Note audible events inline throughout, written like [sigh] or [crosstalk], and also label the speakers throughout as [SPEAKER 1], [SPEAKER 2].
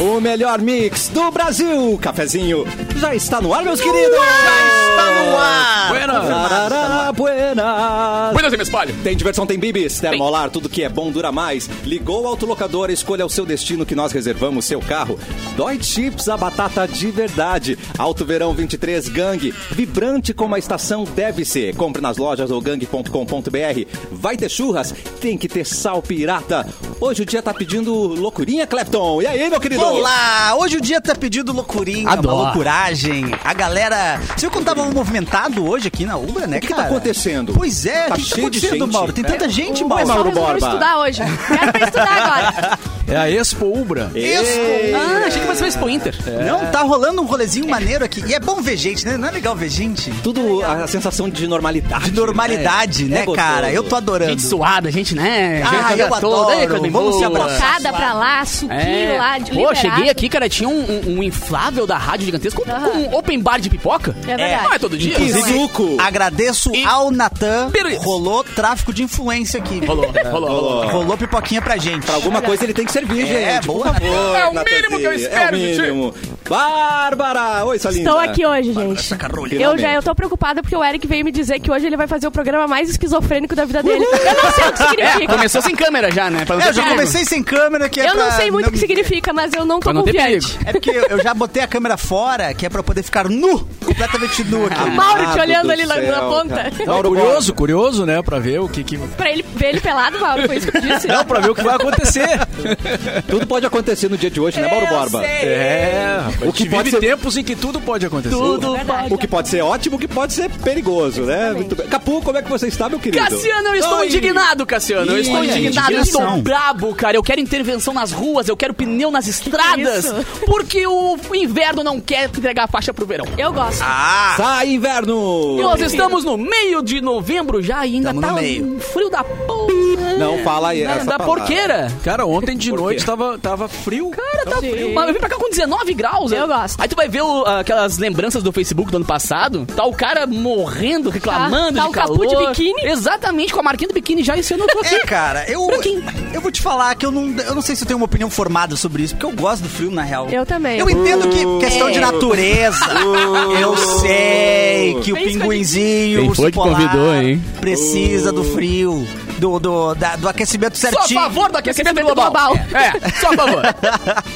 [SPEAKER 1] O melhor mix do Brasil, cafezinho, já está no ar, meus queridos!
[SPEAKER 2] Está no ar!
[SPEAKER 1] Tarará, buenas!
[SPEAKER 3] Buenas, eu me espalho.
[SPEAKER 1] Tem diversão, tem bibis, termolar, tudo que é bom dura mais. Ligou o autolocador, escolha o seu destino que nós reservamos, seu carro. Dói Chips, a batata de verdade. Alto Verão 23 Gang, vibrante como a estação deve ser. Compre nas lojas ou gang.com.br. Vai ter churras, tem que ter sal pirata. Hoje o dia tá pedindo loucurinha, Clepton. E aí, meu querido?
[SPEAKER 2] Olá! Hoje o dia tá pedindo loucurinha,
[SPEAKER 4] Adoro.
[SPEAKER 2] uma loucuragem. A galera. Você viu como tava um movimentado hoje aqui na Ubra, né,
[SPEAKER 1] O que tá
[SPEAKER 2] cara?
[SPEAKER 1] acontecendo?
[SPEAKER 2] Pois é,
[SPEAKER 1] Tá
[SPEAKER 2] o que tá
[SPEAKER 1] cheio de
[SPEAKER 2] acontecendo,
[SPEAKER 1] gente,
[SPEAKER 2] Mauro? Tem
[SPEAKER 1] né?
[SPEAKER 2] tanta gente,
[SPEAKER 1] Ô,
[SPEAKER 2] Mauro.
[SPEAKER 1] Mauro
[SPEAKER 5] Mauro
[SPEAKER 1] Borba.
[SPEAKER 5] estudar hoje. Quero pra estudar agora.
[SPEAKER 4] É a Expo Ubra.
[SPEAKER 1] É Ei.
[SPEAKER 3] Ah, achei que você fez pro Inter.
[SPEAKER 1] É.
[SPEAKER 2] Não, tá rolando um rolezinho maneiro aqui. E é bom ver gente, né? Não é legal ver gente?
[SPEAKER 1] Tudo a, a sensação de normalidade.
[SPEAKER 2] De normalidade, né,
[SPEAKER 1] É, gostoso.
[SPEAKER 2] cara? Eu tô adorando.
[SPEAKER 3] Gente suada, gente, né?
[SPEAKER 2] Ah,
[SPEAKER 3] gente
[SPEAKER 2] eu
[SPEAKER 3] Ei,
[SPEAKER 2] adoro.
[SPEAKER 3] coisa
[SPEAKER 2] Vamos se
[SPEAKER 3] boa.
[SPEAKER 2] abraçar.
[SPEAKER 5] Tocada pra lá, suquinho
[SPEAKER 3] É.
[SPEAKER 5] lá, de
[SPEAKER 3] Pô,
[SPEAKER 5] liberado.
[SPEAKER 3] cheguei aqui, cara, tinha um, um- um inflável da rádio gigantesco com
[SPEAKER 5] Aham.
[SPEAKER 3] um open bar de pipoca.
[SPEAKER 5] É verdade.
[SPEAKER 3] Não é todo dia.
[SPEAKER 1] Inclusive, Zuco.
[SPEAKER 2] Agradeço
[SPEAKER 3] E-
[SPEAKER 2] ao Natan.
[SPEAKER 3] Pires.
[SPEAKER 2] Rolou tráfico de influência aqui.
[SPEAKER 3] Rolou, rolou, rolou.
[SPEAKER 2] Rolou pipoquinha pra gente.
[SPEAKER 1] Pra alguma coisa ele tem que servir,
[SPEAKER 2] É,
[SPEAKER 1] gente.
[SPEAKER 2] boa,
[SPEAKER 1] Por favor,
[SPEAKER 3] É o
[SPEAKER 1] Natanzinho.
[SPEAKER 3] mínimo que eu espero
[SPEAKER 1] é
[SPEAKER 3] de ti.
[SPEAKER 1] o mínimo. Bárbara! Oi, sua linda.
[SPEAKER 5] Estou aqui hoje, gente.
[SPEAKER 2] É,
[SPEAKER 5] Eu
[SPEAKER 1] Finalmente.
[SPEAKER 5] já eu tô preocupada porque o Eric veio me dizer que hoje ele vai fazer o programa mais esquizofrênico da vida dele. Eu não sei o que
[SPEAKER 3] É,
[SPEAKER 5] significa.
[SPEAKER 3] começou sem câmera já, né? Pra não
[SPEAKER 2] É,
[SPEAKER 3] ter
[SPEAKER 2] eu já
[SPEAKER 3] perigo.
[SPEAKER 2] comecei sem câmera, que é
[SPEAKER 5] Eu não
[SPEAKER 2] pra
[SPEAKER 5] sei muito o que
[SPEAKER 2] me-
[SPEAKER 5] significa, mas eu não tô
[SPEAKER 3] Pra não ter
[SPEAKER 5] confiante.
[SPEAKER 3] perigo.
[SPEAKER 2] É porque eu- eu já botei a câmera fora, que é pra eu poder ficar nu, completamente nu
[SPEAKER 3] Ah,
[SPEAKER 5] O
[SPEAKER 2] aqui.
[SPEAKER 5] Mauro te
[SPEAKER 1] Amado
[SPEAKER 5] olhando
[SPEAKER 1] do
[SPEAKER 5] ali lá na
[SPEAKER 1] céu,
[SPEAKER 5] ponta.
[SPEAKER 1] cara.
[SPEAKER 4] Não,
[SPEAKER 1] Mauro
[SPEAKER 4] curioso, curioso, né? Pra ver o que, que. Não,
[SPEAKER 5] Pra ele ver ele pelado, Mauro, foi isso que eu disse.
[SPEAKER 4] pra ver o que vai acontecer.
[SPEAKER 1] Tudo pode acontecer no dia de hoje, né, Mauro Borba?
[SPEAKER 4] É, rapaz,
[SPEAKER 1] O que
[SPEAKER 4] a gente
[SPEAKER 1] pode
[SPEAKER 4] vive
[SPEAKER 1] ser-
[SPEAKER 4] tempos em que tudo pode acontecer.
[SPEAKER 5] Tudo
[SPEAKER 1] O que pode ser ótimo, o que pode ser perigoso, né? Muito bem. Capu, como é que você está, meu querido?
[SPEAKER 3] Cassiano, eu estou
[SPEAKER 1] Oi.
[SPEAKER 3] indignado, Cassiano. Eu estou
[SPEAKER 2] Olha,
[SPEAKER 3] indignado, eu
[SPEAKER 2] indignação.
[SPEAKER 3] estou brabo, cara. Eu quero intervenção nas ruas, eu quero pneu nas estradas.
[SPEAKER 5] é isso?
[SPEAKER 3] Porque o inverno não quer entregar a faixa pro verão.
[SPEAKER 5] Eu gosto.
[SPEAKER 1] Sai, inverno!
[SPEAKER 3] E nós estamos no meio de novembro já e ainda
[SPEAKER 2] Tamo
[SPEAKER 3] tá
[SPEAKER 2] no meio.
[SPEAKER 3] um frio da porra.
[SPEAKER 1] Não fala aí essa
[SPEAKER 3] Da
[SPEAKER 1] palavra.
[SPEAKER 3] porqueira.
[SPEAKER 4] Cara, ontem de
[SPEAKER 3] quê?
[SPEAKER 4] noite tava, tava frio.
[SPEAKER 3] Cara, tá
[SPEAKER 5] Sim.
[SPEAKER 3] frio. Mas eu vim pra cá com 19 graus.
[SPEAKER 5] Eu
[SPEAKER 3] né?
[SPEAKER 5] gosto.
[SPEAKER 3] Aí tu vai ver o- aquelas lembranças do Facebook do ano passado. Tá o cara morrendo, reclamando
[SPEAKER 5] Tá- tá
[SPEAKER 3] de
[SPEAKER 5] o
[SPEAKER 3] calor.
[SPEAKER 5] capu de biquíni.
[SPEAKER 3] Exatamente, com a marquinha do biquíni já esse ano eu tô aqui.
[SPEAKER 2] É, cara, eu,
[SPEAKER 3] Pra quem?
[SPEAKER 2] eu vou te falar que eu não, eu não sei se eu tenho uma opinião formada sobre isso, porque eu gosto do frio, na real.
[SPEAKER 5] Eu também.
[SPEAKER 2] Eu entendo
[SPEAKER 1] Uh.
[SPEAKER 2] que questão de natureza, eu sei que o
[SPEAKER 5] Foi isso que eu
[SPEAKER 2] pinguinzinho,
[SPEAKER 3] Quem
[SPEAKER 2] o urso
[SPEAKER 3] foi que convidou,
[SPEAKER 2] polar,
[SPEAKER 3] hein?
[SPEAKER 2] precisa
[SPEAKER 1] Uh.
[SPEAKER 2] do frio, do, do, da- do aquecimento
[SPEAKER 3] Só a
[SPEAKER 2] certinho.
[SPEAKER 3] favor do aquecimento
[SPEAKER 5] Aquecimento
[SPEAKER 3] global.
[SPEAKER 5] global.
[SPEAKER 3] É, [laughs] só a favor.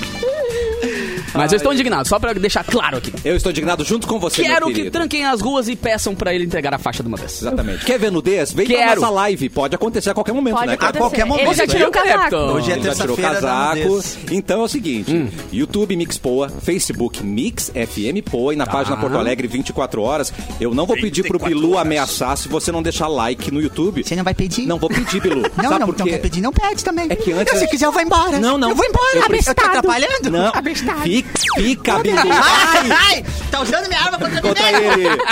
[SPEAKER 3] Mas eu estou indignado, só pra deixar claro aqui.
[SPEAKER 1] Eu estou indignado junto com você, meu
[SPEAKER 3] Quero que
[SPEAKER 1] querido.
[SPEAKER 3] tranquem as ruas e peçam pra ele entregar a faixa de uma vez.
[SPEAKER 1] Exatamente. Quer ver nudez? Vem pra
[SPEAKER 3] Quero.
[SPEAKER 1] nossa live. Pode acontecer a qualquer momento,
[SPEAKER 5] Pode
[SPEAKER 1] né,
[SPEAKER 5] acontecer.
[SPEAKER 1] Capu?
[SPEAKER 2] A qualquer momento,
[SPEAKER 5] Ele já tirou o
[SPEAKER 3] né?
[SPEAKER 5] casaco.
[SPEAKER 3] Hoje
[SPEAKER 2] Hoje é
[SPEAKER 1] Ele já tirou o
[SPEAKER 2] terça-feira, dá Hum. um
[SPEAKER 1] casaco.
[SPEAKER 2] desse.
[SPEAKER 1] Então é o seguinte: YouTube Mix Poa, Facebook Mix FM Poa e
[SPEAKER 2] Tá.
[SPEAKER 1] na página Porto Alegre 24 horas. Eu não vou pedir pro Bilu ameaçar se você não deixar like no YouTube.
[SPEAKER 2] Você não vai pedir?
[SPEAKER 1] Não vou pedir, Bilu.
[SPEAKER 2] [laughs] Não,
[SPEAKER 1] Sabe
[SPEAKER 2] não,
[SPEAKER 1] por
[SPEAKER 2] não
[SPEAKER 1] quê?
[SPEAKER 2] quer pedir, não pede também.
[SPEAKER 1] É que antes-
[SPEAKER 2] Eu, se quiser, eu vou embora.
[SPEAKER 1] Não, não.
[SPEAKER 2] Eu vou embora.
[SPEAKER 1] Eu-
[SPEAKER 2] eu tô
[SPEAKER 5] Abestado.
[SPEAKER 2] atrapalhando?
[SPEAKER 1] Não,
[SPEAKER 5] Abestado.
[SPEAKER 1] fica, fica Bilu.
[SPEAKER 2] Ai, ai, tá usando minha arma contra,
[SPEAKER 1] Contra
[SPEAKER 2] mim mesmo.
[SPEAKER 1] ele.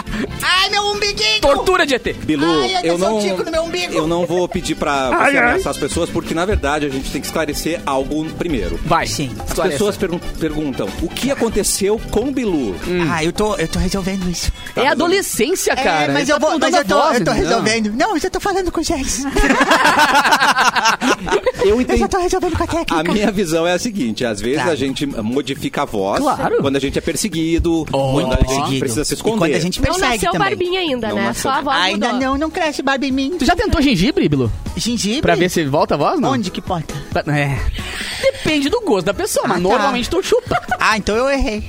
[SPEAKER 2] Ai, meu umbiguinho.
[SPEAKER 3] Tortura de ET.
[SPEAKER 1] Bilu,
[SPEAKER 2] Ai, ai,
[SPEAKER 1] eu,
[SPEAKER 2] eu sou
[SPEAKER 1] não,
[SPEAKER 2] um tico no meu umbigo.
[SPEAKER 1] eu não vou pedir pra você ameaçar as pessoas, porque na verdade a gente tem que esclarecer algo primeiro.
[SPEAKER 3] Vai.
[SPEAKER 2] Sim.
[SPEAKER 1] As
[SPEAKER 3] Esclareça.
[SPEAKER 1] pessoas pergun- perguntam o que aconteceu com o Bilu.
[SPEAKER 2] Ah, eu tô, eu tô resolvendo isso.
[SPEAKER 3] É adolescência, cara.
[SPEAKER 2] é, mas
[SPEAKER 3] Ele tá
[SPEAKER 2] eu vou, mas
[SPEAKER 3] mudando
[SPEAKER 2] eu tô,
[SPEAKER 3] a voz,
[SPEAKER 2] eu tô
[SPEAKER 3] entendeu?
[SPEAKER 2] resolvendo. Não, eu já tô falando com o [laughs] Jess.
[SPEAKER 1] Ah, Eu
[SPEAKER 2] Eu
[SPEAKER 1] entendi.
[SPEAKER 2] já tô resolvendo com a técnica.
[SPEAKER 1] A minha visão é a seguinte: às vezes
[SPEAKER 2] Claro.
[SPEAKER 1] a gente modifica a voz
[SPEAKER 3] Claro.
[SPEAKER 1] quando a gente é perseguido, quando a gente precisa se esconder.
[SPEAKER 2] E quando a gente
[SPEAKER 5] Não
[SPEAKER 2] persegue
[SPEAKER 5] nasceu
[SPEAKER 2] também.
[SPEAKER 5] barbinha ainda,
[SPEAKER 1] Não
[SPEAKER 5] né?
[SPEAKER 1] nasceu.
[SPEAKER 5] Só a voz
[SPEAKER 2] Ainda
[SPEAKER 5] mudou.
[SPEAKER 2] não, não cresce barba em mim.
[SPEAKER 3] Tu já tentou gengibre, Bilu?
[SPEAKER 2] Gengibre?
[SPEAKER 3] Pra ver se volta a voz, não?
[SPEAKER 2] Onde que porta?
[SPEAKER 3] Pra- É. Depende do gosto da pessoa, mas
[SPEAKER 2] Ah, tá.
[SPEAKER 3] normalmente tu chupa.
[SPEAKER 2] Ah, então eu errei.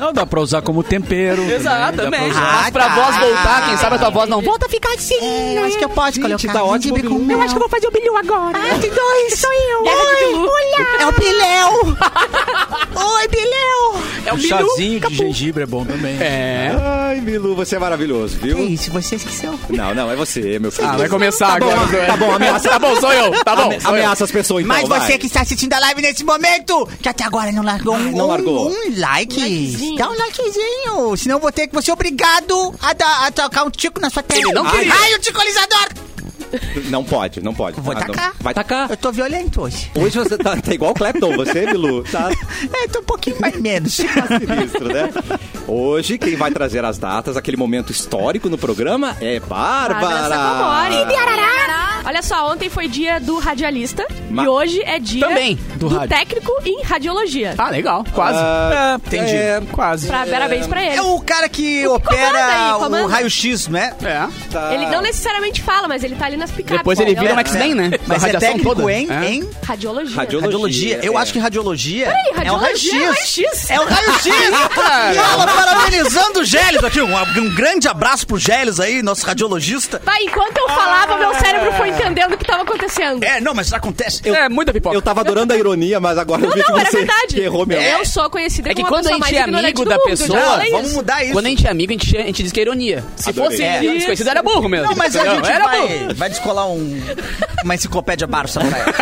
[SPEAKER 4] Não, dá pra usar como tempero.
[SPEAKER 3] Exatamente.
[SPEAKER 4] Dá pra usar-
[SPEAKER 3] Mas pra
[SPEAKER 2] né? tá. Ah.
[SPEAKER 3] voz voltar, quem sabe a tua voz não volta.
[SPEAKER 5] Volta a ficar assim.
[SPEAKER 2] É, eu acho que eu posso
[SPEAKER 1] Gente,
[SPEAKER 2] colocar
[SPEAKER 1] tá ótimo,
[SPEAKER 2] gengibre com
[SPEAKER 1] Bilu.
[SPEAKER 2] mel.
[SPEAKER 5] Eu acho que eu vou fazer o bilhão agora.
[SPEAKER 2] Ah, tem dois. Sou eu.
[SPEAKER 5] Guerra de
[SPEAKER 2] Oi,
[SPEAKER 5] Bilu.
[SPEAKER 2] olha. É o Biléu. [laughs] Oi, Biléu.
[SPEAKER 3] É o
[SPEAKER 4] Um
[SPEAKER 3] Bilu.
[SPEAKER 4] chazinho de gengibre é bom também.
[SPEAKER 3] É.
[SPEAKER 1] Ai, Bilu, você é maravilhoso,
[SPEAKER 2] Que
[SPEAKER 1] viu?
[SPEAKER 2] isso, vocês que são.
[SPEAKER 1] Não, não, é você, meu filho.
[SPEAKER 3] Ah, vai começar
[SPEAKER 1] Tá bom,
[SPEAKER 3] agora.
[SPEAKER 1] tá bom, ameaça-
[SPEAKER 3] [laughs] Tá bom, sou eu. Tá bom.
[SPEAKER 1] Ame-
[SPEAKER 3] sou eu.
[SPEAKER 1] ameaça as pessoas, então.
[SPEAKER 2] Mas
[SPEAKER 1] vai.
[SPEAKER 2] você é que está assistindo a live nesse momento, que até agora não largou um,
[SPEAKER 1] não largou.
[SPEAKER 2] um like,
[SPEAKER 5] Likezinho.
[SPEAKER 2] dá um likezinho. Senão eu é vou ter que você obrigado a, dar- a tocar um tico na sua tela.
[SPEAKER 3] Ele não
[SPEAKER 2] Ai,
[SPEAKER 3] queria.
[SPEAKER 2] Ai, o ticolizador!
[SPEAKER 1] Não pode, não pode.
[SPEAKER 2] Vou
[SPEAKER 1] Ah, não.
[SPEAKER 2] tacar.
[SPEAKER 1] Vai tacar.
[SPEAKER 2] Eu tô violento hoje.
[SPEAKER 1] Hoje você tá, tá igual o Clapton, você, Bilu. Tá
[SPEAKER 2] É, tô um pouquinho
[SPEAKER 3] [laughs]
[SPEAKER 2] mais menos.
[SPEAKER 1] sinistro, né? Hoje, quem vai trazer as datas, aquele momento histórico no programa,
[SPEAKER 2] Ah,
[SPEAKER 1] é
[SPEAKER 5] Ah, Bárbara
[SPEAKER 1] Bárbara.
[SPEAKER 5] Sacomori. Biarará. Olha só, ontem foi dia do radialista
[SPEAKER 1] Ma-
[SPEAKER 5] e hoje é dia
[SPEAKER 3] Também,
[SPEAKER 5] do,
[SPEAKER 4] do rádio.
[SPEAKER 5] técnico em radiologia.
[SPEAKER 3] Ah, legal. Quase.
[SPEAKER 1] Ah,
[SPEAKER 3] é, entendi.
[SPEAKER 1] é,
[SPEAKER 3] quase.
[SPEAKER 5] Pra- parabéns pra ele.
[SPEAKER 2] É
[SPEAKER 3] um
[SPEAKER 2] o cara que
[SPEAKER 5] comanda
[SPEAKER 2] opera
[SPEAKER 5] aí, comanda.
[SPEAKER 2] o raio-x, né?
[SPEAKER 3] É.
[SPEAKER 1] Tá.
[SPEAKER 5] Ele não necessariamente fala, mas ele tá ali nas picapes.
[SPEAKER 3] Depois ele
[SPEAKER 5] né?
[SPEAKER 3] vira um
[SPEAKER 5] Então,
[SPEAKER 3] X-Men, né? Com a
[SPEAKER 2] Mas é
[SPEAKER 3] radiação
[SPEAKER 2] técnico
[SPEAKER 3] toda.
[SPEAKER 2] em,
[SPEAKER 3] É.
[SPEAKER 2] em
[SPEAKER 5] Radiologia.
[SPEAKER 1] Radiologia.
[SPEAKER 2] radiologia. Eu
[SPEAKER 1] é.
[SPEAKER 2] acho que radiologia,
[SPEAKER 3] um
[SPEAKER 5] Peraí,
[SPEAKER 2] é o
[SPEAKER 5] radiologia é o raio-x.
[SPEAKER 2] raio-x. É o raio-x.
[SPEAKER 3] [laughs]
[SPEAKER 2] E ela parabenizando o Gélios aqui. Um, um grande abraço pro Gélios aí, nosso radiologista.
[SPEAKER 5] Tá, enquanto eu falava,
[SPEAKER 3] Ah.
[SPEAKER 5] meu cérebro foi entendendo o que tava acontecendo.
[SPEAKER 2] É, não, mas isso acontece.
[SPEAKER 3] É, muita pipoca.
[SPEAKER 1] Eu tava adorando a ironia, mas agora eu vi que
[SPEAKER 5] Não, era
[SPEAKER 1] você
[SPEAKER 5] verdade.
[SPEAKER 1] errou meu.
[SPEAKER 5] Eu sou conhecida
[SPEAKER 3] É que
[SPEAKER 5] como
[SPEAKER 3] quando a
[SPEAKER 5] pessoa
[SPEAKER 3] gente
[SPEAKER 5] mais
[SPEAKER 3] é
[SPEAKER 5] ignorante
[SPEAKER 3] amigo
[SPEAKER 5] do
[SPEAKER 3] da
[SPEAKER 5] mundo,
[SPEAKER 3] pessoa,
[SPEAKER 5] já falei
[SPEAKER 2] Vamos
[SPEAKER 5] isso.
[SPEAKER 2] mudar isso.
[SPEAKER 3] Quando a gente é amigo, a gente, a gente diz que é ironia. Se
[SPEAKER 1] Adorei.
[SPEAKER 3] fosse
[SPEAKER 1] É.
[SPEAKER 3] desconhecido, era burro mesmo.
[SPEAKER 2] Não, mas a
[SPEAKER 3] Não,
[SPEAKER 2] gente
[SPEAKER 3] era burro.
[SPEAKER 2] vai, vai descolar um, uma enciclopédia Barça pra ela.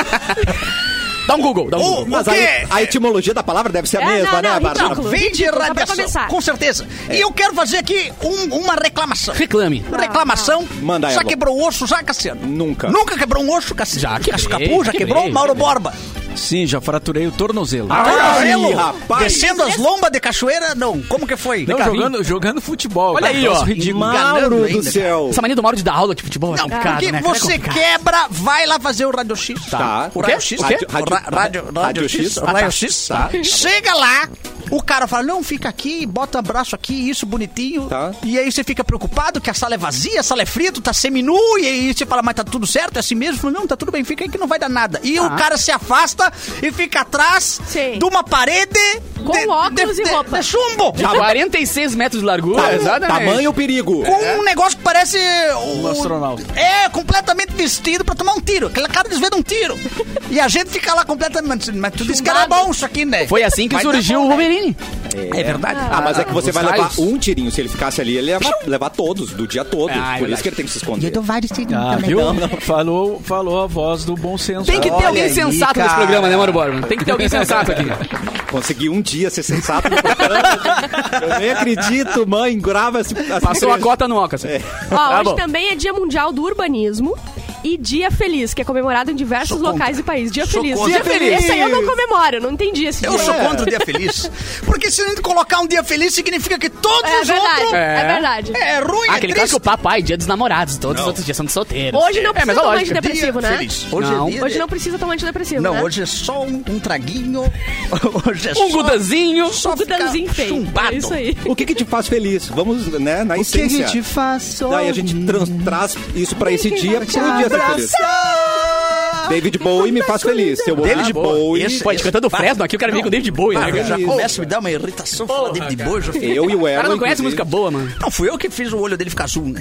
[SPEAKER 3] Dá um Google, dá um
[SPEAKER 2] Ô,
[SPEAKER 3] Google.
[SPEAKER 1] Mas
[SPEAKER 2] [laughs] O
[SPEAKER 1] aí,
[SPEAKER 2] quê?
[SPEAKER 1] a etimologia da palavra deve ser a
[SPEAKER 5] É,
[SPEAKER 1] mesma,
[SPEAKER 5] não,
[SPEAKER 1] né,
[SPEAKER 5] não,
[SPEAKER 1] Bárbara?
[SPEAKER 5] ridículo.
[SPEAKER 2] Vende
[SPEAKER 5] ridículo, só pra
[SPEAKER 2] radiação,
[SPEAKER 5] começar.
[SPEAKER 2] com certeza. E eu quero fazer aqui um- uma reclamação.
[SPEAKER 3] Reclame.
[SPEAKER 2] Reclamação.
[SPEAKER 1] Manda
[SPEAKER 2] Já
[SPEAKER 1] ela.
[SPEAKER 2] quebrou o osso, já, Cassiano?
[SPEAKER 1] Nunca.
[SPEAKER 2] Nunca quebrou um osso, Cassiano?
[SPEAKER 3] Já quebrei,
[SPEAKER 2] Capu, já
[SPEAKER 3] quebrei,
[SPEAKER 2] quebrou? Mauro
[SPEAKER 3] quebrei.
[SPEAKER 2] Borba.
[SPEAKER 4] Sim, já fraturei o tornozelo.
[SPEAKER 3] Ah,
[SPEAKER 2] Tornozelo,
[SPEAKER 1] rapaz.
[SPEAKER 2] Descendo as lombas de cachoeira? Não. Como que foi? Tá
[SPEAKER 4] Não,
[SPEAKER 3] Cavinho.
[SPEAKER 4] jogando, jogando futebol.
[SPEAKER 3] Olha
[SPEAKER 4] cara,
[SPEAKER 3] aí,
[SPEAKER 4] troço
[SPEAKER 3] ó.
[SPEAKER 4] ridículo.
[SPEAKER 2] enganando
[SPEAKER 1] Mauro do
[SPEAKER 2] ainda.
[SPEAKER 1] céu.
[SPEAKER 3] Essa mania do Mauro de dar aula de futebol é
[SPEAKER 2] Não,
[SPEAKER 3] complicado,
[SPEAKER 2] porque
[SPEAKER 3] né?
[SPEAKER 2] você quebra, vai lá fazer o Radio X.
[SPEAKER 1] Tá.
[SPEAKER 2] O
[SPEAKER 1] O quê?
[SPEAKER 2] Radio X.
[SPEAKER 1] O quê?
[SPEAKER 2] Rádio,
[SPEAKER 1] Rádio-
[SPEAKER 2] rádio, rádio X.
[SPEAKER 1] Ah, tá.
[SPEAKER 2] Rádio X.
[SPEAKER 1] Tá.
[SPEAKER 2] Chega lá, o cara fala, não, fica aqui, bota abraço aqui, isso, bonitinho.
[SPEAKER 1] Tá.
[SPEAKER 2] E aí você fica preocupado que a sala é vazia, a sala é fria, tu tá seminu, e aí você fala, mas tá tudo certo, é assim mesmo? Fala, não, tá tudo bem, fica aí que não vai dar nada. E o cara se afasta e fica atrás
[SPEAKER 5] Sim.
[SPEAKER 2] de uma parede...
[SPEAKER 5] Com óculos e roupa.
[SPEAKER 2] De chumbo.
[SPEAKER 3] De 46 metros de largura, Tá, exatamente.
[SPEAKER 1] Tá, Tamanho perigo.
[SPEAKER 2] Com um negócio que parece. Um
[SPEAKER 4] astronauta.
[SPEAKER 2] É, completamente vestido pra tomar um tiro. Aquela cara desvendo um tiro. e a gente fica lá completamente. Mas tu disse que era bom isso aqui, né?
[SPEAKER 3] Foi assim que
[SPEAKER 2] Mas tá
[SPEAKER 3] surgiu
[SPEAKER 2] bom,
[SPEAKER 3] o
[SPEAKER 2] né?
[SPEAKER 3] Wolverine.
[SPEAKER 2] É verdade.
[SPEAKER 1] Ah, mas é que você
[SPEAKER 3] Os
[SPEAKER 1] vai levar
[SPEAKER 3] raios.
[SPEAKER 1] um tirinho. Se ele ficasse ali, ele ia levar, levar todos, do dia todo.
[SPEAKER 3] Ah, é
[SPEAKER 1] Por isso
[SPEAKER 3] verdade.
[SPEAKER 1] que ele tem que se esconder.
[SPEAKER 2] vários tiros
[SPEAKER 4] Ah, viu?
[SPEAKER 3] Então,
[SPEAKER 4] Falou, falou a voz do bom senso.
[SPEAKER 3] Tem que ter
[SPEAKER 2] Olha
[SPEAKER 3] alguém
[SPEAKER 2] aí,
[SPEAKER 3] sensato
[SPEAKER 2] cara.
[SPEAKER 3] nesse programa, né, Mauro Borba? Tem que ter alguém
[SPEAKER 4] [laughs]
[SPEAKER 3] sensato aqui.
[SPEAKER 1] Consegui um dia ser sensato [laughs] no programa. Eu nem acredito, mãe. Grava esse. essa
[SPEAKER 3] Passou a
[SPEAKER 1] coisa.
[SPEAKER 3] cota no Oca.
[SPEAKER 4] É.
[SPEAKER 3] assim.
[SPEAKER 5] Ó,
[SPEAKER 3] Tá
[SPEAKER 5] hoje
[SPEAKER 3] bom.
[SPEAKER 5] também é Dia Mundial do Urbanismo e Dia Feliz, que é comemorado em diversos locais do país. Dia
[SPEAKER 2] Sou
[SPEAKER 5] Feliz.
[SPEAKER 2] contra.
[SPEAKER 5] Dia
[SPEAKER 2] Dia
[SPEAKER 5] Feliz. Esse aí eu não
[SPEAKER 1] Feliz.
[SPEAKER 5] comemoro, não entendi esse
[SPEAKER 2] Eu
[SPEAKER 5] dia.
[SPEAKER 2] sou contra o dia feliz. Porque se a gente colocar um dia feliz, significa que todos
[SPEAKER 5] É
[SPEAKER 2] os
[SPEAKER 5] verdade,
[SPEAKER 2] outros.
[SPEAKER 5] é, verdade.
[SPEAKER 2] É ruim,
[SPEAKER 3] Ah,
[SPEAKER 2] é
[SPEAKER 3] aquele cara que
[SPEAKER 2] triste.
[SPEAKER 3] o papai, dia dos namorados. Todos os outros dias são de solteiros.
[SPEAKER 5] Hoje não
[SPEAKER 3] É, mas
[SPEAKER 5] precisa
[SPEAKER 3] é
[SPEAKER 5] tomar
[SPEAKER 3] lógico.
[SPEAKER 5] antidepressivo,
[SPEAKER 2] Dia
[SPEAKER 5] né?
[SPEAKER 2] feliz. Hoje
[SPEAKER 3] Não.
[SPEAKER 2] é dia
[SPEAKER 5] Hoje não
[SPEAKER 2] de-
[SPEAKER 5] precisa tomar antidepressivo,
[SPEAKER 2] Não,
[SPEAKER 5] né?
[SPEAKER 2] hoje é só um, um traguinho. [laughs] Hoje é só.
[SPEAKER 3] Um gudanzinho.
[SPEAKER 2] Só
[SPEAKER 5] Do Danzin
[SPEAKER 2] ficar
[SPEAKER 5] feio.
[SPEAKER 2] chumbado.
[SPEAKER 5] É isso aí.
[SPEAKER 1] O que que te faz feliz? Vamos, né, na essência.
[SPEAKER 2] faz?
[SPEAKER 1] Daí a gente trans- traz isso pra esse dia, pro dia ser feliz. David Bowie me faz feliz. Seu David
[SPEAKER 2] Ah, boa.
[SPEAKER 1] Bowie.
[SPEAKER 2] Esse-
[SPEAKER 3] Pô, a gente cantando o Fresno aqui, eu quero vir com o David Bowie,
[SPEAKER 2] Ah,
[SPEAKER 3] né?
[SPEAKER 2] eu já
[SPEAKER 1] Isso.
[SPEAKER 2] começa a me dar uma irritação falar dele de boi, já fiquei-
[SPEAKER 1] Eu e o
[SPEAKER 4] É
[SPEAKER 3] O cara
[SPEAKER 1] Elo.
[SPEAKER 3] não
[SPEAKER 1] inclusive.
[SPEAKER 3] conhece música boa, mano.
[SPEAKER 2] Não, fui eu que fiz o olho dele ficar azul, né?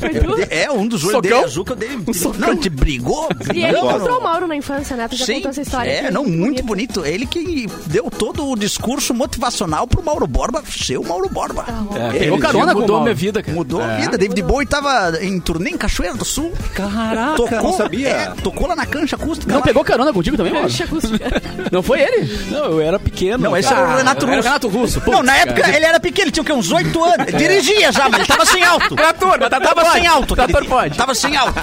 [SPEAKER 5] Foi tu?
[SPEAKER 2] É, um dos olhos dele
[SPEAKER 3] Socão?
[SPEAKER 2] azul que eu dei. Não, te brigou?
[SPEAKER 5] E ele
[SPEAKER 1] Não,
[SPEAKER 5] encontrou
[SPEAKER 1] não.
[SPEAKER 5] o Mauro na infância, né? Tu já
[SPEAKER 2] Sim,
[SPEAKER 5] contou essa história.
[SPEAKER 2] é,
[SPEAKER 5] aqui.
[SPEAKER 2] não, muito bonito. Ele que deu todo o discurso motivacional pro Mauro Borba ser o Mauro Borba.
[SPEAKER 4] É,
[SPEAKER 2] Ele
[SPEAKER 4] pegou
[SPEAKER 3] carona com o
[SPEAKER 4] mudou
[SPEAKER 3] Mauro.
[SPEAKER 4] minha vida, cara.
[SPEAKER 2] Mudou a vida. David Bowie tava em turnê em Cachoeira do Sul.
[SPEAKER 1] Caraca, não sabia.
[SPEAKER 2] é, tocou lá na cancha acústica.
[SPEAKER 3] Não
[SPEAKER 2] lá.
[SPEAKER 3] pegou carona contigo também, mano?
[SPEAKER 5] Deixa eu cuspir.
[SPEAKER 3] Não foi ele?
[SPEAKER 4] Não, eu era pequeno.
[SPEAKER 2] Não, esse
[SPEAKER 4] cara.
[SPEAKER 2] era o Renato
[SPEAKER 3] Era o
[SPEAKER 2] Russo.
[SPEAKER 3] Renato Russo.
[SPEAKER 2] não, na
[SPEAKER 3] Putz,
[SPEAKER 2] época
[SPEAKER 3] cara.
[SPEAKER 2] ele era pequeno, ele tinha o quê? Uns oito anos. Ele Dirigia já, mas ele tava sem alto.
[SPEAKER 3] Era turma, tá
[SPEAKER 2] Tava sem alto,
[SPEAKER 3] Tá
[SPEAKER 2] aquele
[SPEAKER 3] turma,
[SPEAKER 2] dia.
[SPEAKER 3] pode.
[SPEAKER 2] Tava sem alto.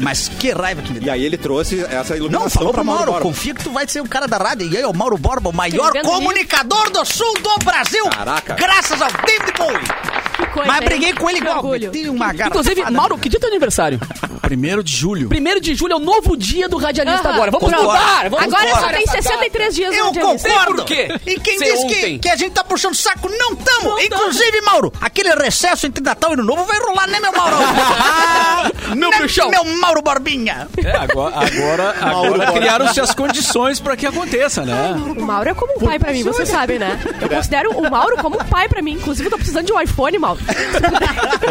[SPEAKER 2] Mas que raiva que me
[SPEAKER 1] E
[SPEAKER 2] deu.
[SPEAKER 1] aí ele trouxe essa
[SPEAKER 2] Não,
[SPEAKER 1] iluminação
[SPEAKER 2] falou
[SPEAKER 1] pra
[SPEAKER 2] pro
[SPEAKER 1] Mauro.
[SPEAKER 2] Mauro,
[SPEAKER 1] Borba.
[SPEAKER 2] confia que tu vai ser o cara da rádio. E aí, o Mauro Borba, o maior
[SPEAKER 5] Ele vendo
[SPEAKER 2] comunicador do sul do Brasil.
[SPEAKER 1] Caraca.
[SPEAKER 2] Graças ao David Bowie.
[SPEAKER 5] Que coisa,
[SPEAKER 2] Mas
[SPEAKER 5] hein?
[SPEAKER 2] briguei com ele
[SPEAKER 5] é, Que
[SPEAKER 2] igual.
[SPEAKER 5] orgulho.
[SPEAKER 2] Tem uma garra.
[SPEAKER 3] Inclusive, Mauro, que dia é teu aniversário?
[SPEAKER 4] Primeiro de julho.
[SPEAKER 3] Primeiro de julho é o novo dia do radialista
[SPEAKER 5] Aham.
[SPEAKER 3] agora. Vamos
[SPEAKER 2] Concordo.
[SPEAKER 3] mudar! Vamos
[SPEAKER 5] Agora
[SPEAKER 2] Concordo.
[SPEAKER 5] só tem 63 dias
[SPEAKER 2] Eu
[SPEAKER 5] no dia disso.
[SPEAKER 2] concordo.
[SPEAKER 3] Por quê?
[SPEAKER 2] E quem
[SPEAKER 3] Ser
[SPEAKER 2] diz que,
[SPEAKER 3] ontem.
[SPEAKER 2] que a gente tá puxando saco, não tamo.
[SPEAKER 5] Não tamo.
[SPEAKER 2] Inclusive, Mauro, aquele recesso entre Natal e Ano Novo vai rolar, né,
[SPEAKER 3] [laughs]
[SPEAKER 2] meu Mauro?
[SPEAKER 3] Meu
[SPEAKER 2] Né,
[SPEAKER 3] bruxão.
[SPEAKER 2] Meu Mauro Borbinha.
[SPEAKER 4] É, agora, agora,
[SPEAKER 1] Mauro
[SPEAKER 4] agora
[SPEAKER 1] Borba.
[SPEAKER 4] criaram-se as condições pra que aconteça, né?
[SPEAKER 5] O Mauro é como um pai pra mim, você sabe, né? Eu considero o Mauro como um pai pra mim. Inclusive, eu tô precisando de um iPhone, Mauro.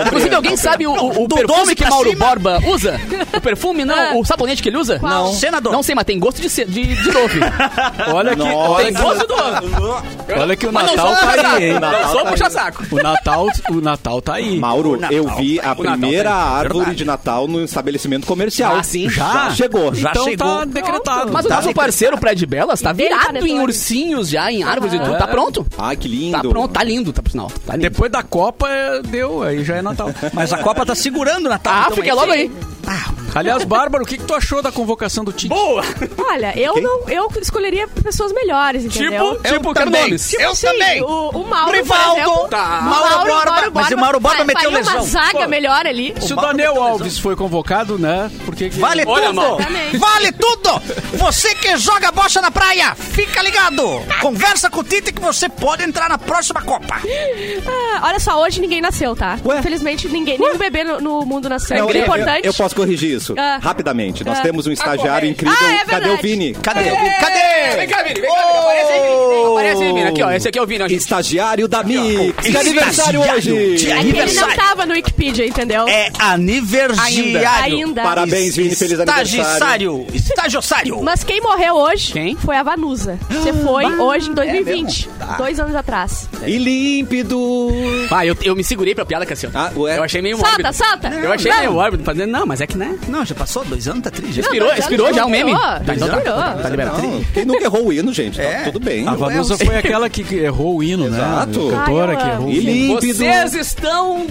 [SPEAKER 3] Inclusive, alguém sabe o, o- o
[SPEAKER 2] Do doze
[SPEAKER 3] perfume que
[SPEAKER 2] pra
[SPEAKER 3] Mauro
[SPEAKER 2] cima.
[SPEAKER 3] Borba usa? O perfume, não. O sabonete que ele usa?
[SPEAKER 5] Ah. Qual? Não.
[SPEAKER 2] Senador.
[SPEAKER 3] Não sei, mas tem gosto de, ce- de, de novo.
[SPEAKER 4] [laughs] Olha que,
[SPEAKER 1] Nossa.
[SPEAKER 4] olha que,
[SPEAKER 3] gosto do
[SPEAKER 4] olha que o
[SPEAKER 3] Mas não
[SPEAKER 4] Natal
[SPEAKER 3] sou
[SPEAKER 4] tá aí, hein?
[SPEAKER 3] puxa-saco. Não sou puxa-saco.
[SPEAKER 4] O Natal, o Natal tá aí.
[SPEAKER 1] Mauro,
[SPEAKER 2] Natal,
[SPEAKER 1] eu vi a
[SPEAKER 4] Natal
[SPEAKER 1] primeira
[SPEAKER 4] tá aí.
[SPEAKER 1] árvore
[SPEAKER 2] Verdade.
[SPEAKER 1] de Natal no estabelecimento comercial.
[SPEAKER 3] Ah, sim?
[SPEAKER 1] Já,
[SPEAKER 4] Já?
[SPEAKER 1] chegou.
[SPEAKER 2] Já
[SPEAKER 4] então
[SPEAKER 2] chegou.
[SPEAKER 4] tá decretado.
[SPEAKER 3] Mas o
[SPEAKER 2] Tá
[SPEAKER 3] nosso
[SPEAKER 2] bem.
[SPEAKER 3] parceiro, o Prédio Belas, tá
[SPEAKER 5] Bem
[SPEAKER 3] virado em
[SPEAKER 5] panetone.
[SPEAKER 3] ursinhos já, em árvores e tudo.
[SPEAKER 4] É.
[SPEAKER 3] Tá pronto.
[SPEAKER 1] Ai, que lindo.
[SPEAKER 3] Tá pronto, tá lindo, tá por sinal. Tá lindo.
[SPEAKER 4] Depois da Copa, é, deu, aí já é Natal.
[SPEAKER 2] Mas a Copa tá segurando o Natal.
[SPEAKER 3] A
[SPEAKER 2] então,
[SPEAKER 3] África
[SPEAKER 2] é
[SPEAKER 3] é logo aí.
[SPEAKER 4] Aliás, Bárbara, o que, que tu achou da convocação do Tite?
[SPEAKER 3] Boa!
[SPEAKER 5] Olha, eu não, eu escolheria pessoas melhores, entendeu?
[SPEAKER 3] Tipo, tipo, quero
[SPEAKER 2] também.
[SPEAKER 3] nomes.
[SPEAKER 2] Eu
[SPEAKER 5] Sim,
[SPEAKER 2] também.
[SPEAKER 5] O, o Mauro,
[SPEAKER 2] Rivaldo.
[SPEAKER 5] por exemplo,
[SPEAKER 2] Tá.
[SPEAKER 5] o
[SPEAKER 2] Mauro Borba. Mas o Mauro Borba
[SPEAKER 5] fa-
[SPEAKER 2] meteu
[SPEAKER 5] faria uma
[SPEAKER 2] lesão.
[SPEAKER 5] zaga melhor ali.
[SPEAKER 4] Se o Daniel Alves foi convocado, né? Porque que...
[SPEAKER 2] Vale
[SPEAKER 3] Olha,
[SPEAKER 2] tudo!
[SPEAKER 3] Mauro.
[SPEAKER 5] Exatamente.
[SPEAKER 2] Vale tudo! Você que joga bocha na praia, fica ligado! Conversa com o Tite que você pode entrar na próxima Copa.
[SPEAKER 5] Ah, olha só, hoje ninguém nasceu, tá?
[SPEAKER 1] Ué?
[SPEAKER 5] Infelizmente, ninguém, nenhum bebê no, no mundo nasceu.
[SPEAKER 2] É,
[SPEAKER 1] Não,
[SPEAKER 5] o
[SPEAKER 1] eu,
[SPEAKER 5] É importante...
[SPEAKER 1] eu- eu posso corrigir isso.
[SPEAKER 5] Ah.
[SPEAKER 1] Rapidamente. Nós
[SPEAKER 5] Ah.
[SPEAKER 1] temos um estagiário incrível.
[SPEAKER 5] Ah, é
[SPEAKER 1] Cadê o
[SPEAKER 5] verdade.
[SPEAKER 1] Vini?
[SPEAKER 2] Cadê?
[SPEAKER 3] Vem
[SPEAKER 2] Cadê?
[SPEAKER 3] cá, Vini, vem cá, Vini. Aparece aí, Vini. Aparece aí, Vini. Aqui, ó. Esse aqui é o Vini, ó, gente.
[SPEAKER 1] Estagiário da Mix. De
[SPEAKER 2] Estagiário
[SPEAKER 1] aniversário hoje.
[SPEAKER 2] de
[SPEAKER 5] É que ele não
[SPEAKER 2] aniversário.
[SPEAKER 5] tava no Wikipedia, entendeu?
[SPEAKER 2] É aniversário.
[SPEAKER 5] Ainda.
[SPEAKER 1] Parabéns, Vini. Feliz aniversário.
[SPEAKER 2] Estagiário. Estagiosário.
[SPEAKER 5] Mas quem morreu hoje
[SPEAKER 4] Quem?
[SPEAKER 5] foi a Vanusa. Você
[SPEAKER 2] [gasps]
[SPEAKER 5] foi hoje
[SPEAKER 2] É
[SPEAKER 5] em 2020.
[SPEAKER 2] Tá.
[SPEAKER 5] Dois anos atrás.
[SPEAKER 1] E límpido.
[SPEAKER 3] Ah, eu, eu me segurei pra piada, Cassiano.
[SPEAKER 1] Ah, ué.
[SPEAKER 3] Eu achei meio
[SPEAKER 5] Salta,
[SPEAKER 3] mórbido.
[SPEAKER 5] salta!
[SPEAKER 3] Eu achei meio mórbido. fazendo- Não, mas é que, né?
[SPEAKER 2] Não, já passou dois anos, tá triste.
[SPEAKER 3] Expirou,
[SPEAKER 5] dois anos
[SPEAKER 3] expirou
[SPEAKER 5] já
[SPEAKER 3] já o meme.
[SPEAKER 5] expirou.
[SPEAKER 3] Tá, então
[SPEAKER 5] Dois
[SPEAKER 3] tá,
[SPEAKER 5] anos.
[SPEAKER 3] tá liberado.
[SPEAKER 1] Não, quem nunca errou o hino, gente? Tá
[SPEAKER 2] É.
[SPEAKER 1] tudo bem.
[SPEAKER 4] A Vanusa foi aquela que que errou o hino,
[SPEAKER 1] Exato.
[SPEAKER 4] né? A cantora
[SPEAKER 5] Ai, eu
[SPEAKER 4] que
[SPEAKER 5] amo.
[SPEAKER 4] errou o
[SPEAKER 1] E
[SPEAKER 4] hino.
[SPEAKER 1] límpido.
[SPEAKER 3] Vocês estão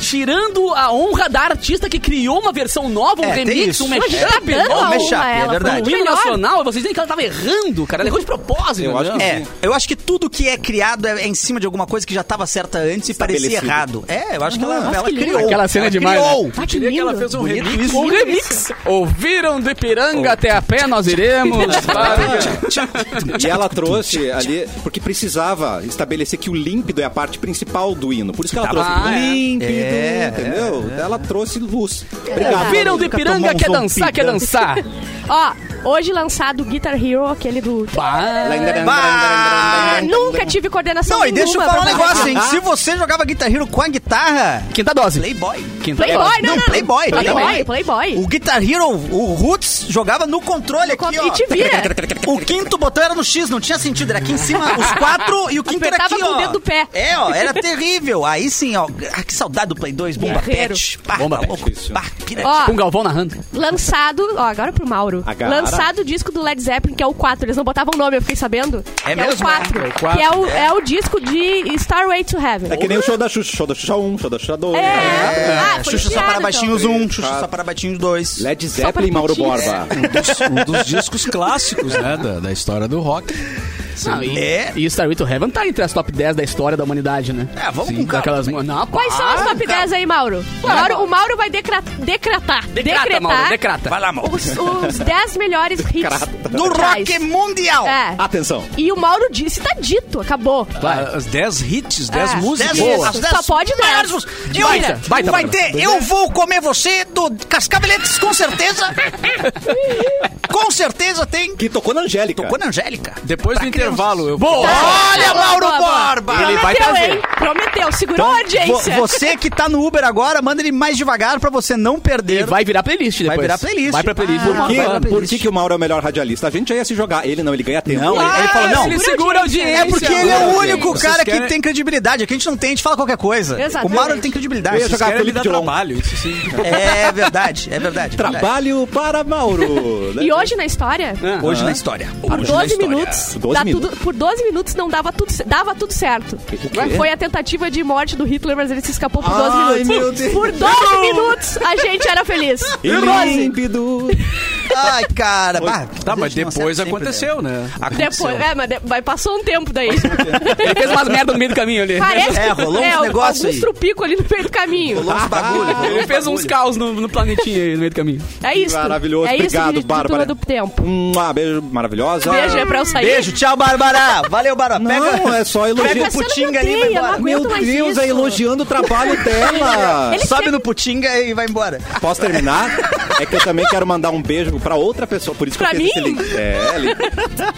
[SPEAKER 3] tirando a honra da artista que criou uma versão nova, um
[SPEAKER 2] É, tem
[SPEAKER 3] remix,
[SPEAKER 2] isso.
[SPEAKER 3] um
[SPEAKER 5] Mas a gente
[SPEAKER 3] mashup.
[SPEAKER 5] tá dando
[SPEAKER 3] novo.
[SPEAKER 5] a
[SPEAKER 2] mashup,
[SPEAKER 5] honra a
[SPEAKER 2] é
[SPEAKER 5] ela.
[SPEAKER 2] verdade.
[SPEAKER 5] pô,
[SPEAKER 3] O hino
[SPEAKER 5] melhor.
[SPEAKER 3] nacional, vocês dizem que ela tava errando, cara. Ela errou de propósito.
[SPEAKER 1] Eu acho que
[SPEAKER 3] entendeu?
[SPEAKER 2] É, eu acho que tudo que é criado é, é em cima de alguma coisa que já estava certa antes e parecia
[SPEAKER 1] Estabelecido.
[SPEAKER 2] errado. É, eu acho que ela,
[SPEAKER 5] Nossa,
[SPEAKER 2] ela
[SPEAKER 5] que lindo.
[SPEAKER 2] criou.
[SPEAKER 3] Aquela cena
[SPEAKER 2] ela
[SPEAKER 3] é demais,
[SPEAKER 2] Criou.
[SPEAKER 3] né?
[SPEAKER 5] Ah, que
[SPEAKER 4] Queria que ela
[SPEAKER 5] lindo.
[SPEAKER 4] fez um remix.
[SPEAKER 3] Um remix. Ouviram do Ipiranga até a pé, nós iremos.
[SPEAKER 1] Tá, Ah, E ela trouxe ali, porque precisava estabelecer que o límpido é a parte principal do hino. Por isso que ela trouxe
[SPEAKER 3] Ah, é.
[SPEAKER 1] límpido,
[SPEAKER 2] É,
[SPEAKER 1] entendeu? Então Ela trouxe luz. Obrigado.
[SPEAKER 5] É.
[SPEAKER 3] Ouviram do
[SPEAKER 1] Vanusa.
[SPEAKER 3] Ipiranga, quer dançar, quer dançar.
[SPEAKER 5] Ó, hoje lançado o Guitar Hero, aquele do...
[SPEAKER 3] né?
[SPEAKER 5] Ah,
[SPEAKER 2] Bah!
[SPEAKER 5] Nunca tive coordenação
[SPEAKER 2] Ah, Não, e deixa eu
[SPEAKER 5] nenhuma
[SPEAKER 2] falar um
[SPEAKER 5] pra
[SPEAKER 2] negócio,
[SPEAKER 5] fazer.
[SPEAKER 2] hein? Se você jogava Guitar Hero com a guitarra,
[SPEAKER 3] Quinta dose.
[SPEAKER 2] Playboy.
[SPEAKER 3] Quinta
[SPEAKER 5] Playboy,
[SPEAKER 2] Não,
[SPEAKER 5] não, não, não.
[SPEAKER 2] Playboy,
[SPEAKER 5] Playboy,
[SPEAKER 3] Playboy.
[SPEAKER 5] Playboy.
[SPEAKER 2] O Guitar Hero, o Roots, jogava no controle aqui, ó.
[SPEAKER 5] E te vira.
[SPEAKER 2] O quinto botão era no X, não tinha sentido. Era aqui em cima, os quatro, e o quinto era
[SPEAKER 5] Apertava
[SPEAKER 2] aqui,
[SPEAKER 5] com
[SPEAKER 2] ó.
[SPEAKER 5] o dedo do pé.
[SPEAKER 2] É, ó, era terrível. Aí sim, ó. Ah, que saudade do Play 2, Bomba
[SPEAKER 5] Guerreiro.
[SPEAKER 2] Pet. Pá,
[SPEAKER 3] Bomba
[SPEAKER 2] tá
[SPEAKER 3] Pet,
[SPEAKER 2] louco.
[SPEAKER 1] isso.
[SPEAKER 2] Pá, pirata.
[SPEAKER 5] Ó,
[SPEAKER 3] Com o Galvão narrando.
[SPEAKER 5] lançado... Ó, agora pro Mauro.
[SPEAKER 1] Agora.
[SPEAKER 5] Lançado o disco do Led Zeppelin, que é o 4. Eles não botavam o nome, eu fiquei sabendo.
[SPEAKER 2] É
[SPEAKER 5] que
[SPEAKER 2] mesmo,
[SPEAKER 5] É o 4.
[SPEAKER 4] né? É o quatro.
[SPEAKER 5] Que é o, é o disco de Starway to Heaven.
[SPEAKER 1] É que nem o show da Xuxa. Show da Xuxa 1, show da Xuxa 2.
[SPEAKER 5] É. Ah, foi
[SPEAKER 2] Xuxa
[SPEAKER 5] criado,
[SPEAKER 2] Saparabatinhos
[SPEAKER 1] então.
[SPEAKER 2] 1, Xuxa Saparabatinhos 2.
[SPEAKER 1] Led Zeppelin,
[SPEAKER 5] pra
[SPEAKER 1] Mauro
[SPEAKER 5] repetir.
[SPEAKER 1] Borba.
[SPEAKER 4] Um dos discos clássicos, né? Da, da história do rock.
[SPEAKER 3] Não, e,
[SPEAKER 2] É.
[SPEAKER 3] e Star Wars to Heaven tá entre as top 10 da história da humanidade, né?
[SPEAKER 2] É, vamos
[SPEAKER 4] Sim,
[SPEAKER 2] com calma.
[SPEAKER 3] Daquelas... Não,
[SPEAKER 5] Quais são as
[SPEAKER 3] para.
[SPEAKER 5] top 10 aí, Mauro? Mauro- o Mauro vai decra- decretar.
[SPEAKER 3] tá. Decrata,
[SPEAKER 5] decretar
[SPEAKER 3] Mauro, decrata.
[SPEAKER 2] Vai lá, amor.
[SPEAKER 5] Os, os 10 melhores hits
[SPEAKER 2] Do
[SPEAKER 5] mundiais.
[SPEAKER 2] rock mundial.
[SPEAKER 5] Tá É.
[SPEAKER 3] Ah.
[SPEAKER 1] Atenção.
[SPEAKER 5] E o Mauro disse, tá dito, acabou.
[SPEAKER 2] Ah.
[SPEAKER 4] Ah, As 10 hits, 10
[SPEAKER 5] É.
[SPEAKER 4] músicas.
[SPEAKER 2] Dez
[SPEAKER 4] Boa.
[SPEAKER 2] vezes, as dez
[SPEAKER 5] Só pode dez.
[SPEAKER 2] maiores mus- Eu,
[SPEAKER 3] Baita, baita,
[SPEAKER 2] vai
[SPEAKER 3] Bárbara.
[SPEAKER 2] ter Eu Vou Comer Você do Cascaveletes, com [laughs] certeza. com certeza tem.
[SPEAKER 1] Que tocou na Angélica.
[SPEAKER 2] Tocou na Angélica.
[SPEAKER 4] Depois do intervalo, eu
[SPEAKER 3] Boa!
[SPEAKER 2] Olha, Mauro
[SPEAKER 5] Ah, Boa, boa.
[SPEAKER 2] Borba!
[SPEAKER 3] Ele vai
[SPEAKER 5] Prometeu,
[SPEAKER 3] trazer. Então,
[SPEAKER 5] hein? Prometeu, segurou a
[SPEAKER 2] Então, Vo-
[SPEAKER 5] audiência.
[SPEAKER 2] você que tá no Uber agora, manda ele mais devagar pra você não
[SPEAKER 3] E
[SPEAKER 2] perder.
[SPEAKER 3] vai virar playlist depois.
[SPEAKER 2] Vai virar playlist.
[SPEAKER 3] Vai pra playlist.
[SPEAKER 2] Ah,
[SPEAKER 1] Por,
[SPEAKER 3] Por quê?
[SPEAKER 1] que, por que, que o Mauro é o melhor radialista? A gente já ia se jogar. Ele não, ele ganha tempo.
[SPEAKER 2] Não,
[SPEAKER 1] Ele-
[SPEAKER 2] ele- ele
[SPEAKER 5] Ah,
[SPEAKER 2] falou, não.
[SPEAKER 3] Ele segura a
[SPEAKER 5] audiência.
[SPEAKER 3] audiência.
[SPEAKER 2] É porque ele é o
[SPEAKER 4] Vocês
[SPEAKER 2] único cara que
[SPEAKER 4] querem-
[SPEAKER 2] tem credibilidade. Aqui a gente não tem, a gente fala qualquer coisa.
[SPEAKER 5] Exatamente.
[SPEAKER 2] O Mauro ele tem credibilidade.
[SPEAKER 1] Eu ia jogar
[SPEAKER 4] Quero me
[SPEAKER 1] Felipe
[SPEAKER 4] dar
[SPEAKER 1] Dilon.
[SPEAKER 4] trabalho, isso
[SPEAKER 2] [laughs]
[SPEAKER 4] sim.
[SPEAKER 2] É verdade, é verdade. é verdade.
[SPEAKER 1] Trabalho para Mauro. né?
[SPEAKER 5] E hoje na história,
[SPEAKER 3] É.
[SPEAKER 2] Hoje na história.
[SPEAKER 5] por
[SPEAKER 2] Hoje na
[SPEAKER 5] 12
[SPEAKER 2] história.
[SPEAKER 5] minutos,
[SPEAKER 1] 12
[SPEAKER 5] dá
[SPEAKER 1] minutos.
[SPEAKER 5] tudo- por 12 minutos não dava tudo, ce- dava tudo certo. Foi a tentativa de morte do Hitler, mas ele se escapou por 12
[SPEAKER 1] Ai,
[SPEAKER 5] minutos.
[SPEAKER 1] meu Deus.
[SPEAKER 5] Por 12 minutos a gente era feliz.
[SPEAKER 1] E
[SPEAKER 5] Por 12.
[SPEAKER 1] límpido.
[SPEAKER 2] Ai, cara. bah,
[SPEAKER 4] Tá, mas
[SPEAKER 2] não
[SPEAKER 4] depois
[SPEAKER 2] acerta sempre,
[SPEAKER 4] aconteceu,
[SPEAKER 2] velho.
[SPEAKER 4] né?
[SPEAKER 2] Aconteceu.
[SPEAKER 5] Depois, é, mas de- mas passou um tempo daí.
[SPEAKER 3] Ele fez umas merda no meio do caminho ali.
[SPEAKER 5] [laughs] Parece
[SPEAKER 2] um É, rolou uns negócio
[SPEAKER 5] alguns
[SPEAKER 2] aí.
[SPEAKER 5] trupico ali no meio do caminho.
[SPEAKER 2] Rolou uns bagulho. rolou
[SPEAKER 3] Ele fez uns caos no, no planetinho aí no meio do caminho.
[SPEAKER 5] É isso.
[SPEAKER 1] Maravilhoso,
[SPEAKER 5] é isso
[SPEAKER 1] obrigado,
[SPEAKER 5] de, de
[SPEAKER 1] Bárbara.
[SPEAKER 5] turma do tempo.
[SPEAKER 1] Um ah, beijo maravilhosa.
[SPEAKER 5] Beijo é pra eu sair.
[SPEAKER 2] Beijo, tchau, Bárbara. Valeu, Bárbara. [laughs]
[SPEAKER 1] Não, é só
[SPEAKER 2] Pega
[SPEAKER 1] elogio.
[SPEAKER 2] o
[SPEAKER 5] Cassiano
[SPEAKER 2] Putinga
[SPEAKER 5] me
[SPEAKER 2] ali e vai
[SPEAKER 5] odeia,
[SPEAKER 2] embora.
[SPEAKER 5] eu não
[SPEAKER 1] Meu
[SPEAKER 5] aguento mais
[SPEAKER 1] Deus,
[SPEAKER 5] isso.
[SPEAKER 1] é elogiando o trabalho dela.
[SPEAKER 5] Ele
[SPEAKER 2] Sobe
[SPEAKER 5] sempre-
[SPEAKER 2] no Putinga e vai embora.
[SPEAKER 1] Posso terminar? É que eu também quero mandar um beijo pra outra pessoa, por isso que
[SPEAKER 5] Pra
[SPEAKER 1] eu fiz esse
[SPEAKER 5] mim?
[SPEAKER 1] link. É, li-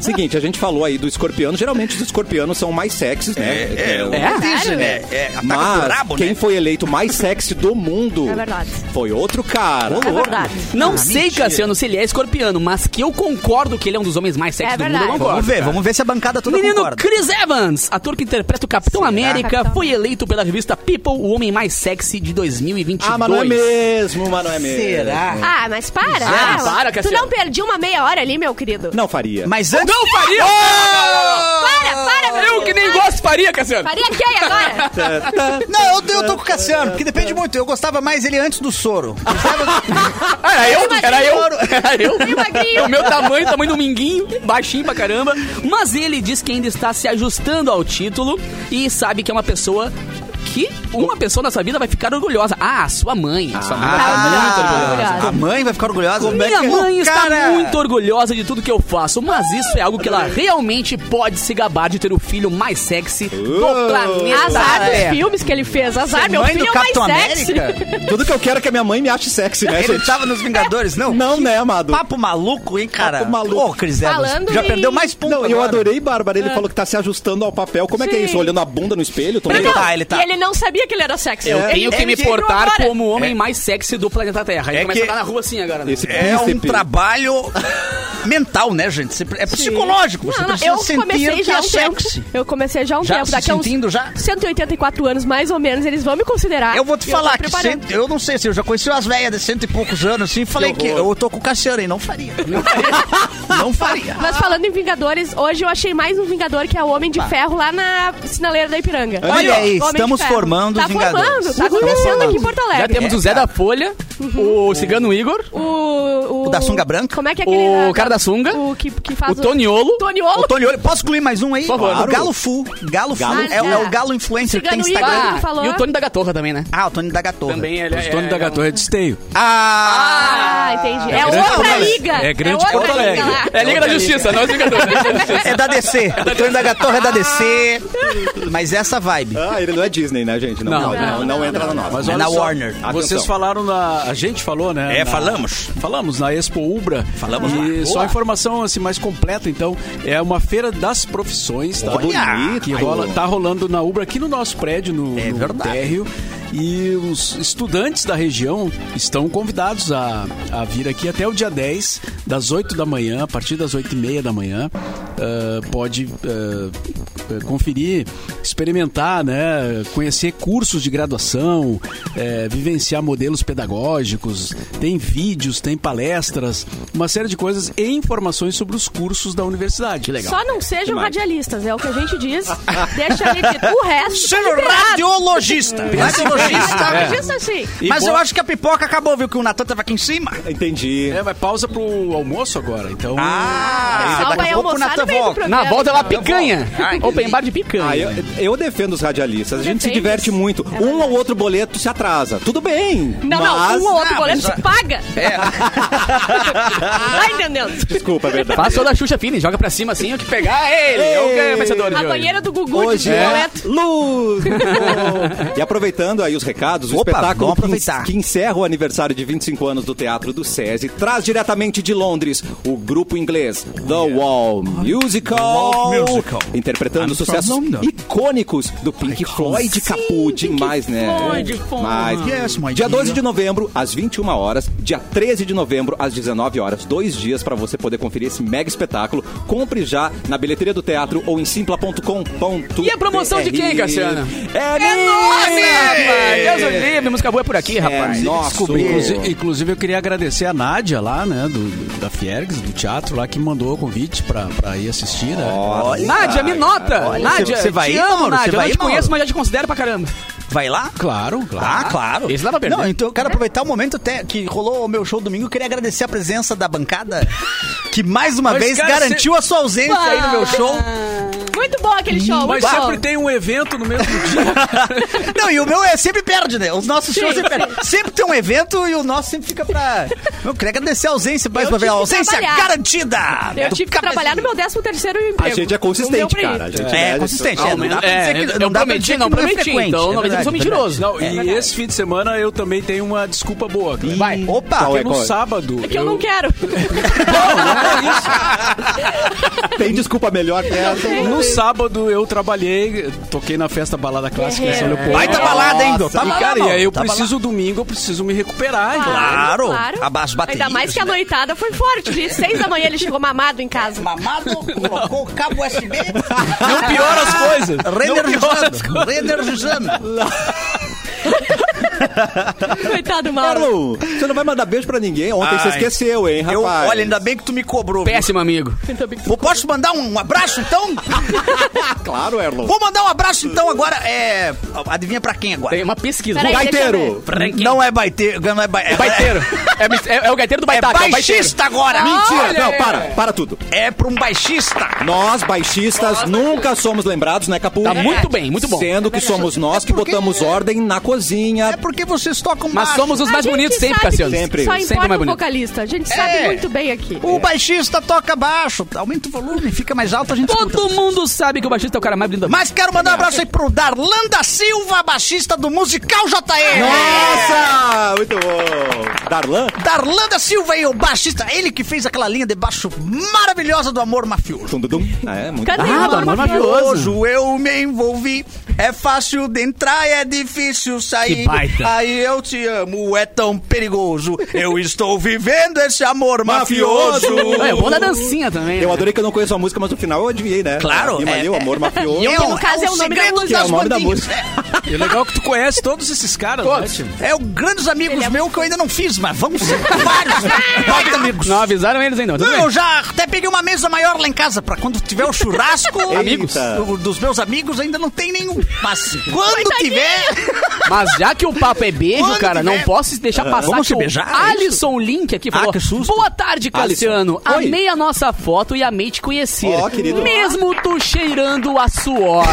[SPEAKER 1] Seguinte, a gente falou aí do escorpião. Geralmente os escorpianos são mais sexys, né? É, o-
[SPEAKER 2] Isso, né? É, ataca
[SPEAKER 1] Mas
[SPEAKER 2] do rabo,
[SPEAKER 1] quem
[SPEAKER 2] né?
[SPEAKER 1] foi eleito mais sexy do mundo
[SPEAKER 5] É verdade.
[SPEAKER 1] foi outro cara.
[SPEAKER 5] É verdade.
[SPEAKER 3] Não
[SPEAKER 2] Ah,
[SPEAKER 3] sei, Cassiano, se ele é escorpiano, mas que eu concordo que ele é um dos homens mais sexy
[SPEAKER 5] É
[SPEAKER 3] do mundo,
[SPEAKER 5] verdade.
[SPEAKER 3] eu
[SPEAKER 2] Vamos
[SPEAKER 3] concordo.
[SPEAKER 2] ver, vamos ver se a bancada toda
[SPEAKER 3] Menino
[SPEAKER 2] concorda.
[SPEAKER 3] Chris Evans, ator que interpreta o Capitão América,
[SPEAKER 5] Capitão
[SPEAKER 3] foi eleito pela revista People o homem mais sexy de 2022.
[SPEAKER 1] Ah, mas não é mesmo, mas não é mesmo.
[SPEAKER 2] Será?
[SPEAKER 5] Ah, mas para.
[SPEAKER 3] Ah,
[SPEAKER 5] Ah,
[SPEAKER 3] para, Para,
[SPEAKER 5] Tu
[SPEAKER 3] Cassiano.
[SPEAKER 5] não perdi uma meia hora ali, meu querido?
[SPEAKER 1] Não faria.
[SPEAKER 2] Mas antes.
[SPEAKER 3] Não faria! Ah!
[SPEAKER 5] Para, para, meu
[SPEAKER 3] Eu
[SPEAKER 5] querido,
[SPEAKER 3] que nem
[SPEAKER 5] para.
[SPEAKER 3] gosto faria, Cassiano.
[SPEAKER 5] Faria quem [laughs] agora?
[SPEAKER 2] Não, eu, eu tô com o Cassiano, porque depende muito. Eu gostava mais ele antes do soro.
[SPEAKER 3] Era eu, era eu, era eu.
[SPEAKER 5] Bem magrinho.
[SPEAKER 3] É o meu tamanho, o tamanho do minguinho, baixinho pra caramba. Mas ele diz que ainda está se ajustando ao título e sabe que é uma pessoa que uma pessoa na sua vida vai ficar orgulhosa. Ah, sua mãe. sua mãe vai ficar
[SPEAKER 5] Ah.
[SPEAKER 3] muito é orgulhosa.
[SPEAKER 2] a mãe vai ficar orgulhosa.
[SPEAKER 3] Minha mãe está
[SPEAKER 2] é Cara,
[SPEAKER 3] muito orgulhosa de tudo que eu faço, mas isso é algo que ela realmente pode se gabar de ter o filho mais sexy do planeta.
[SPEAKER 5] Azar dos
[SPEAKER 3] Terra.
[SPEAKER 5] filmes que ele fez. Azar, meu
[SPEAKER 2] mãe
[SPEAKER 5] filho
[SPEAKER 2] do
[SPEAKER 5] é o mais
[SPEAKER 2] Capitão
[SPEAKER 5] sexy.
[SPEAKER 2] América?
[SPEAKER 1] Tudo que eu quero é que a minha mãe me ache sexy, né,
[SPEAKER 2] Ele tá
[SPEAKER 1] gente?
[SPEAKER 2] tava nos Vingadores, não?
[SPEAKER 1] Não, né, amado?
[SPEAKER 2] Papo maluco, hein, cara?
[SPEAKER 1] Papo maluco.
[SPEAKER 2] Ô, Chris Evans,
[SPEAKER 5] Falando
[SPEAKER 2] já
[SPEAKER 5] em-
[SPEAKER 2] perdeu mais ponto
[SPEAKER 1] Não, eu
[SPEAKER 2] agora.
[SPEAKER 1] adorei, Bárbara. Ele falou que tá se ajustando ao papel. Como é que é
[SPEAKER 5] É. Sim.
[SPEAKER 1] isso? Olhando a bunda no espelho? Tomando...
[SPEAKER 2] Ele tá, ele tá. É.
[SPEAKER 5] E ele não sabia que ele era sexy.
[SPEAKER 3] Eu
[SPEAKER 5] Ele-
[SPEAKER 3] tenho que
[SPEAKER 5] ele
[SPEAKER 3] me
[SPEAKER 5] É, entrou
[SPEAKER 3] portar
[SPEAKER 5] agora.
[SPEAKER 3] como o homem mais sexy do planeta Terra. Ele
[SPEAKER 2] É
[SPEAKER 3] começa
[SPEAKER 2] que-
[SPEAKER 3] a andar na rua assim agora. né?
[SPEAKER 1] Esse
[SPEAKER 2] É um
[SPEAKER 1] bíceps.
[SPEAKER 2] trabalho mental, né, gente? Você- É psicológico. Você
[SPEAKER 5] Não, não,
[SPEAKER 2] precisa
[SPEAKER 5] eu comecei
[SPEAKER 2] sentir que
[SPEAKER 5] já há
[SPEAKER 2] é
[SPEAKER 5] um tempo.
[SPEAKER 2] sexy.
[SPEAKER 5] Eu comecei já há um
[SPEAKER 2] Já
[SPEAKER 5] tempo.
[SPEAKER 2] se
[SPEAKER 5] Daqui a uns
[SPEAKER 2] sentindo já?
[SPEAKER 5] 184 anos, mais ou menos, eles vão me considerar.
[SPEAKER 2] Eu vou te
[SPEAKER 5] E
[SPEAKER 2] falar
[SPEAKER 5] tô
[SPEAKER 2] que
[SPEAKER 5] preparando.
[SPEAKER 2] cento- eu não sei se eu já conheci umas velhas de cento e poucos anos assim e falei que eu tô com o Cassiano e não faria. Não faria. [laughs] não faria.
[SPEAKER 5] Mas falando em Vingadores, hoje eu achei mais um Vingador que é o Homem de Ferro lá na Sinaleira da Ipiranga.
[SPEAKER 2] Tá. Olha
[SPEAKER 5] Olha,
[SPEAKER 2] aí,
[SPEAKER 5] Homem de
[SPEAKER 2] estamos
[SPEAKER 5] Ferro.
[SPEAKER 2] formando os
[SPEAKER 5] tá
[SPEAKER 2] Vingadores.
[SPEAKER 5] formando, tá
[SPEAKER 2] Uhul.
[SPEAKER 5] acontecendo aqui em Porto
[SPEAKER 3] Já
[SPEAKER 5] Alegre.
[SPEAKER 3] temos o Zé da Folha, o Cigano Igor,
[SPEAKER 5] Uhum. O, o,
[SPEAKER 2] O da sunga branca?
[SPEAKER 5] Como é que é aquele?
[SPEAKER 3] O
[SPEAKER 5] ah,
[SPEAKER 3] cara da sunga.
[SPEAKER 5] O que, que faz
[SPEAKER 3] o Toniolo.
[SPEAKER 5] Toniolo.
[SPEAKER 2] Ô, Tony, olha, posso incluir mais um aí?
[SPEAKER 3] Por favor.
[SPEAKER 2] O Galo Fu. Galo,
[SPEAKER 1] Galo
[SPEAKER 2] Fu é,
[SPEAKER 5] Fu.
[SPEAKER 2] é o Galo Influencer que tem
[SPEAKER 5] Cigano
[SPEAKER 2] Instagram.
[SPEAKER 5] Igor. tu falou?
[SPEAKER 3] Ah,
[SPEAKER 5] é?
[SPEAKER 3] e o Tony da Gatorra também, né?
[SPEAKER 2] Ah, o Tony da Gatorra.
[SPEAKER 3] Também ele um
[SPEAKER 4] Os donos da Gatorra é de esteio.
[SPEAKER 2] Ah!
[SPEAKER 5] Ah, entendi. É,
[SPEAKER 4] grande Porto
[SPEAKER 5] outra
[SPEAKER 4] Alegre.
[SPEAKER 5] liga.
[SPEAKER 4] É grande
[SPEAKER 5] outra
[SPEAKER 4] Porto Alegre.
[SPEAKER 5] liga lá.
[SPEAKER 3] É Liga da Justiça, não é os Vingadores.
[SPEAKER 2] [laughs] É da DC. O Tony da Gatorra é da DC. Mas essa vibe.
[SPEAKER 1] Ah, ele não é Disney, né, gente? Não, não,
[SPEAKER 4] Não,
[SPEAKER 1] não, não, entra na nossa.
[SPEAKER 4] Mas
[SPEAKER 2] É
[SPEAKER 4] olha
[SPEAKER 2] na
[SPEAKER 4] só,
[SPEAKER 2] Warner.
[SPEAKER 1] Atenção.
[SPEAKER 4] Vocês falaram na. A gente falou, né?
[SPEAKER 2] É,
[SPEAKER 4] na-
[SPEAKER 2] falamos.
[SPEAKER 4] Falamos na Expo Ubra.
[SPEAKER 2] Falamos lá.
[SPEAKER 4] E só
[SPEAKER 2] Boa.
[SPEAKER 4] a informação assim, mais completa, então. É uma feira das profissões, tá?
[SPEAKER 1] Olha!
[SPEAKER 4] Que rola, tá rolando na Ubra aqui no nosso prédio, no,
[SPEAKER 2] É
[SPEAKER 4] no
[SPEAKER 2] verdade.
[SPEAKER 4] térreo. E os estudantes da região estão convidados a, a vir aqui até o dia 10, das 8 da manhã, a partir das 8 e meia da manhã. Ah, pode ah, conferir, experimentar, né? conhecer cursos de graduação, eh, vivenciar modelos pedagógicos, tem vídeos, tem palestras, uma série de coisas e informações sobre os cursos da universidade. Que
[SPEAKER 5] Só não sejam
[SPEAKER 1] Demais.
[SPEAKER 5] radialistas, é o que a gente diz. Deixa ele de... O resto.
[SPEAKER 2] Sendo radiologista. Radiologista.
[SPEAKER 5] Radialista, sim.
[SPEAKER 4] E
[SPEAKER 2] Mas
[SPEAKER 4] bo-
[SPEAKER 2] eu acho que a pipoca acabou, viu? Que o Natan tava aqui em cima.
[SPEAKER 1] Entendi.
[SPEAKER 4] É, mas pausa pro almoço agora, então.
[SPEAKER 2] Ah,
[SPEAKER 5] Sal vai é almoçar no meio do programa.
[SPEAKER 3] Na volta ela picanha.
[SPEAKER 2] Ah, entendi.
[SPEAKER 3] Open bar de
[SPEAKER 1] Ah,
[SPEAKER 3] picanha.
[SPEAKER 1] eu, eu defendo os radialistas. A gente se
[SPEAKER 5] Defende. É
[SPEAKER 1] diverte muito. um ou outro boleto se atrasa. Tudo bem.
[SPEAKER 5] Não,
[SPEAKER 1] mas...
[SPEAKER 5] não, um ou outro
[SPEAKER 2] Ah,
[SPEAKER 5] boleto
[SPEAKER 2] mas-
[SPEAKER 5] se paga. Tá entendendo?
[SPEAKER 1] Desculpa, é verdade.
[SPEAKER 3] Faça toda a Xuxa Fini, joga pra cima assim, o que pegar é ele. É o que é o vencedor
[SPEAKER 5] A
[SPEAKER 3] de hoje.
[SPEAKER 5] banheira do Gugu de
[SPEAKER 1] é
[SPEAKER 5] boleto.
[SPEAKER 1] luz! [laughs] e aproveitando aí os recados, o
[SPEAKER 2] Opa,
[SPEAKER 1] espetáculo
[SPEAKER 2] vamos
[SPEAKER 1] que,
[SPEAKER 2] aproveitar.
[SPEAKER 1] que encerra o aniversário de 25 anos do Teatro do SESI traz diretamente de Londres o grupo inglês The Wall Musical,
[SPEAKER 2] Wall Musical.
[SPEAKER 1] interpretando
[SPEAKER 4] I'm
[SPEAKER 1] sucessos
[SPEAKER 4] from London.
[SPEAKER 1] icônicos do Pink Floyd Capu, demais, né?
[SPEAKER 3] Floyd, pô.
[SPEAKER 1] Mas,
[SPEAKER 2] Yes, my
[SPEAKER 1] dia
[SPEAKER 2] dear.
[SPEAKER 1] 12 de novembro, às 21 horas, dia 13 de novembro, às 19 horas, dois dias para você poder conferir esse mega espetáculo. Compre já na bilheteria do teatro ou em simpla.com.br.
[SPEAKER 3] E a promoção de quem, Cassiano?
[SPEAKER 1] É,
[SPEAKER 3] É nossa, É
[SPEAKER 1] minha!
[SPEAKER 3] rapaz! Deus o livre, música boa é por aqui, rapaz.
[SPEAKER 1] É nosso.
[SPEAKER 4] Inclusive, inclusive, eu queria agradecer a Nádia lá, né, do, da Fiergs, do teatro lá, que mandou o convite pra, pra ir assistir, né?
[SPEAKER 3] Nádia, me nota! Nádia,
[SPEAKER 2] você- você vai
[SPEAKER 3] te
[SPEAKER 2] ir,
[SPEAKER 3] amo,
[SPEAKER 2] Mauro? Você
[SPEAKER 3] Nádia. Eu
[SPEAKER 2] vai
[SPEAKER 3] não
[SPEAKER 2] ir,
[SPEAKER 3] te conheço,
[SPEAKER 2] Mauro?
[SPEAKER 3] mas já te considero pra caramba.
[SPEAKER 2] Vai lá?
[SPEAKER 4] Claro,
[SPEAKER 2] Ah,
[SPEAKER 4] claro.
[SPEAKER 2] claro.
[SPEAKER 3] Esse dá pra perder.
[SPEAKER 2] Não, então eu quero aproveitar o momento até que rolou o meu show domingo. Eu queria agradecer a presença da bancada, que mais uma
[SPEAKER 4] Mas,
[SPEAKER 2] vez
[SPEAKER 4] cara,
[SPEAKER 2] garantiu a sua ausência
[SPEAKER 3] tá
[SPEAKER 2] aí no meu show.
[SPEAKER 5] Muito bom aquele
[SPEAKER 4] Mas
[SPEAKER 3] é
[SPEAKER 5] show. muito bom.
[SPEAKER 4] sempre tem um evento no mesmo dia.
[SPEAKER 2] Não, e o meu é sempre perde, né? Os nossos shows sempre perdem. Sempre tem um evento e o nosso sempre fica pra. Eu queria agradecer a ausência mais
[SPEAKER 5] Eu
[SPEAKER 2] uma vez. A
[SPEAKER 5] tive que
[SPEAKER 2] ausência
[SPEAKER 5] trabalhar.
[SPEAKER 2] garantida!
[SPEAKER 5] Eu tive que trabalhar no meu 13 terceiro
[SPEAKER 1] A
[SPEAKER 5] emprego.
[SPEAKER 1] gente é
[SPEAKER 5] Não
[SPEAKER 1] consistente,
[SPEAKER 5] deu pra
[SPEAKER 1] cara. A
[SPEAKER 5] ir.
[SPEAKER 1] gente
[SPEAKER 2] É,
[SPEAKER 1] né,
[SPEAKER 2] consistente.
[SPEAKER 1] ao
[SPEAKER 2] É,
[SPEAKER 1] menos-
[SPEAKER 2] não dá pra dizer que-
[SPEAKER 3] eu
[SPEAKER 2] não dá pra
[SPEAKER 3] prometi,
[SPEAKER 2] dizer que
[SPEAKER 3] não
[SPEAKER 2] não é
[SPEAKER 3] prometi,
[SPEAKER 2] frequente,
[SPEAKER 3] então
[SPEAKER 2] é
[SPEAKER 3] não eu sou
[SPEAKER 2] verdade,
[SPEAKER 3] mentiroso.
[SPEAKER 4] Não, e esse fim de semana eu também tenho uma desculpa boa, cara.
[SPEAKER 3] Vai.
[SPEAKER 2] Opa!
[SPEAKER 1] Qual
[SPEAKER 4] Porque
[SPEAKER 1] é,
[SPEAKER 4] no sábado.
[SPEAKER 5] É que eu não quero.
[SPEAKER 1] Tem desculpa melhor que essa.
[SPEAKER 4] No sábado eu trabalhei, toquei na festa Balada Clássica
[SPEAKER 5] É.
[SPEAKER 4] em São Leopoldo.
[SPEAKER 2] Baita balada, hein, meu?
[SPEAKER 1] Nossa,
[SPEAKER 2] Tá
[SPEAKER 4] E,
[SPEAKER 2] balada,
[SPEAKER 4] cara, e aí eu
[SPEAKER 2] tá balada.
[SPEAKER 4] preciso, domingo, eu preciso me recuperar.
[SPEAKER 5] Tá.
[SPEAKER 4] então. entendeu?
[SPEAKER 2] Claro, abaixa baterias,
[SPEAKER 5] Ainda mais que a
[SPEAKER 2] né?
[SPEAKER 5] noitada foi forte. De seis da manhã ele chegou mamado
[SPEAKER 2] [laughs]
[SPEAKER 5] em casa.
[SPEAKER 2] Mamado, colocou o cabo USB.
[SPEAKER 4] Não piora as coisas. Não piora as
[SPEAKER 2] Reenergizando. Reenergizando.
[SPEAKER 5] Coitado, Mauro.
[SPEAKER 1] Marlon, você não vai mandar beijo pra ninguém. Ontem
[SPEAKER 6] Ai.
[SPEAKER 1] você esqueceu, hein,
[SPEAKER 2] Eu,
[SPEAKER 1] rapaz?
[SPEAKER 2] olha, ainda bem que tu me cobrou. viu?
[SPEAKER 3] Péssimo amigo.
[SPEAKER 2] Eu posso mandar um abraço, então?
[SPEAKER 1] Claro, Erlon.
[SPEAKER 2] Vou mandar um abraço, então, agora. É... Adivinha pra quem agora?
[SPEAKER 3] Tem uma pesquisa.
[SPEAKER 5] Peraí, deixa eu
[SPEAKER 1] Gaiteiro.
[SPEAKER 5] ver.
[SPEAKER 2] Não é baiteiro. Não é ba- é-
[SPEAKER 3] Baiteiro. É, é- é o gaiteiro do
[SPEAKER 2] É
[SPEAKER 3] baitaca. é o baiteiro.
[SPEAKER 2] baixista agora.
[SPEAKER 1] Mentira!
[SPEAKER 3] Olha!
[SPEAKER 1] Não, para, para tudo.
[SPEAKER 2] É pra um baixista.
[SPEAKER 1] Nós, baixistas, nunca somos lembrados, né, Capu?
[SPEAKER 3] Tá muito bem, muito bom.
[SPEAKER 1] Sendo que somos nós
[SPEAKER 2] É
[SPEAKER 1] que
[SPEAKER 2] porque-
[SPEAKER 1] botamos ordem na cozinha.
[SPEAKER 2] É porque vocês tocam
[SPEAKER 3] Mas
[SPEAKER 2] baixo.
[SPEAKER 3] somos os
[SPEAKER 5] A
[SPEAKER 3] mais
[SPEAKER 5] gente
[SPEAKER 3] bonitos sempre,
[SPEAKER 5] sabe que
[SPEAKER 3] Cassiano.
[SPEAKER 1] Sempre.
[SPEAKER 5] Só
[SPEAKER 1] Sempre
[SPEAKER 5] importa
[SPEAKER 3] mais
[SPEAKER 5] o
[SPEAKER 3] bonito.
[SPEAKER 5] vocalista. A gente
[SPEAKER 2] É.
[SPEAKER 5] sabe muito bem aqui.
[SPEAKER 2] O baixista toca baixo. Aumenta o volume, fica mais alto, a gente
[SPEAKER 3] Todo
[SPEAKER 2] escuta.
[SPEAKER 3] mundo sabe que o baixista é o cara mais bonito da vida.
[SPEAKER 2] Mas quero mandar um abraço aí pro Darlanda Silva, baixista do Musical JR.
[SPEAKER 1] Nossa! Muito bom! Darlan?
[SPEAKER 2] Darlanda Silva aí, o baixista. Ele que fez aquela linha de baixo maravilhosa do Amor Mafioso.
[SPEAKER 1] Tundudum. Ah, É, muito
[SPEAKER 5] Cadê
[SPEAKER 1] bom.
[SPEAKER 5] o
[SPEAKER 6] Ah,
[SPEAKER 5] Mauro
[SPEAKER 6] Amor
[SPEAKER 5] Mafioso?
[SPEAKER 6] Mafioso.
[SPEAKER 2] Hoje eu me envolvi. É fácil de entrar, é difícil sair.
[SPEAKER 6] Que baita.
[SPEAKER 2] Aí eu te amo, é tão perigoso. Eu estou vivendo esse amor mafioso.
[SPEAKER 1] Mafioso.
[SPEAKER 3] É, eu vou na dancinha também.
[SPEAKER 1] Eu adorei que eu não conheço a música, mas no final eu adivinhei, né?
[SPEAKER 2] Claro,
[SPEAKER 1] Rima
[SPEAKER 2] é,
[SPEAKER 1] ali, o
[SPEAKER 2] é.
[SPEAKER 1] amor
[SPEAKER 2] [laughs]
[SPEAKER 1] mafioso.
[SPEAKER 5] Eu- no caso, é o nome da
[SPEAKER 2] segredo
[SPEAKER 1] Que é o nome da
[SPEAKER 2] bandinhas.
[SPEAKER 1] música.
[SPEAKER 4] E o legal é que tu conhece todos esses caras,
[SPEAKER 3] Todos.
[SPEAKER 4] né,
[SPEAKER 2] É o grandes amigos
[SPEAKER 5] Ele é-
[SPEAKER 2] meu que eu ainda não fiz, mas vamos
[SPEAKER 5] [laughs]
[SPEAKER 2] ser vários. Vários amigos.
[SPEAKER 3] Não avisaram eles ainda. mas tudo
[SPEAKER 2] Não,
[SPEAKER 3] bem.
[SPEAKER 2] eu já até peguei uma mesa maior lá em casa pra quando tiver o churrasco.
[SPEAKER 1] Amigos.
[SPEAKER 2] o- dos meus amigos ainda não tem nenhum. Mas quando tiver.
[SPEAKER 3] Mas já que o papo é beijo,
[SPEAKER 2] Quando
[SPEAKER 3] cara, não
[SPEAKER 2] tiver. Ah,
[SPEAKER 3] posso deixar passar
[SPEAKER 2] Vamos
[SPEAKER 3] que
[SPEAKER 2] se
[SPEAKER 3] o
[SPEAKER 2] beijar, é
[SPEAKER 3] Alisson Link aqui falou.
[SPEAKER 2] Ah, que susto.
[SPEAKER 3] Boa tarde, Cassiano.
[SPEAKER 1] Alisson. Oi.
[SPEAKER 3] Amei a nossa foto e amei te conhecer.
[SPEAKER 1] Ó, querido.
[SPEAKER 3] Mesmo tu cheirando a suor.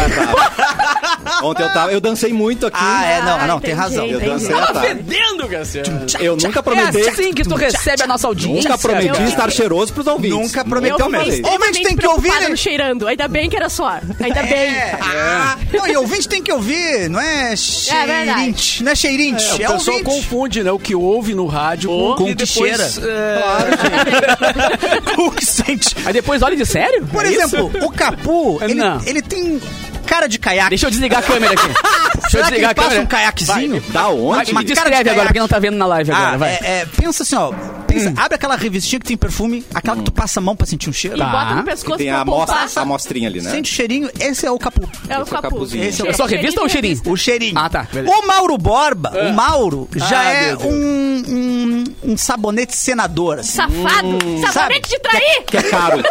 [SPEAKER 1] Ontem eu tava. Eu dancei muito aqui.
[SPEAKER 2] Ah, é, não, não, tem
[SPEAKER 5] entendi,
[SPEAKER 2] razão.
[SPEAKER 1] Eu
[SPEAKER 5] entendi. Ah,
[SPEAKER 1] dancei
[SPEAKER 2] tá,
[SPEAKER 1] à
[SPEAKER 3] Tava
[SPEAKER 1] tarde.
[SPEAKER 3] fedendo, Cassiano.
[SPEAKER 1] Eu nunca
[SPEAKER 3] É
[SPEAKER 1] prometi.
[SPEAKER 3] assim que tu recebe a nossa audiência.
[SPEAKER 1] Nunca prometi
[SPEAKER 5] Eu-
[SPEAKER 1] estar cheiroso pros ouvintes.
[SPEAKER 2] Nunca
[SPEAKER 5] Eu
[SPEAKER 2] prometeu
[SPEAKER 5] fiquei
[SPEAKER 1] mesmo.
[SPEAKER 2] mesmo. Ouvinte tem
[SPEAKER 5] extremamente
[SPEAKER 2] que ouvir.
[SPEAKER 5] preocupada no cheirando. Ainda bem que era só. Ainda bem.
[SPEAKER 2] É. Ah, Não, e ouvinte tem que ouvir, não é cheirinte.
[SPEAKER 5] verdade.
[SPEAKER 2] não é cheirinte, é,
[SPEAKER 4] O pessoal
[SPEAKER 2] ouvinte.
[SPEAKER 4] confunde, né? O que ouve no rádio
[SPEAKER 3] Ouve
[SPEAKER 4] com o
[SPEAKER 3] e
[SPEAKER 4] que
[SPEAKER 2] depois,
[SPEAKER 4] depois... é,
[SPEAKER 2] O que sente.
[SPEAKER 3] Aí depois olha de sério?
[SPEAKER 2] Por
[SPEAKER 3] É isso? É,
[SPEAKER 2] exemplo, o Capu, ele,
[SPEAKER 3] Não.
[SPEAKER 2] ele tem cara de caiaque.
[SPEAKER 3] Deixa eu desligar a câmera
[SPEAKER 2] [laughs]
[SPEAKER 3] aqui. Deixa eu
[SPEAKER 2] Será que
[SPEAKER 3] desligar
[SPEAKER 2] ele
[SPEAKER 3] a
[SPEAKER 2] passa
[SPEAKER 3] câmera.
[SPEAKER 2] um caiaquezinho?
[SPEAKER 1] Da onde?
[SPEAKER 3] Me
[SPEAKER 2] Uma cara de
[SPEAKER 3] descreve agora,
[SPEAKER 2] caiaque.
[SPEAKER 3] pra quem não tá vendo na live agora,
[SPEAKER 2] Ah,
[SPEAKER 3] vai. Hum.
[SPEAKER 2] é, é, pensa assim, ó. Pensa, Abre aquela revistinha que tem perfume, aquela que tu passa a mão pra sentir um cheiro.
[SPEAKER 5] E
[SPEAKER 3] Tá.
[SPEAKER 5] bota no
[SPEAKER 1] Que
[SPEAKER 5] pescoço
[SPEAKER 1] tem
[SPEAKER 5] pra
[SPEAKER 1] a amostra,
[SPEAKER 5] poupar.
[SPEAKER 1] a amostrinha ali, né?
[SPEAKER 2] Sente o cheirinho, esse é o Capu.
[SPEAKER 5] É o
[SPEAKER 1] Esse é o
[SPEAKER 5] capuz.
[SPEAKER 1] capuzinho. Esse
[SPEAKER 3] é o- só revista ou cheirinho?
[SPEAKER 2] O cheirinho.
[SPEAKER 3] Ah, tá. Beleza.
[SPEAKER 2] O Mauro Borba, o Mauro, já
[SPEAKER 4] Ah,
[SPEAKER 2] é
[SPEAKER 4] meu Deus.
[SPEAKER 2] um, um, um sabonete senador, assim,
[SPEAKER 5] Safado. Sabonete de trair.
[SPEAKER 1] Que é caro.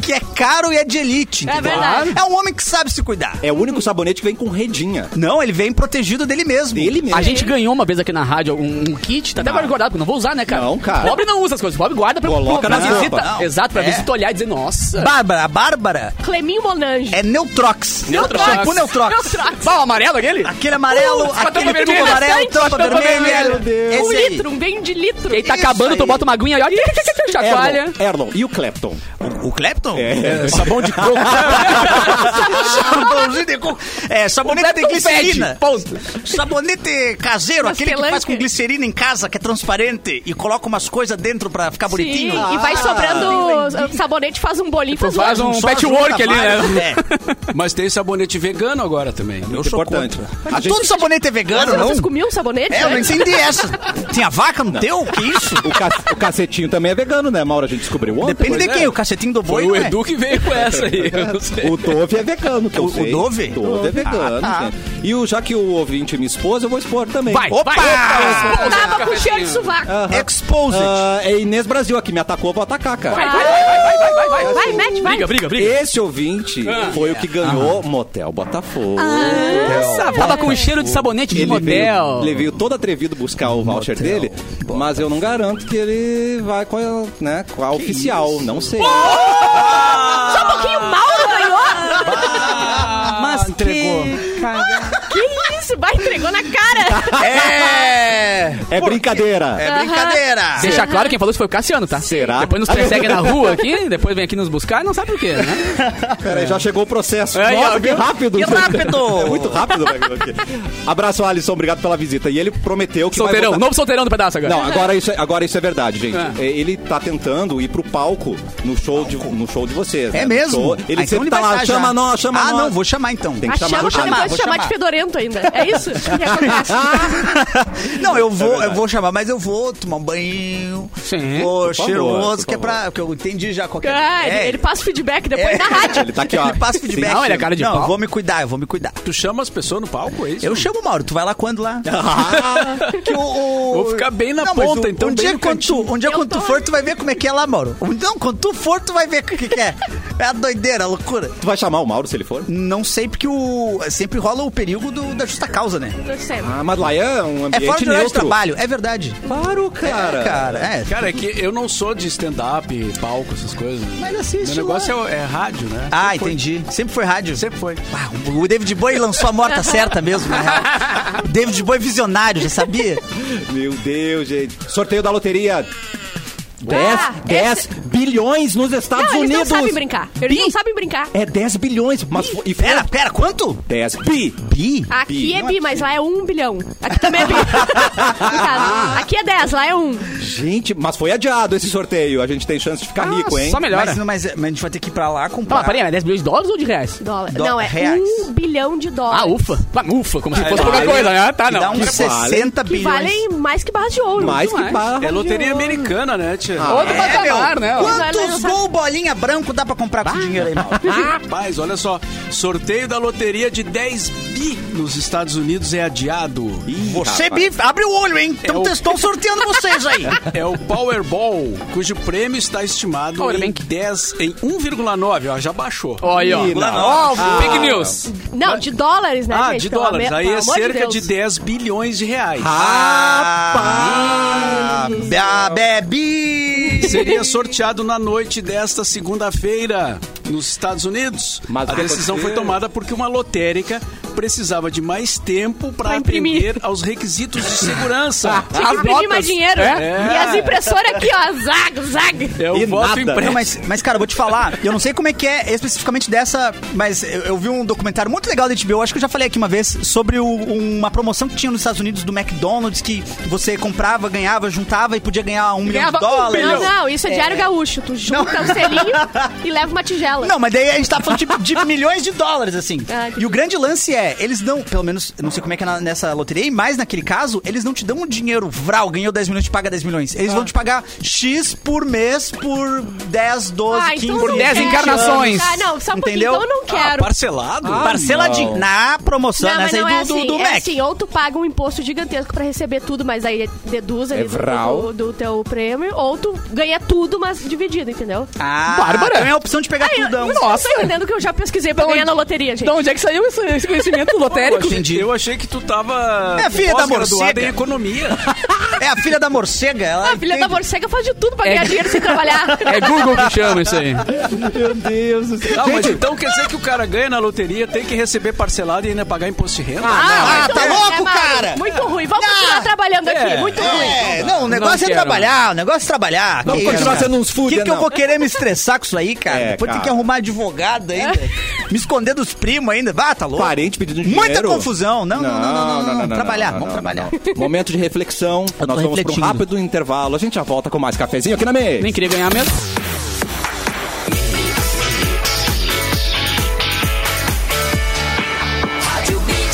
[SPEAKER 2] que é caro e é de elite.
[SPEAKER 5] É
[SPEAKER 2] entendeu?
[SPEAKER 5] verdade.
[SPEAKER 2] É um homem que sabe se cuidar.
[SPEAKER 1] É o único sabonete que vem com redinha.
[SPEAKER 2] Não, ele vem protegido dele mesmo.
[SPEAKER 1] Dele mesmo.
[SPEAKER 3] A gente ganhou uma vez aqui na rádio um, um kit, tá até agora guardado, porque eu não vou usar, né, cara?
[SPEAKER 1] Não, cara.
[SPEAKER 3] Pobre não usa as coisas, pobre guarda pra,
[SPEAKER 1] Coloca
[SPEAKER 3] pra
[SPEAKER 1] na
[SPEAKER 3] visita.
[SPEAKER 1] roupa.
[SPEAKER 2] Não.
[SPEAKER 3] Exato, pra
[SPEAKER 2] É.
[SPEAKER 3] visita olhar e dizer, nossa.
[SPEAKER 2] Bárbara, a Bárbara
[SPEAKER 5] Cleminho Monange.
[SPEAKER 2] é Neutrox.
[SPEAKER 3] Neutrox.
[SPEAKER 2] Shampoo Neutrox.
[SPEAKER 3] Bah, o amarelo aquele?
[SPEAKER 2] Aquele amarelo,
[SPEAKER 5] Uh,
[SPEAKER 3] tropa
[SPEAKER 2] aquele
[SPEAKER 5] é
[SPEAKER 2] tubo
[SPEAKER 3] vermelha.
[SPEAKER 2] amarelo, tropa
[SPEAKER 3] Tropa vermelha.
[SPEAKER 2] vermelha.
[SPEAKER 1] Meu Deus.
[SPEAKER 5] Um
[SPEAKER 2] é Esse aí.
[SPEAKER 5] é litro, um bem de litro.
[SPEAKER 3] E aí tá
[SPEAKER 2] Isso
[SPEAKER 3] acabando, tu
[SPEAKER 2] aí.
[SPEAKER 3] bota uma aguinha e olha, chacoalha.
[SPEAKER 1] Erlon, Erlon, e o Clapton?
[SPEAKER 2] O Clapton? [laughs]
[SPEAKER 1] É.
[SPEAKER 4] sabão de
[SPEAKER 3] [laughs]
[SPEAKER 4] coco.
[SPEAKER 2] Sabãozinho de coco. É, sabonete de glicerina.
[SPEAKER 3] Ponto.
[SPEAKER 2] Sabonete caseiro,
[SPEAKER 5] Mas
[SPEAKER 2] aquele que
[SPEAKER 5] pelanca.
[SPEAKER 2] faz com glicerina em casa, que é transparente e coloca umas coisas dentro pra ficar
[SPEAKER 5] Sim, Ah,
[SPEAKER 2] bonitinho.
[SPEAKER 5] e vai sobrando sabonete, faz um bolinho, faz,
[SPEAKER 3] faz
[SPEAKER 5] outro.
[SPEAKER 3] um
[SPEAKER 2] Só
[SPEAKER 3] patchwork
[SPEAKER 2] junta
[SPEAKER 3] ali,
[SPEAKER 2] vários,
[SPEAKER 3] né?
[SPEAKER 4] Mas tem sabonete vegano agora também.
[SPEAKER 2] Eu
[SPEAKER 1] Muito
[SPEAKER 2] sou
[SPEAKER 1] importante.
[SPEAKER 2] contra.
[SPEAKER 1] A gente-
[SPEAKER 2] Todo sabonete é vegano,
[SPEAKER 5] Nossa,
[SPEAKER 2] não?
[SPEAKER 5] Vocês comiam um sabonete?
[SPEAKER 2] É, eu não
[SPEAKER 5] antes?
[SPEAKER 2] entendi essa. Tinha vaca no teu? Que isso?
[SPEAKER 1] O, ca- o cacetinho também é vegano, né, Mauro? A gente descobriu ontem.
[SPEAKER 2] Depende de quem, o cacetinho do boi,
[SPEAKER 4] Foi o
[SPEAKER 2] não é?
[SPEAKER 4] Edu que veio com essa aí. eu não sei.
[SPEAKER 1] O Dove é vegano, que eu
[SPEAKER 2] O- o
[SPEAKER 1] sei.
[SPEAKER 2] Dove?
[SPEAKER 1] Dove é vegano, gente. E o, já que o ouvinte é minha esposa, eu vou expor também.
[SPEAKER 3] Vai,
[SPEAKER 2] Opa!
[SPEAKER 3] vai.
[SPEAKER 5] Eu Tava Ah, com cheiro de sovaco.
[SPEAKER 2] Exposed.
[SPEAKER 1] Ah, é Inês Brasil aqui, me atacou, eu vou atacar, cara.
[SPEAKER 5] Vai, Vai, mete, vai.
[SPEAKER 3] Briga, briga, briga.
[SPEAKER 1] Esse ouvinte foi o que ganhou
[SPEAKER 3] Ah.
[SPEAKER 1] Motel Botafogo.
[SPEAKER 3] Nossa, tava com cheiro de sabonete de
[SPEAKER 1] Ele
[SPEAKER 3] Ah. motel.
[SPEAKER 1] veio, ele veio todo atrevido buscar o voucher dele, mas eu não garanto que ele vai com a, né, com a oficial, não sei.
[SPEAKER 5] Só um pouquinho, o Mauro ganhou.
[SPEAKER 3] Mas Ah, entregou.
[SPEAKER 5] Que isso, vai, entregou na cara.
[SPEAKER 2] É!
[SPEAKER 1] É brincadeira.
[SPEAKER 2] É brincadeira!
[SPEAKER 3] Deixa claro, quem falou isso foi o Cassiano, tá?
[SPEAKER 1] Será?
[SPEAKER 3] Depois nos persegue na rua aqui, depois vem aqui nos buscar, não sabe por quê, né?
[SPEAKER 1] Peraí, já chegou o processo.
[SPEAKER 3] É,
[SPEAKER 1] Nossa,
[SPEAKER 3] ó,
[SPEAKER 1] que
[SPEAKER 3] viu?
[SPEAKER 1] rápido.
[SPEAKER 2] Que rápido.
[SPEAKER 1] É [laughs] muito rápido. né, aqui. Abraço, Alisson. Obrigado pela visita. E ele prometeu que vai
[SPEAKER 3] Solteirão,
[SPEAKER 1] voltar-
[SPEAKER 3] novo solteirão do pedaço agora.
[SPEAKER 1] Não, agora isso, é- agora isso é verdade, gente.
[SPEAKER 3] Ah.
[SPEAKER 1] É, Ele tá tentando ir pro palco no show, de, no show de vocês. né?
[SPEAKER 2] É
[SPEAKER 1] No
[SPEAKER 2] mesmo?
[SPEAKER 1] show. Ele
[SPEAKER 2] Ah, então
[SPEAKER 1] sempre
[SPEAKER 2] ele
[SPEAKER 1] tá
[SPEAKER 2] vai
[SPEAKER 1] lá,
[SPEAKER 2] estar já.
[SPEAKER 1] chama nós, chama
[SPEAKER 2] Ah,
[SPEAKER 1] nós.
[SPEAKER 2] não, vou chamar então.
[SPEAKER 1] Tem
[SPEAKER 5] A
[SPEAKER 1] que chamar,
[SPEAKER 5] chama
[SPEAKER 1] vou
[SPEAKER 5] pra
[SPEAKER 1] chamar.
[SPEAKER 5] depois
[SPEAKER 2] vou
[SPEAKER 5] te chamar de
[SPEAKER 2] chamar.
[SPEAKER 5] fedorento ainda. É isso? que acontece?
[SPEAKER 2] Não, eu vou, eu
[SPEAKER 1] verdade.
[SPEAKER 2] vou chamar, mas eu vou tomar um banho.
[SPEAKER 3] Sim.
[SPEAKER 2] Vou
[SPEAKER 1] Por favor,
[SPEAKER 2] cheiroso, que é
[SPEAKER 1] por favor.
[SPEAKER 2] pra. Porque eu entendi já qualquer
[SPEAKER 5] Ah, ele,
[SPEAKER 2] é,
[SPEAKER 5] ele passa o feedback depois na rádio.
[SPEAKER 1] Ele tá aqui, ó.
[SPEAKER 2] [laughs] Ele passa o feedback.
[SPEAKER 3] Não, ele é cara de
[SPEAKER 2] Não,
[SPEAKER 3] pau.
[SPEAKER 2] eu vou me cuidar, eu vou me cuidar.
[SPEAKER 4] Tu chama as pessoas no palco, é isso?
[SPEAKER 2] Eu chamo o Mauro, tu vai lá
[SPEAKER 4] [laughs]
[SPEAKER 2] quando lá? que o,
[SPEAKER 4] Ah, Vou ficar bem na
[SPEAKER 2] mas
[SPEAKER 4] ponta, então,
[SPEAKER 2] Um
[SPEAKER 4] bem
[SPEAKER 2] dia,
[SPEAKER 4] no
[SPEAKER 2] quando tu, um dia
[SPEAKER 5] Eu
[SPEAKER 2] quando
[SPEAKER 5] tô
[SPEAKER 2] tu for,
[SPEAKER 5] ali.
[SPEAKER 2] tu vai ver como é que é lá, Mauro. Não, quando tu for, tu vai ver o que, que é. É a doideira, a loucura.
[SPEAKER 1] Tu vai chamar o Mauro se ele for?
[SPEAKER 2] Não sei, porque o, sempre rola o perigo do- da justa causa, né?
[SPEAKER 5] Não sei.
[SPEAKER 1] Ah, mas lá é um
[SPEAKER 2] É
[SPEAKER 1] ambiente
[SPEAKER 2] fora de horário de
[SPEAKER 1] neutro.
[SPEAKER 2] trabalho, é verdade.
[SPEAKER 1] Claro, cara.
[SPEAKER 2] É, cara, é.
[SPEAKER 4] Cara, é que eu não sou de stand-up, palco, essas coisas.
[SPEAKER 2] Mas assiste
[SPEAKER 4] Meu negócio é, é rádio, né?
[SPEAKER 2] Ah,
[SPEAKER 4] Sempre foi.
[SPEAKER 2] entendi. Sempre foi rádio.
[SPEAKER 4] Sempre foi.
[SPEAKER 2] Ah, o David Bowie lançou a
[SPEAKER 5] [laughs]
[SPEAKER 2] morta certa mesmo, na real. David Bowie visionário, já sabia?
[SPEAKER 1] Meu Deus, gente. Sorteio da loteria. 10,
[SPEAKER 2] Ah,
[SPEAKER 5] esse-
[SPEAKER 1] 10 bilhões nos Estados
[SPEAKER 5] Não, eles não
[SPEAKER 1] Unidos.
[SPEAKER 5] sabem brincar. Eles não sabem brincar.
[SPEAKER 1] É 10 bilhões, mas foi, e foi
[SPEAKER 2] Pera, pera, quanto?
[SPEAKER 1] 10 bi.
[SPEAKER 2] Bi?
[SPEAKER 5] Aqui
[SPEAKER 1] Bi.
[SPEAKER 5] é bi, mas lá é um bilhão. Aqui também é bi. Tá, aqui é 10, lá é um.
[SPEAKER 1] Gente, mas foi adiado esse sorteio. A gente tem chance de
[SPEAKER 2] Ah,
[SPEAKER 1] ficar rico, hein?
[SPEAKER 3] Só melhora.
[SPEAKER 2] Mas, mas- mas a gente vai ter que ir pra lá
[SPEAKER 3] Tá,
[SPEAKER 2] comprar.
[SPEAKER 3] mas peraí, mas 10 milhões de dólares ou de reais?
[SPEAKER 5] Dólar.
[SPEAKER 2] Dó-
[SPEAKER 5] não, é
[SPEAKER 2] reais.
[SPEAKER 5] um bilhão de dólares.
[SPEAKER 3] Ah, ufa. Ah, ufa, como se fosse
[SPEAKER 4] Ah,
[SPEAKER 3] qualquer
[SPEAKER 4] aí-
[SPEAKER 3] coisa, né? Tá,
[SPEAKER 2] Que dá um
[SPEAKER 3] não.
[SPEAKER 2] uns 60
[SPEAKER 5] Que
[SPEAKER 2] bilhões.
[SPEAKER 5] valem mais que barras de ouro.
[SPEAKER 1] Mais que
[SPEAKER 3] mais.
[SPEAKER 1] barra.
[SPEAKER 4] É loteria americana, né, tia?
[SPEAKER 5] Ah.
[SPEAKER 3] Outro
[SPEAKER 2] É,
[SPEAKER 3] patamar,
[SPEAKER 2] meu,
[SPEAKER 3] né? ó.
[SPEAKER 2] Quantos gol bolinha branco dá pra comprar com esse dinheiro
[SPEAKER 3] [laughs]
[SPEAKER 2] aí, Mauro?
[SPEAKER 3] tá,
[SPEAKER 4] Rapaz, olha só. Sorteio da loteria de 10 bi nos Estados Unidos é adiado.
[SPEAKER 2] Você, bi, abre o olho, hein?
[SPEAKER 4] É
[SPEAKER 2] Então
[SPEAKER 4] o-
[SPEAKER 2] vocês estão sorteando vocês
[SPEAKER 3] [laughs]
[SPEAKER 2] aí.
[SPEAKER 4] É o Powerball, [laughs] cujo prêmio está estimado em,
[SPEAKER 3] Powerbank.
[SPEAKER 4] 10, em 1,9, ó, já baixou.
[SPEAKER 3] Olha aí, ó.
[SPEAKER 1] Ih,
[SPEAKER 3] Ó, o fake news.
[SPEAKER 5] Não, de dólares, né,
[SPEAKER 4] ah,
[SPEAKER 5] gente?
[SPEAKER 4] de
[SPEAKER 5] Pelo
[SPEAKER 4] dólares.
[SPEAKER 5] ame-
[SPEAKER 4] Aí
[SPEAKER 5] pelo
[SPEAKER 4] é
[SPEAKER 5] amor
[SPEAKER 4] cerca
[SPEAKER 5] Deus. Ah.
[SPEAKER 4] de 10 bilhões de reais.
[SPEAKER 2] Ah, ah, bebi.
[SPEAKER 4] [laughs] Seria sorteado na noite desta segunda-feira nos Estados Unidos.
[SPEAKER 1] Mas
[SPEAKER 4] a
[SPEAKER 1] o que
[SPEAKER 4] decisão foi
[SPEAKER 1] aconteceu?
[SPEAKER 4] tomada porque uma lotérica precisava de mais tempo para
[SPEAKER 5] Pra imprimir.
[SPEAKER 4] atender aos requisitos de segurança.
[SPEAKER 5] [laughs] Tinha que
[SPEAKER 3] As
[SPEAKER 5] imprimir
[SPEAKER 3] notas.
[SPEAKER 5] mais dinheiro. né?
[SPEAKER 4] É.
[SPEAKER 5] E as impressoras aqui, ó, zague, zague.
[SPEAKER 4] É o
[SPEAKER 1] E
[SPEAKER 4] voto
[SPEAKER 1] nada.
[SPEAKER 2] Não,
[SPEAKER 4] impresso.
[SPEAKER 2] mas, mas, cara, eu vou te falar, eu não sei como é que é especificamente dessa, mas eu, eu vi um documentário muito legal da HBO, acho que eu já falei aqui uma vez, sobre o- um, uma promoção que tinha nos Estados Unidos do McDonald's, que você comprava, ganhava, juntava e podia ganhar um milhão de
[SPEAKER 3] Ganhava um
[SPEAKER 2] dólares.
[SPEAKER 5] Não, não, isso é diário gaúcho. Tu junta um selinho e leva uma tigela.
[SPEAKER 2] Não, mas daí a gente tá falando de,
[SPEAKER 5] [laughs]
[SPEAKER 2] de milhões de dólares, assim.
[SPEAKER 5] Ah,
[SPEAKER 2] E o grande lance é, eles não, pelo menos, eu não sei como é que é na- nessa loteria, e mais naquele caso, eles não te dão o dinheiro, vral, ganhou 10 milhões, te paga 10 milhões. Eles
[SPEAKER 5] Ah.
[SPEAKER 2] vão te pagar X por mês por 10, 12, 15,
[SPEAKER 5] então não
[SPEAKER 3] 10
[SPEAKER 5] quero.
[SPEAKER 3] encarnações.
[SPEAKER 5] Ah, não, só um
[SPEAKER 2] Entendeu?
[SPEAKER 5] pouquinho. Então eu não
[SPEAKER 4] Ah,
[SPEAKER 5] quero.
[SPEAKER 4] parcelado?
[SPEAKER 3] Ah,
[SPEAKER 2] Parceladinho.
[SPEAKER 1] não.
[SPEAKER 2] Na promoção,
[SPEAKER 5] Não, mas
[SPEAKER 2] nessa aí
[SPEAKER 5] não
[SPEAKER 2] né, do,
[SPEAKER 5] é
[SPEAKER 2] do-
[SPEAKER 5] assim.
[SPEAKER 2] do
[SPEAKER 5] é
[SPEAKER 2] Mac.
[SPEAKER 5] assim, ou tu paga um imposto gigantesco pra receber tudo, mas aí deduz ali
[SPEAKER 1] É
[SPEAKER 5] do-
[SPEAKER 1] vral.
[SPEAKER 5] do, do teu prêmio, ou tu ganha tudo, mas dividido, entendeu?
[SPEAKER 2] Ah,
[SPEAKER 3] Bárbara.
[SPEAKER 2] Então é a opção de pegar
[SPEAKER 5] Aí, eu,
[SPEAKER 2] tudão.
[SPEAKER 5] eu não tô entendendo que eu já pesquisei pra ganhar na loteria, gente.
[SPEAKER 3] Então, onde é que saiu esse, esse conhecimento
[SPEAKER 4] Eu
[SPEAKER 3] lotérico?
[SPEAKER 4] achei- Eu achei que tu tava
[SPEAKER 2] É, filha da
[SPEAKER 4] pós-graduada
[SPEAKER 2] morcega.
[SPEAKER 4] em
[SPEAKER 2] [laughs]
[SPEAKER 4] economia.
[SPEAKER 2] É a filha da morcega. Ela
[SPEAKER 5] a filha da
[SPEAKER 2] entende.
[SPEAKER 5] morcega faz de tudo pra ganhar dinheiro sem trabalhar.
[SPEAKER 3] É Google que chama isso aí.
[SPEAKER 1] Meu Deus do céu.
[SPEAKER 4] Não, mas
[SPEAKER 1] Gente,
[SPEAKER 4] então quer dizer que o cara ganha na loteria, tem que receber parcelado e ainda pagar imposto de renda?
[SPEAKER 2] Ah,
[SPEAKER 5] muito
[SPEAKER 2] tá
[SPEAKER 5] ruim,
[SPEAKER 2] louco,
[SPEAKER 5] né, Mauro?
[SPEAKER 2] cara?
[SPEAKER 5] Muito ruim. Vamos
[SPEAKER 2] Ah,
[SPEAKER 5] continuar trabalhando
[SPEAKER 4] é.
[SPEAKER 5] aqui. Muito ruim.
[SPEAKER 2] É, não, o negócio é
[SPEAKER 3] quero.
[SPEAKER 2] trabalhar, o negócio é trabalhar.
[SPEAKER 1] Vamos continuar sendo uns
[SPEAKER 2] O
[SPEAKER 1] fudia,
[SPEAKER 2] que, que eu
[SPEAKER 1] não.
[SPEAKER 2] vou querer me estressar com isso aí, cara?
[SPEAKER 1] É,
[SPEAKER 2] Depois
[SPEAKER 1] cara.
[SPEAKER 2] tem que arrumar advogado ainda.
[SPEAKER 3] É.
[SPEAKER 2] Me esconder dos primos ainda. Vá, tá louco.
[SPEAKER 1] [laughs] parente pedindo dinheiro.
[SPEAKER 2] Muita confusão. Não, não, não, não, não, não, Trabalhar, vamos trabalhar.
[SPEAKER 1] não. Momento de reflexão.
[SPEAKER 2] tô
[SPEAKER 1] Nós vamos para um
[SPEAKER 2] refletindo.
[SPEAKER 1] rápido intervalo. A gente já volta com mais cafezinho aqui na mesa.
[SPEAKER 3] Nem queria ganhar mesmo.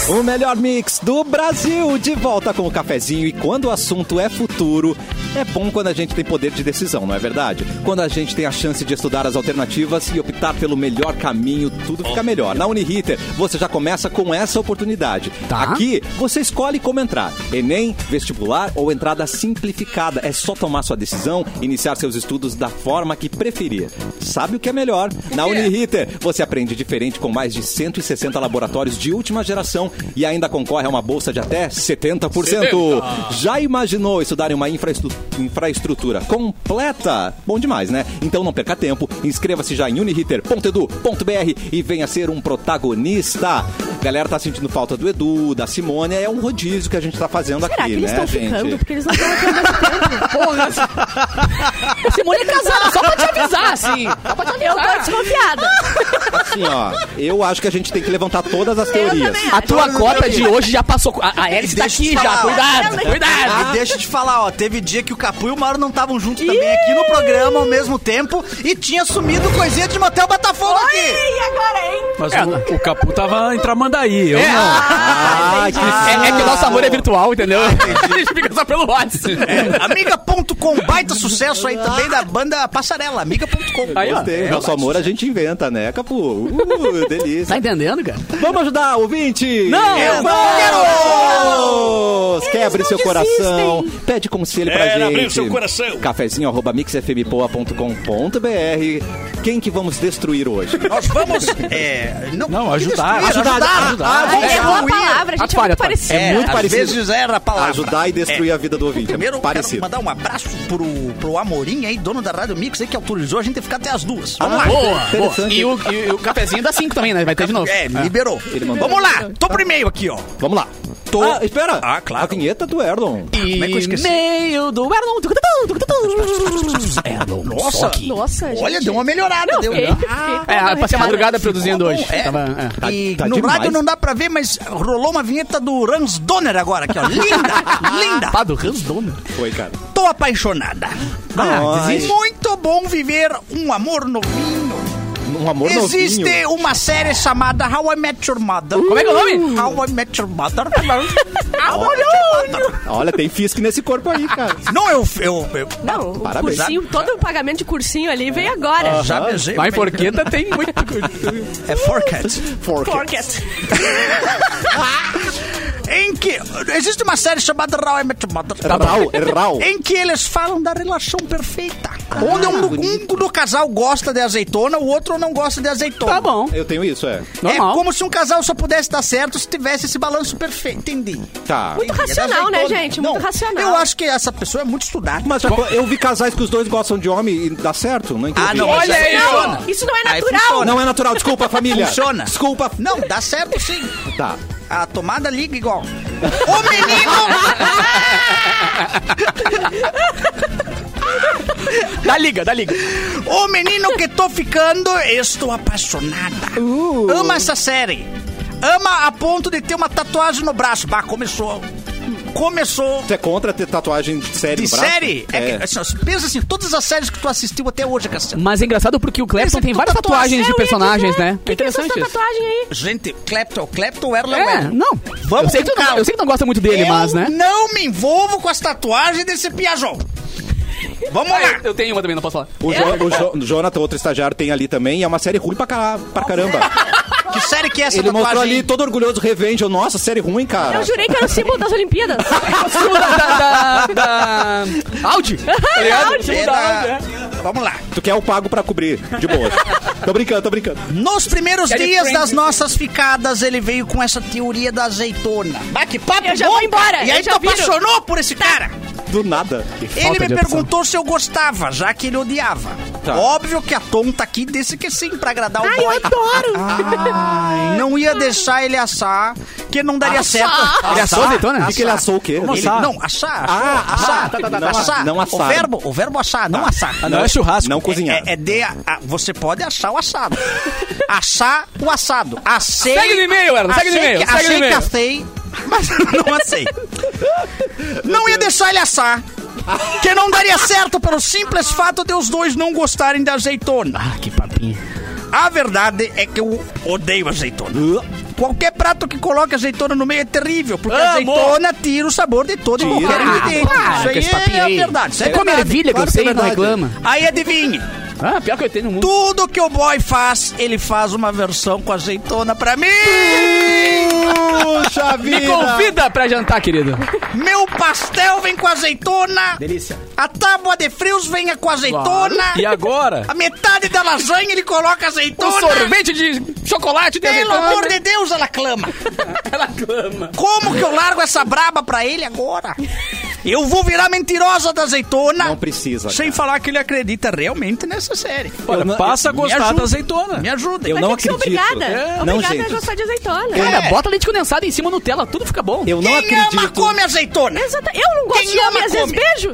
[SPEAKER 1] O melhor mix do Brasil, de volta com o cafezinho. E quando o assunto é futuro, é bom quando a gente tem poder de decisão, não é verdade? Quando a gente tem a chance de estudar as alternativas e optar pelo melhor caminho, tudo fica melhor. Na Uniriter, você já começa com essa oportunidade.
[SPEAKER 3] Tá.
[SPEAKER 1] Aqui, você escolhe como entrar: Enem, vestibular ou entrada simplificada. É só tomar sua decisão, iniciar seus estudos da forma que preferir. Sabe o que é melhor? Na Uniriter, você aprende diferente com mais de 160 laboratórios de última geração e ainda concorre a uma bolsa de até 70%. Já imaginou estudar em uma infraestru- infraestrutura completa? Bom demais, né? Então não perca tempo, inscreva-se já em uniriter.edu.br e venha ser um protagonista. Galera tá sentindo falta do Edu, da Simone, é um rodízio que a gente tá fazendo
[SPEAKER 5] Será
[SPEAKER 1] aqui,
[SPEAKER 5] que
[SPEAKER 1] né,
[SPEAKER 5] eles estão ficando?
[SPEAKER 1] gente?
[SPEAKER 5] Porque eles não estão ficando. Porra,
[SPEAKER 3] A Simone é casada, só pra te avisar, assim. Só pra te
[SPEAKER 5] eu tô
[SPEAKER 3] avisar.
[SPEAKER 5] desconfiada.
[SPEAKER 1] Assim, ó, eu acho que a tua- tua cota de hoje já passou- a gente tem que levantar todas as teorias.
[SPEAKER 5] também
[SPEAKER 3] A tua cota de hoje já passou. A, a Alice tá
[SPEAKER 2] Deixa eu
[SPEAKER 3] aqui
[SPEAKER 2] te
[SPEAKER 3] já,
[SPEAKER 2] falar.
[SPEAKER 3] cuidado, cuidado.
[SPEAKER 2] [laughs] E deixa eu te falar, ó, teve dia que o Capu e o Mauro não estavam juntos também aqui no programa ao mesmo tempo e tinha sumido coisinha de motel Botafogo aqui. é.
[SPEAKER 5] E agora, hein?
[SPEAKER 4] Mas o, o Capu tava em Tramandaí, eu não.
[SPEAKER 1] Ah,
[SPEAKER 2] verdade.
[SPEAKER 3] É, é que o nosso amor é virtual, entendeu? a gente fica só pelo WhatsApp.
[SPEAKER 2] Amiga.com, baita sucesso aí também da banda Passarela, amiga.com.
[SPEAKER 3] Aí, ó.
[SPEAKER 1] Gostei. Nosso amor a gente inventa, né, Capu? Uh, [laughs] delícia.
[SPEAKER 3] Tá entendendo, cara?
[SPEAKER 1] Vamos ajudar, ouvinte!
[SPEAKER 3] Não,
[SPEAKER 1] Eu
[SPEAKER 3] eu
[SPEAKER 1] não
[SPEAKER 3] não
[SPEAKER 1] quero! Quebre seu coração, pede conselho pra gente.
[SPEAKER 6] Era abrir o seu coração.
[SPEAKER 1] Cafezinho arroba mixfmpoa.com.br Quem que vamos destruir hoje?
[SPEAKER 2] Nós vamos. É, não,
[SPEAKER 4] Não, ajudar,
[SPEAKER 2] destruir,
[SPEAKER 4] ajudar,
[SPEAKER 2] ajudar.
[SPEAKER 5] A gente errou a
[SPEAKER 2] Evoluir.
[SPEAKER 5] palavra, a gente é
[SPEAKER 3] Atrapalha,
[SPEAKER 5] muito
[SPEAKER 3] atrapalha.
[SPEAKER 5] parecido.
[SPEAKER 2] É,
[SPEAKER 1] muito
[SPEAKER 2] às
[SPEAKER 1] parecido.
[SPEAKER 2] vezes era a palavra. É,
[SPEAKER 1] Ajudar e destruir a vida do ouvinte.
[SPEAKER 2] Primeiro,
[SPEAKER 1] é
[SPEAKER 2] eu
[SPEAKER 1] parecido.
[SPEAKER 2] quero mandar um abraço pro, pro Amorim aí, dono da Rádio Mix aí, que autorizou a gente a ficar até as duas. Vamos
[SPEAKER 1] Ah,
[SPEAKER 2] lá.
[SPEAKER 3] Boa, boa.
[SPEAKER 1] Interessante.
[SPEAKER 3] E o, e o cafezinho dá 5 também, né? Vai ter de novo.
[SPEAKER 2] É, me liberou.
[SPEAKER 1] ah, Ele mandou.
[SPEAKER 2] Vamos lá, tô pro e-mail aqui, ó.
[SPEAKER 1] Vamos lá.
[SPEAKER 2] Tô-
[SPEAKER 1] Ah, espera.
[SPEAKER 2] Ah, claro.
[SPEAKER 1] A vinheta do Erlon.
[SPEAKER 2] Como é que eu esqueci?
[SPEAKER 3] E-mail do Erlon.
[SPEAKER 2] Nossa,
[SPEAKER 5] Nossa,
[SPEAKER 2] olha,
[SPEAKER 5] gente.
[SPEAKER 2] deu uma melhorada, deu. né?
[SPEAKER 5] [laughs] Fiquei- fiquei com
[SPEAKER 3] É, eu passei
[SPEAKER 5] uma
[SPEAKER 3] a
[SPEAKER 5] arrepiada.
[SPEAKER 3] madrugada produzindo hoje.
[SPEAKER 2] É.
[SPEAKER 3] Tava, é.
[SPEAKER 2] E
[SPEAKER 1] tá
[SPEAKER 2] no
[SPEAKER 1] demais.
[SPEAKER 2] rádio não dá pra ver, mas rolou uma vinheta do Rans Donner agora aqui, ó. Linda, Ah,
[SPEAKER 1] [laughs]
[SPEAKER 2] linda.
[SPEAKER 3] Pá, do Ransdona.
[SPEAKER 1] Foi, cara.
[SPEAKER 2] Tô apaixonada.
[SPEAKER 1] Ah,
[SPEAKER 2] Ai.
[SPEAKER 1] desiste.
[SPEAKER 2] Muito bom viver um amor novinho.
[SPEAKER 1] Um amor
[SPEAKER 2] Existe
[SPEAKER 1] novinho.
[SPEAKER 2] uma série chamada How I Met Your Mother.
[SPEAKER 3] Como é que é o nome?
[SPEAKER 2] How I Met
[SPEAKER 3] [laughs]
[SPEAKER 2] Your Mother. How I Met Your Mother.
[SPEAKER 1] Olha, tem fisque nesse corpo aí, cara.
[SPEAKER 2] Não, eu... eu, eu
[SPEAKER 5] Não, o
[SPEAKER 1] Parabéns.
[SPEAKER 5] cursinho, todo o pagamento de cursinho ali veio agora.
[SPEAKER 2] já beijei.
[SPEAKER 3] Vai Porqueta tem muito.
[SPEAKER 2] É Forecast.
[SPEAKER 1] Fork.
[SPEAKER 5] Forget.
[SPEAKER 2] Em que... Existe uma série chamada How I Met Your Mother. tá
[SPEAKER 1] Rau, é
[SPEAKER 2] [laughs]
[SPEAKER 1] rau.
[SPEAKER 2] Em que eles falam da relação perfeita.
[SPEAKER 3] Ah,
[SPEAKER 2] onde um, do- um do casal gosta de azeitona, o outro não gosta de azeitona.
[SPEAKER 3] Tá bom.
[SPEAKER 1] Eu tenho isso, é.
[SPEAKER 3] Normal.
[SPEAKER 2] É como se um casal só pudesse dar certo se tivesse esse balanço perfeito. Entendi.
[SPEAKER 1] Tá.
[SPEAKER 5] Muito racional, né, gente? Muito
[SPEAKER 2] Não,
[SPEAKER 5] racional.
[SPEAKER 2] Eu acho que essa pessoa é muito estudada.
[SPEAKER 1] Mas já- eu vi casais que os dois gostam de homem e dá certo? Não entendi.
[SPEAKER 2] Ah, não, mas
[SPEAKER 5] Olha
[SPEAKER 2] aí
[SPEAKER 5] não,
[SPEAKER 2] funciona.
[SPEAKER 5] isso não é
[SPEAKER 2] Aí
[SPEAKER 5] natural.
[SPEAKER 2] funciona.
[SPEAKER 1] Não é natural, desculpa, família.
[SPEAKER 2] Funciona.
[SPEAKER 1] Desculpa.
[SPEAKER 2] Não, dá certo sim.
[SPEAKER 1] Tá.
[SPEAKER 2] A tomada liga igual. Ô menino!
[SPEAKER 3] Dá liga, dá liga.
[SPEAKER 2] Ô menino que tô ficando, estou apaixonada. Ama essa série. Ama a ponto de ter uma tatuagem no braço. Bah, começou. Começou.
[SPEAKER 1] Você é contra ter tatuagem de série
[SPEAKER 2] De
[SPEAKER 1] no braço?
[SPEAKER 2] série? É
[SPEAKER 1] É.
[SPEAKER 2] que, assim, ó, pensa assim, todas as séries que tu assistiu até hoje, Cassiano.
[SPEAKER 3] Mas é engraçado porque o Clepton
[SPEAKER 2] Esse
[SPEAKER 5] Então
[SPEAKER 3] tem
[SPEAKER 2] tu
[SPEAKER 3] várias
[SPEAKER 2] tatuagem.
[SPEAKER 3] tatuagens de
[SPEAKER 5] tá É, Eu ia
[SPEAKER 3] personagens,
[SPEAKER 5] dizer,
[SPEAKER 3] né?
[SPEAKER 5] Que que é essa
[SPEAKER 3] isso.
[SPEAKER 5] tatuagem aí?
[SPEAKER 2] Gente, Clapton, Clapton, Erla,
[SPEAKER 3] É,
[SPEAKER 2] Werner.
[SPEAKER 3] não.
[SPEAKER 2] Vamos
[SPEAKER 3] eu, sei que tu
[SPEAKER 2] com
[SPEAKER 3] não,
[SPEAKER 2] calma.
[SPEAKER 3] eu sei que tu não gosta muito dele,
[SPEAKER 2] eu
[SPEAKER 3] mas, né?
[SPEAKER 2] não me envolvo com as tatuagens desse piajão. Vamos
[SPEAKER 3] Ah,
[SPEAKER 2] lá.
[SPEAKER 3] eu, eu tenho uma também, não posso falar.
[SPEAKER 1] O,
[SPEAKER 2] É.
[SPEAKER 1] Jo- o Jo- o Jonathan, outro estagiário, tem ali também. E é uma série ruim pra, ca- pra caramba.
[SPEAKER 2] Que série que é essa
[SPEAKER 1] Ele mostrou
[SPEAKER 2] É. tatuagem?
[SPEAKER 1] ali, todo orgulhoso, revenge. Eu, Nossa, série ruim, cara.
[SPEAKER 5] Eu jurei que era o símbolo das
[SPEAKER 3] [laughs]
[SPEAKER 5] Olimpíadas.
[SPEAKER 3] É da, da, da, da... Audi. Tá ligado?
[SPEAKER 5] Audi.
[SPEAKER 2] É da- Vamos lá.
[SPEAKER 1] Tu quer o pago pra cobrir, de boa. tô brincando, tô brincando.
[SPEAKER 2] Nos primeiros
[SPEAKER 3] Ele
[SPEAKER 2] dias
[SPEAKER 3] prende-
[SPEAKER 2] das nossas ficadas, ele veio com essa teoria da azeitona. Bah, que papo
[SPEAKER 5] Eu já
[SPEAKER 2] bom,
[SPEAKER 5] vou embora,
[SPEAKER 2] cara. E
[SPEAKER 5] eu
[SPEAKER 2] aí tu
[SPEAKER 3] tá
[SPEAKER 5] já viro.
[SPEAKER 2] apaixonou por esse cara.
[SPEAKER 1] Do nada.
[SPEAKER 2] Ele me
[SPEAKER 3] de opção.
[SPEAKER 2] perguntou se eu gostava, já que ele odiava.
[SPEAKER 1] Tá.
[SPEAKER 2] Óbvio que a tonta aqui disse que sim, pra agradar o
[SPEAKER 5] Ai, eu
[SPEAKER 2] boy.
[SPEAKER 5] adoro.
[SPEAKER 3] Ah.
[SPEAKER 2] Ai, não ia deixar ele assar, que não daria certo.
[SPEAKER 3] Ele assou a azeitona?
[SPEAKER 1] E que ele assou o quê?
[SPEAKER 2] Ele,
[SPEAKER 1] Ele-
[SPEAKER 2] não, assar.
[SPEAKER 1] Ah,
[SPEAKER 2] assar,
[SPEAKER 1] ah, tá, tá, tá,
[SPEAKER 2] não
[SPEAKER 1] tá.
[SPEAKER 2] assar.
[SPEAKER 1] Não assar. Tá.
[SPEAKER 2] O verbo, o verbo assar, não assar.
[SPEAKER 4] Ah, não, é churrasco.
[SPEAKER 1] Não cozinhar.
[SPEAKER 2] É, é de. a- a- você pode achar
[SPEAKER 1] [laughs]
[SPEAKER 2] o assado. achar o assado. Acei.
[SPEAKER 3] Segue no e-mail, Erlon, segue no
[SPEAKER 2] achei
[SPEAKER 3] e-mail,
[SPEAKER 2] que-
[SPEAKER 3] segue no
[SPEAKER 2] achei que
[SPEAKER 3] e-mail.
[SPEAKER 2] assei, mas não assei. não ia deixar ele assar. Que não daria certo pelo simples fato de os dois não gostarem da azeitona.
[SPEAKER 3] Ah, que papinho.
[SPEAKER 2] A verdade é que eu odeio azeitona.
[SPEAKER 1] Uh.
[SPEAKER 2] Qualquer prato que coloque azeitona no meio é terrível, porque a
[SPEAKER 3] Amo.
[SPEAKER 2] azeitona tira o sabor de todo e qualquer
[SPEAKER 1] Ah,
[SPEAKER 2] ingrediente.
[SPEAKER 3] para com esse
[SPEAKER 2] Isso aí
[SPEAKER 3] papinho
[SPEAKER 2] é a
[SPEAKER 3] aí.
[SPEAKER 2] verdade. Isso é
[SPEAKER 3] É como
[SPEAKER 2] verdade.
[SPEAKER 3] ervilha que eu
[SPEAKER 1] claro que é
[SPEAKER 3] sei, não
[SPEAKER 1] verdade.
[SPEAKER 3] reclama.
[SPEAKER 2] Aí adivinhe,
[SPEAKER 3] Ah, pior que eu tenho no mundo.
[SPEAKER 2] tudo que o boy faz, ele faz uma versão com azeitona pra mim.
[SPEAKER 1] Puxa
[SPEAKER 3] Me
[SPEAKER 1] vida!
[SPEAKER 3] convida pra jantar, querido.
[SPEAKER 2] Meu pastel vem com azeitona.
[SPEAKER 4] Delícia.
[SPEAKER 2] A tábua de frios vem com azeitona.
[SPEAKER 4] E agora?
[SPEAKER 2] A metade da lasanha ele coloca
[SPEAKER 3] Um
[SPEAKER 2] azeitona.
[SPEAKER 3] sorvete de chocolate de né?
[SPEAKER 2] Pelo
[SPEAKER 3] azeitona.
[SPEAKER 2] amor de Deus, ela clama.
[SPEAKER 3] Ela clama.
[SPEAKER 2] Como que eu largo essa braba pra ele agora? Eu vou virar mentirosa da azeitona.
[SPEAKER 1] Não precisa,
[SPEAKER 2] Sem
[SPEAKER 1] cara.
[SPEAKER 2] falar que ele acredita realmente nessa série.
[SPEAKER 4] Olha,
[SPEAKER 1] não-
[SPEAKER 4] passa a gostar
[SPEAKER 2] ajuda.
[SPEAKER 4] da azeitona.
[SPEAKER 2] Me ajuda.
[SPEAKER 1] Eu
[SPEAKER 5] Mas
[SPEAKER 1] não
[SPEAKER 5] tem que ser
[SPEAKER 1] acredito.
[SPEAKER 5] obrigada.
[SPEAKER 1] É, não,
[SPEAKER 5] Obrigada
[SPEAKER 1] gente.
[SPEAKER 5] a gostar de azeitona.
[SPEAKER 3] Cara, bota leite condensado em cima Nutella, tudo fica bom.
[SPEAKER 1] Eu não
[SPEAKER 2] Quem ama
[SPEAKER 1] acredito.
[SPEAKER 2] come azeitona.
[SPEAKER 5] Exata- Eu não gosto
[SPEAKER 2] Quem
[SPEAKER 5] de
[SPEAKER 2] ama,
[SPEAKER 5] homem, às vezes
[SPEAKER 2] come.
[SPEAKER 5] beijo.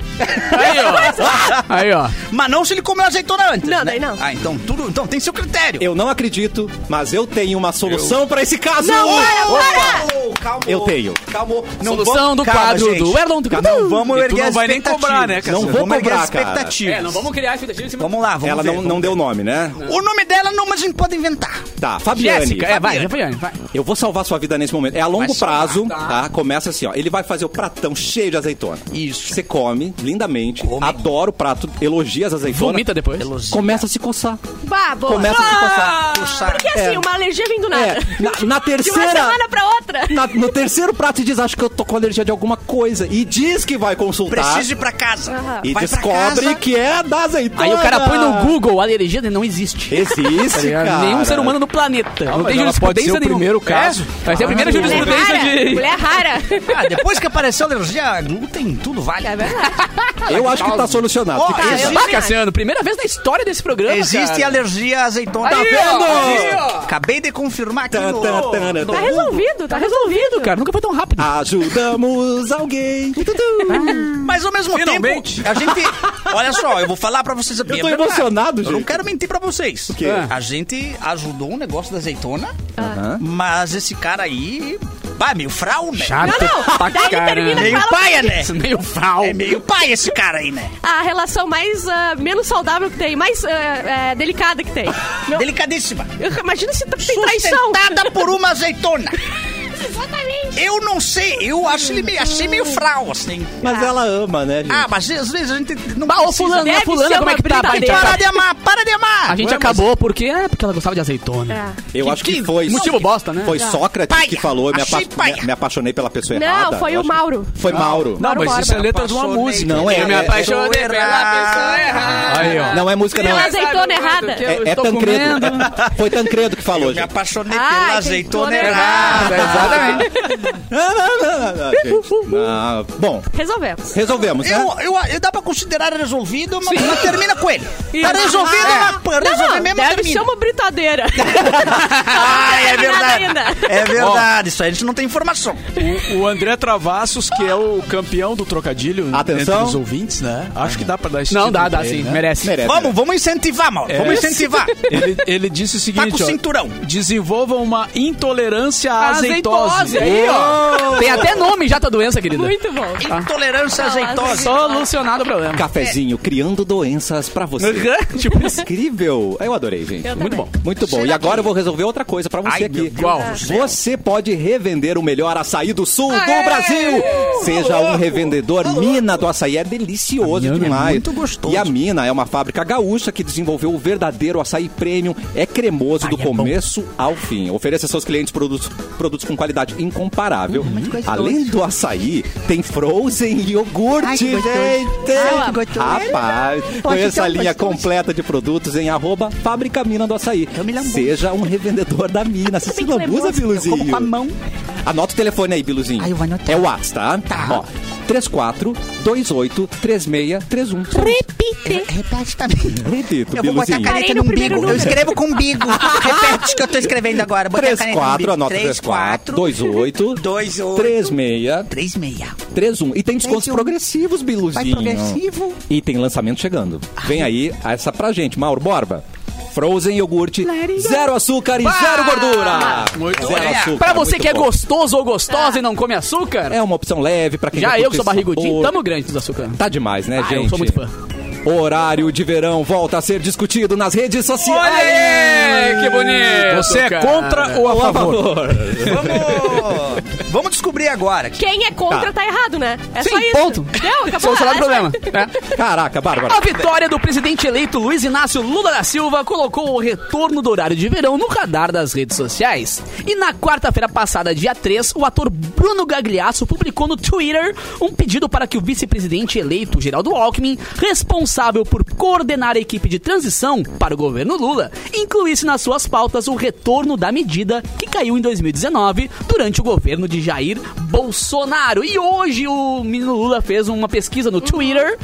[SPEAKER 3] Aí, ó. Aí, ó.
[SPEAKER 2] Mas não se ele comeu azeitona antes.
[SPEAKER 5] Não,
[SPEAKER 2] né?
[SPEAKER 5] daí não.
[SPEAKER 2] Ah, então tudo. Então tem seu critério.
[SPEAKER 1] Eu não acredito, mas eu tenho uma solução pra esse caso.
[SPEAKER 5] Não, para, para!
[SPEAKER 2] Ô, calma.
[SPEAKER 1] Eu tenho.
[SPEAKER 2] Calma.
[SPEAKER 3] Solução do quadro
[SPEAKER 2] gente.
[SPEAKER 3] do Erlon Tucatu.
[SPEAKER 2] Não vamos
[SPEAKER 4] E tu
[SPEAKER 2] erguer
[SPEAKER 4] não
[SPEAKER 2] as
[SPEAKER 4] vai nem
[SPEAKER 2] expectativas.
[SPEAKER 4] cobrar, né, cara?
[SPEAKER 2] Não
[SPEAKER 1] Não
[SPEAKER 2] vou
[SPEAKER 1] vamos
[SPEAKER 2] cobrar,
[SPEAKER 1] cobrar,
[SPEAKER 2] as
[SPEAKER 1] cara.
[SPEAKER 2] expectativas.
[SPEAKER 3] É, não vamos criar expectativa em cima
[SPEAKER 2] Vamos lá, vamos
[SPEAKER 1] Ela
[SPEAKER 2] ver,
[SPEAKER 1] não,
[SPEAKER 2] vamos
[SPEAKER 1] não deu nome, né?
[SPEAKER 2] O nome dela não, mas a gente pode inventar.
[SPEAKER 1] Tá, Fabiane.
[SPEAKER 3] Jéssica, é, vai, Fabiane, vai.
[SPEAKER 1] Eu vou salvar sua vida nesse momento. É a longo
[SPEAKER 3] Vai salvar,
[SPEAKER 1] prazo,
[SPEAKER 3] tá.
[SPEAKER 1] tá? Começa assim, ó. Ele vai fazer o pratão cheio de azeitona.
[SPEAKER 2] Isso.
[SPEAKER 1] Você come lindamente, adora o prato, elogia as azeitonas.
[SPEAKER 3] Vomita depois.
[SPEAKER 1] Começa a se coçar. [laughs]
[SPEAKER 5] Bah, boa.
[SPEAKER 1] Começa a se coçar.
[SPEAKER 5] Porque assim,
[SPEAKER 1] É.
[SPEAKER 5] uma alergia vem do nada.
[SPEAKER 1] É, na, na
[SPEAKER 5] De uma
[SPEAKER 1] terceira.
[SPEAKER 5] semana pra outra.
[SPEAKER 1] na- no terceiro prato, diz: Acho que eu tô com alergia de alguma coisa. E diz que vai consultar.
[SPEAKER 2] Preciso ir pra casa.
[SPEAKER 5] Aham.
[SPEAKER 1] E
[SPEAKER 2] Vai pra
[SPEAKER 1] descobre
[SPEAKER 2] casa.
[SPEAKER 1] que é da azeitona.
[SPEAKER 3] Aí o cara põe no Google, alergia não existe. Tá
[SPEAKER 1] Existe, cara.
[SPEAKER 3] Nenhum ser humano no planeta. não
[SPEAKER 4] mas
[SPEAKER 3] tem
[SPEAKER 4] ela
[SPEAKER 3] jurisprudência
[SPEAKER 4] pode ser o
[SPEAKER 3] nenhuma.
[SPEAKER 4] primeiro
[SPEAKER 3] É,
[SPEAKER 4] caso. Ah,
[SPEAKER 3] vai ser a primeira
[SPEAKER 4] Caralho.
[SPEAKER 5] Mulher
[SPEAKER 3] jurisprudência
[SPEAKER 5] rara.
[SPEAKER 3] de... [laughs]
[SPEAKER 5] Mulher rara.
[SPEAKER 2] Ah, depois que apareceu a alergia a glúten, tudo vale.
[SPEAKER 5] É verdade.
[SPEAKER 1] Eu acho que tá solucionado.
[SPEAKER 2] Ó,
[SPEAKER 1] Fica
[SPEAKER 2] eu-
[SPEAKER 1] aí.
[SPEAKER 2] Existe-
[SPEAKER 3] Ah, Cassiano, primeira vez na história desse programa,
[SPEAKER 2] Existe
[SPEAKER 3] cara.
[SPEAKER 2] alergia a azeitona. Tá
[SPEAKER 3] Aí, ó, aí, ó.
[SPEAKER 2] Acabei de confirmar aqui
[SPEAKER 1] Tan,
[SPEAKER 2] no...
[SPEAKER 1] tan, tan, tan.
[SPEAKER 5] Tá resolvido, tá resolvido.
[SPEAKER 3] Cara, nunca foi tão rápido.
[SPEAKER 1] Ajudamos alguém.
[SPEAKER 2] Mas ao mesmo
[SPEAKER 4] Finalmente.
[SPEAKER 2] tempo, a gente... Olha só, eu vou falar pra vocês a
[SPEAKER 1] Eu
[SPEAKER 2] bem
[SPEAKER 1] tô
[SPEAKER 2] a verdade.
[SPEAKER 1] emocionado,
[SPEAKER 2] Eu não
[SPEAKER 1] gente.
[SPEAKER 2] quero mentir pra vocês. É.
[SPEAKER 1] quê?
[SPEAKER 2] A gente ajudou um negócio da azeitona,
[SPEAKER 5] Ah.
[SPEAKER 2] mas esse cara aí... Pá, meio frau, né?
[SPEAKER 5] Não, não. Daí ele termina e
[SPEAKER 2] Meio
[SPEAKER 5] fala
[SPEAKER 2] paia, né?
[SPEAKER 3] Meio fral.
[SPEAKER 2] É meio pai esse cara aí, né?
[SPEAKER 5] a relação mais ah, menos saudável que tem, mais ah, é, delicada que tem. Meu, um
[SPEAKER 2] Delicadíssima.
[SPEAKER 5] eu- imagina se t- tem traição.
[SPEAKER 2] Sustentada por uma azeitona.
[SPEAKER 5] Exatamente.
[SPEAKER 2] Eu não sei, eu acho ele meio, achei meio frau, assim.
[SPEAKER 1] Mas ela ama, né, gente?
[SPEAKER 2] Ah, mas às vezes a gente não
[SPEAKER 3] Bah, ô
[SPEAKER 2] precisa-
[SPEAKER 3] fulano,
[SPEAKER 5] Deve
[SPEAKER 3] a fulana,
[SPEAKER 5] ser
[SPEAKER 3] como é
[SPEAKER 5] uma
[SPEAKER 3] que tá? Bah, A gente,
[SPEAKER 5] brincadeira.
[SPEAKER 2] Para
[SPEAKER 3] acaba-
[SPEAKER 2] de amar, para de amar!
[SPEAKER 3] a gente
[SPEAKER 2] Ué, mas-
[SPEAKER 3] acabou porque... É, porque ela gostava de azeitona.
[SPEAKER 5] É.
[SPEAKER 1] Eu acho que
[SPEAKER 2] que
[SPEAKER 1] foi.
[SPEAKER 3] Motivo bosta, né?
[SPEAKER 1] Foi Sócrates
[SPEAKER 2] Paia.
[SPEAKER 1] que falou, eu me,
[SPEAKER 2] Achei
[SPEAKER 1] apa-
[SPEAKER 2] paia.
[SPEAKER 1] me- me apaixonei pela pessoa
[SPEAKER 5] Não,
[SPEAKER 1] errada.
[SPEAKER 5] foi
[SPEAKER 1] Eu
[SPEAKER 5] o
[SPEAKER 1] acho
[SPEAKER 5] Mauro.
[SPEAKER 1] Que... Foi Mauro.
[SPEAKER 4] Não,
[SPEAKER 5] Mauro
[SPEAKER 4] mas isso é
[SPEAKER 5] Borba.
[SPEAKER 4] letra de uma
[SPEAKER 3] né?
[SPEAKER 2] Apaixonei
[SPEAKER 4] música.
[SPEAKER 1] Não é-
[SPEAKER 4] Eu me
[SPEAKER 1] é-
[SPEAKER 4] apaixonei
[SPEAKER 2] né? é-
[SPEAKER 4] pela pessoa errada. Aí, ó.
[SPEAKER 1] Não é música, não.
[SPEAKER 5] Pela
[SPEAKER 1] É,
[SPEAKER 5] azeitona errada.
[SPEAKER 3] que eu
[SPEAKER 1] é
[SPEAKER 3] estou
[SPEAKER 1] Tancredo.
[SPEAKER 3] comendo.
[SPEAKER 1] É- [laughs] foi Tancredo que falou,
[SPEAKER 2] Eu me
[SPEAKER 1] gente.
[SPEAKER 2] apaixonei
[SPEAKER 5] Ai,
[SPEAKER 2] pela
[SPEAKER 5] tem
[SPEAKER 2] azeitona
[SPEAKER 5] toda
[SPEAKER 2] errada.
[SPEAKER 3] Exatamente.
[SPEAKER 1] Ah, não, não, não, não, gente. Ah, bom,
[SPEAKER 5] Resolvemos.
[SPEAKER 1] resolvemos, né?
[SPEAKER 2] Eu, eu, eu dá pra considerar resolvido, mas, mas termina com ele. Tá resolvido, mas pô,
[SPEAKER 5] Não,
[SPEAKER 2] resolver
[SPEAKER 5] não,
[SPEAKER 2] mesmo
[SPEAKER 5] deve
[SPEAKER 2] termina.
[SPEAKER 5] ser uma
[SPEAKER 3] [laughs]
[SPEAKER 5] britadeira.
[SPEAKER 2] Ah, é verdade.
[SPEAKER 5] Ainda.
[SPEAKER 2] É verdade, isso aí a gente não tem informação.
[SPEAKER 6] É
[SPEAKER 4] O, o André Travassos, que é o campeão do trocadilho
[SPEAKER 1] Atenção.
[SPEAKER 4] entre os ouvintes, né? Acho que dá pra dar esse
[SPEAKER 3] Não,
[SPEAKER 4] título
[SPEAKER 3] dá, dá
[SPEAKER 4] pra
[SPEAKER 3] sim.
[SPEAKER 4] ele, né?
[SPEAKER 3] Merece.
[SPEAKER 1] Merece.
[SPEAKER 2] Vamos, vamos incentivar, Mauro.
[SPEAKER 4] É.
[SPEAKER 2] Vamos incentivar.
[SPEAKER 4] Ele, ele disse o
[SPEAKER 2] Tá com
[SPEAKER 4] seguinte,
[SPEAKER 2] o
[SPEAKER 4] ó.
[SPEAKER 2] cinturão.
[SPEAKER 4] Desenvolva uma intolerância à azeitose.
[SPEAKER 3] Azeitose. Aí, ó. Tem até nome já tua doença, querida.
[SPEAKER 5] Muito bom.
[SPEAKER 2] Intolerância à
[SPEAKER 5] é
[SPEAKER 2] azeitose.
[SPEAKER 3] Solucionado o problema.
[SPEAKER 1] Cafezinho, criando doenças pra você. [laughs]
[SPEAKER 3] Uhum. tipo isso.
[SPEAKER 1] Incrível. Eu adorei, gente.
[SPEAKER 5] Eu
[SPEAKER 3] Muito
[SPEAKER 5] também.
[SPEAKER 3] bom.
[SPEAKER 1] Muito bom. E agora eu vou resolver outra coisa pra você
[SPEAKER 2] Ai,
[SPEAKER 1] aqui.
[SPEAKER 2] meu
[SPEAKER 3] Qual?
[SPEAKER 1] Você pode revender o melhor açaí do sul do Brasil. Seja um revendedor. Mina do açaí é delicioso
[SPEAKER 4] Miami é
[SPEAKER 1] demais.
[SPEAKER 4] muito gostoso.
[SPEAKER 1] E a Mina é uma fábrica gaúcha que desenvolveu o verdadeiro açaí premium. É cremoso do começo ao fim. Oferece a seus clientes produtos, produtos com qualidade incomparável.
[SPEAKER 6] Hum,
[SPEAKER 1] Além do açaí, tem frozen e iogurte,
[SPEAKER 6] Ai, que
[SPEAKER 1] gente.
[SPEAKER 6] gostoso. Ai, que gostoso.
[SPEAKER 1] Rapaz, conheça a linha completa de produtos em arroba Fábrica Mina do Açaí.
[SPEAKER 6] me lambuzo.
[SPEAKER 1] Seja um revendedor da Mina. Você se
[SPEAKER 6] Bem cremoso,
[SPEAKER 1] lambuza, Biluzinho.
[SPEAKER 6] Eu como com a mão.
[SPEAKER 1] Anota o telefone aí, Biluzinho.
[SPEAKER 6] Ah, eu vou anotar.
[SPEAKER 1] É o WhatsApp, tá?
[SPEAKER 6] Tá.
[SPEAKER 1] Ó, 34 28 36 31.
[SPEAKER 6] Re- Repete também.
[SPEAKER 1] Repito,
[SPEAKER 6] Eu vou botar a
[SPEAKER 1] Biluzinho.
[SPEAKER 6] caneta
[SPEAKER 5] Parei
[SPEAKER 6] no
[SPEAKER 5] no
[SPEAKER 6] umbigo.
[SPEAKER 5] primeiro
[SPEAKER 6] Eu
[SPEAKER 5] número.
[SPEAKER 6] escrevo com
[SPEAKER 5] [laughs]
[SPEAKER 6] umbigo. Repete que eu tô escrevendo agora. Botei a caneta no
[SPEAKER 1] 34,
[SPEAKER 6] umbigo.
[SPEAKER 1] anota 34,
[SPEAKER 6] [laughs]
[SPEAKER 1] 28,
[SPEAKER 6] 28,
[SPEAKER 1] 36,
[SPEAKER 6] 3, 6.
[SPEAKER 1] 31. E tem descontos
[SPEAKER 6] 31.
[SPEAKER 1] progressivos, Biluzinho.
[SPEAKER 6] Vai progressivo. Ah.
[SPEAKER 1] E tem lançamento chegando. Vem aí essa pra gente, Mauro Borba. Frozen iogurte, zero açúcar e zero gordura.
[SPEAKER 4] Muito
[SPEAKER 1] zero
[SPEAKER 4] bem.
[SPEAKER 1] açúcar.
[SPEAKER 3] Pra você
[SPEAKER 1] muito
[SPEAKER 3] que é
[SPEAKER 1] bom.
[SPEAKER 3] gostoso ou
[SPEAKER 5] Tá.
[SPEAKER 3] gostosa e não come açúcar,
[SPEAKER 1] É uma opção leve pra quem
[SPEAKER 3] já
[SPEAKER 1] curte
[SPEAKER 3] eu que sou
[SPEAKER 1] esse
[SPEAKER 3] barrigudinho,
[SPEAKER 1] sabor.
[SPEAKER 3] tamo grande dos açúcar.
[SPEAKER 1] Tá demais, né,
[SPEAKER 3] Ah,
[SPEAKER 1] gente?
[SPEAKER 3] eu sou muito fã.
[SPEAKER 1] Horário de verão volta a ser discutido nas redes sociais.
[SPEAKER 3] Olha aí, que bonito.
[SPEAKER 4] Você é
[SPEAKER 3] cara.
[SPEAKER 4] contra ou a
[SPEAKER 1] Por
[SPEAKER 4] favor?
[SPEAKER 1] favor.
[SPEAKER 2] Vamos, vamos descobrir agora.
[SPEAKER 5] Quem é contra tá, errado, né? É só
[SPEAKER 3] Sim,
[SPEAKER 5] isso.
[SPEAKER 3] ponto.
[SPEAKER 5] Deu, acabou.
[SPEAKER 3] Solucionado o
[SPEAKER 5] É só-
[SPEAKER 3] problema. É.
[SPEAKER 1] Caraca, Bárbara.
[SPEAKER 3] A vitória do presidente eleito Luiz Inácio Lula da Silva colocou o retorno do horário de verão no radar das redes sociais. E na quarta-feira passada, dia 3, o ator Bruno Gagliasso publicou no Twitter um pedido para que o vice-presidente eleito Geraldo Alckmin, responsável por coordenar a equipe de transição para o governo Lula, incluísse nas suas pautas o retorno da medida que caiu em 2019 durante o governo de Jair Bolsonaro. E hoje o menino Lula fez uma pesquisa no Twitter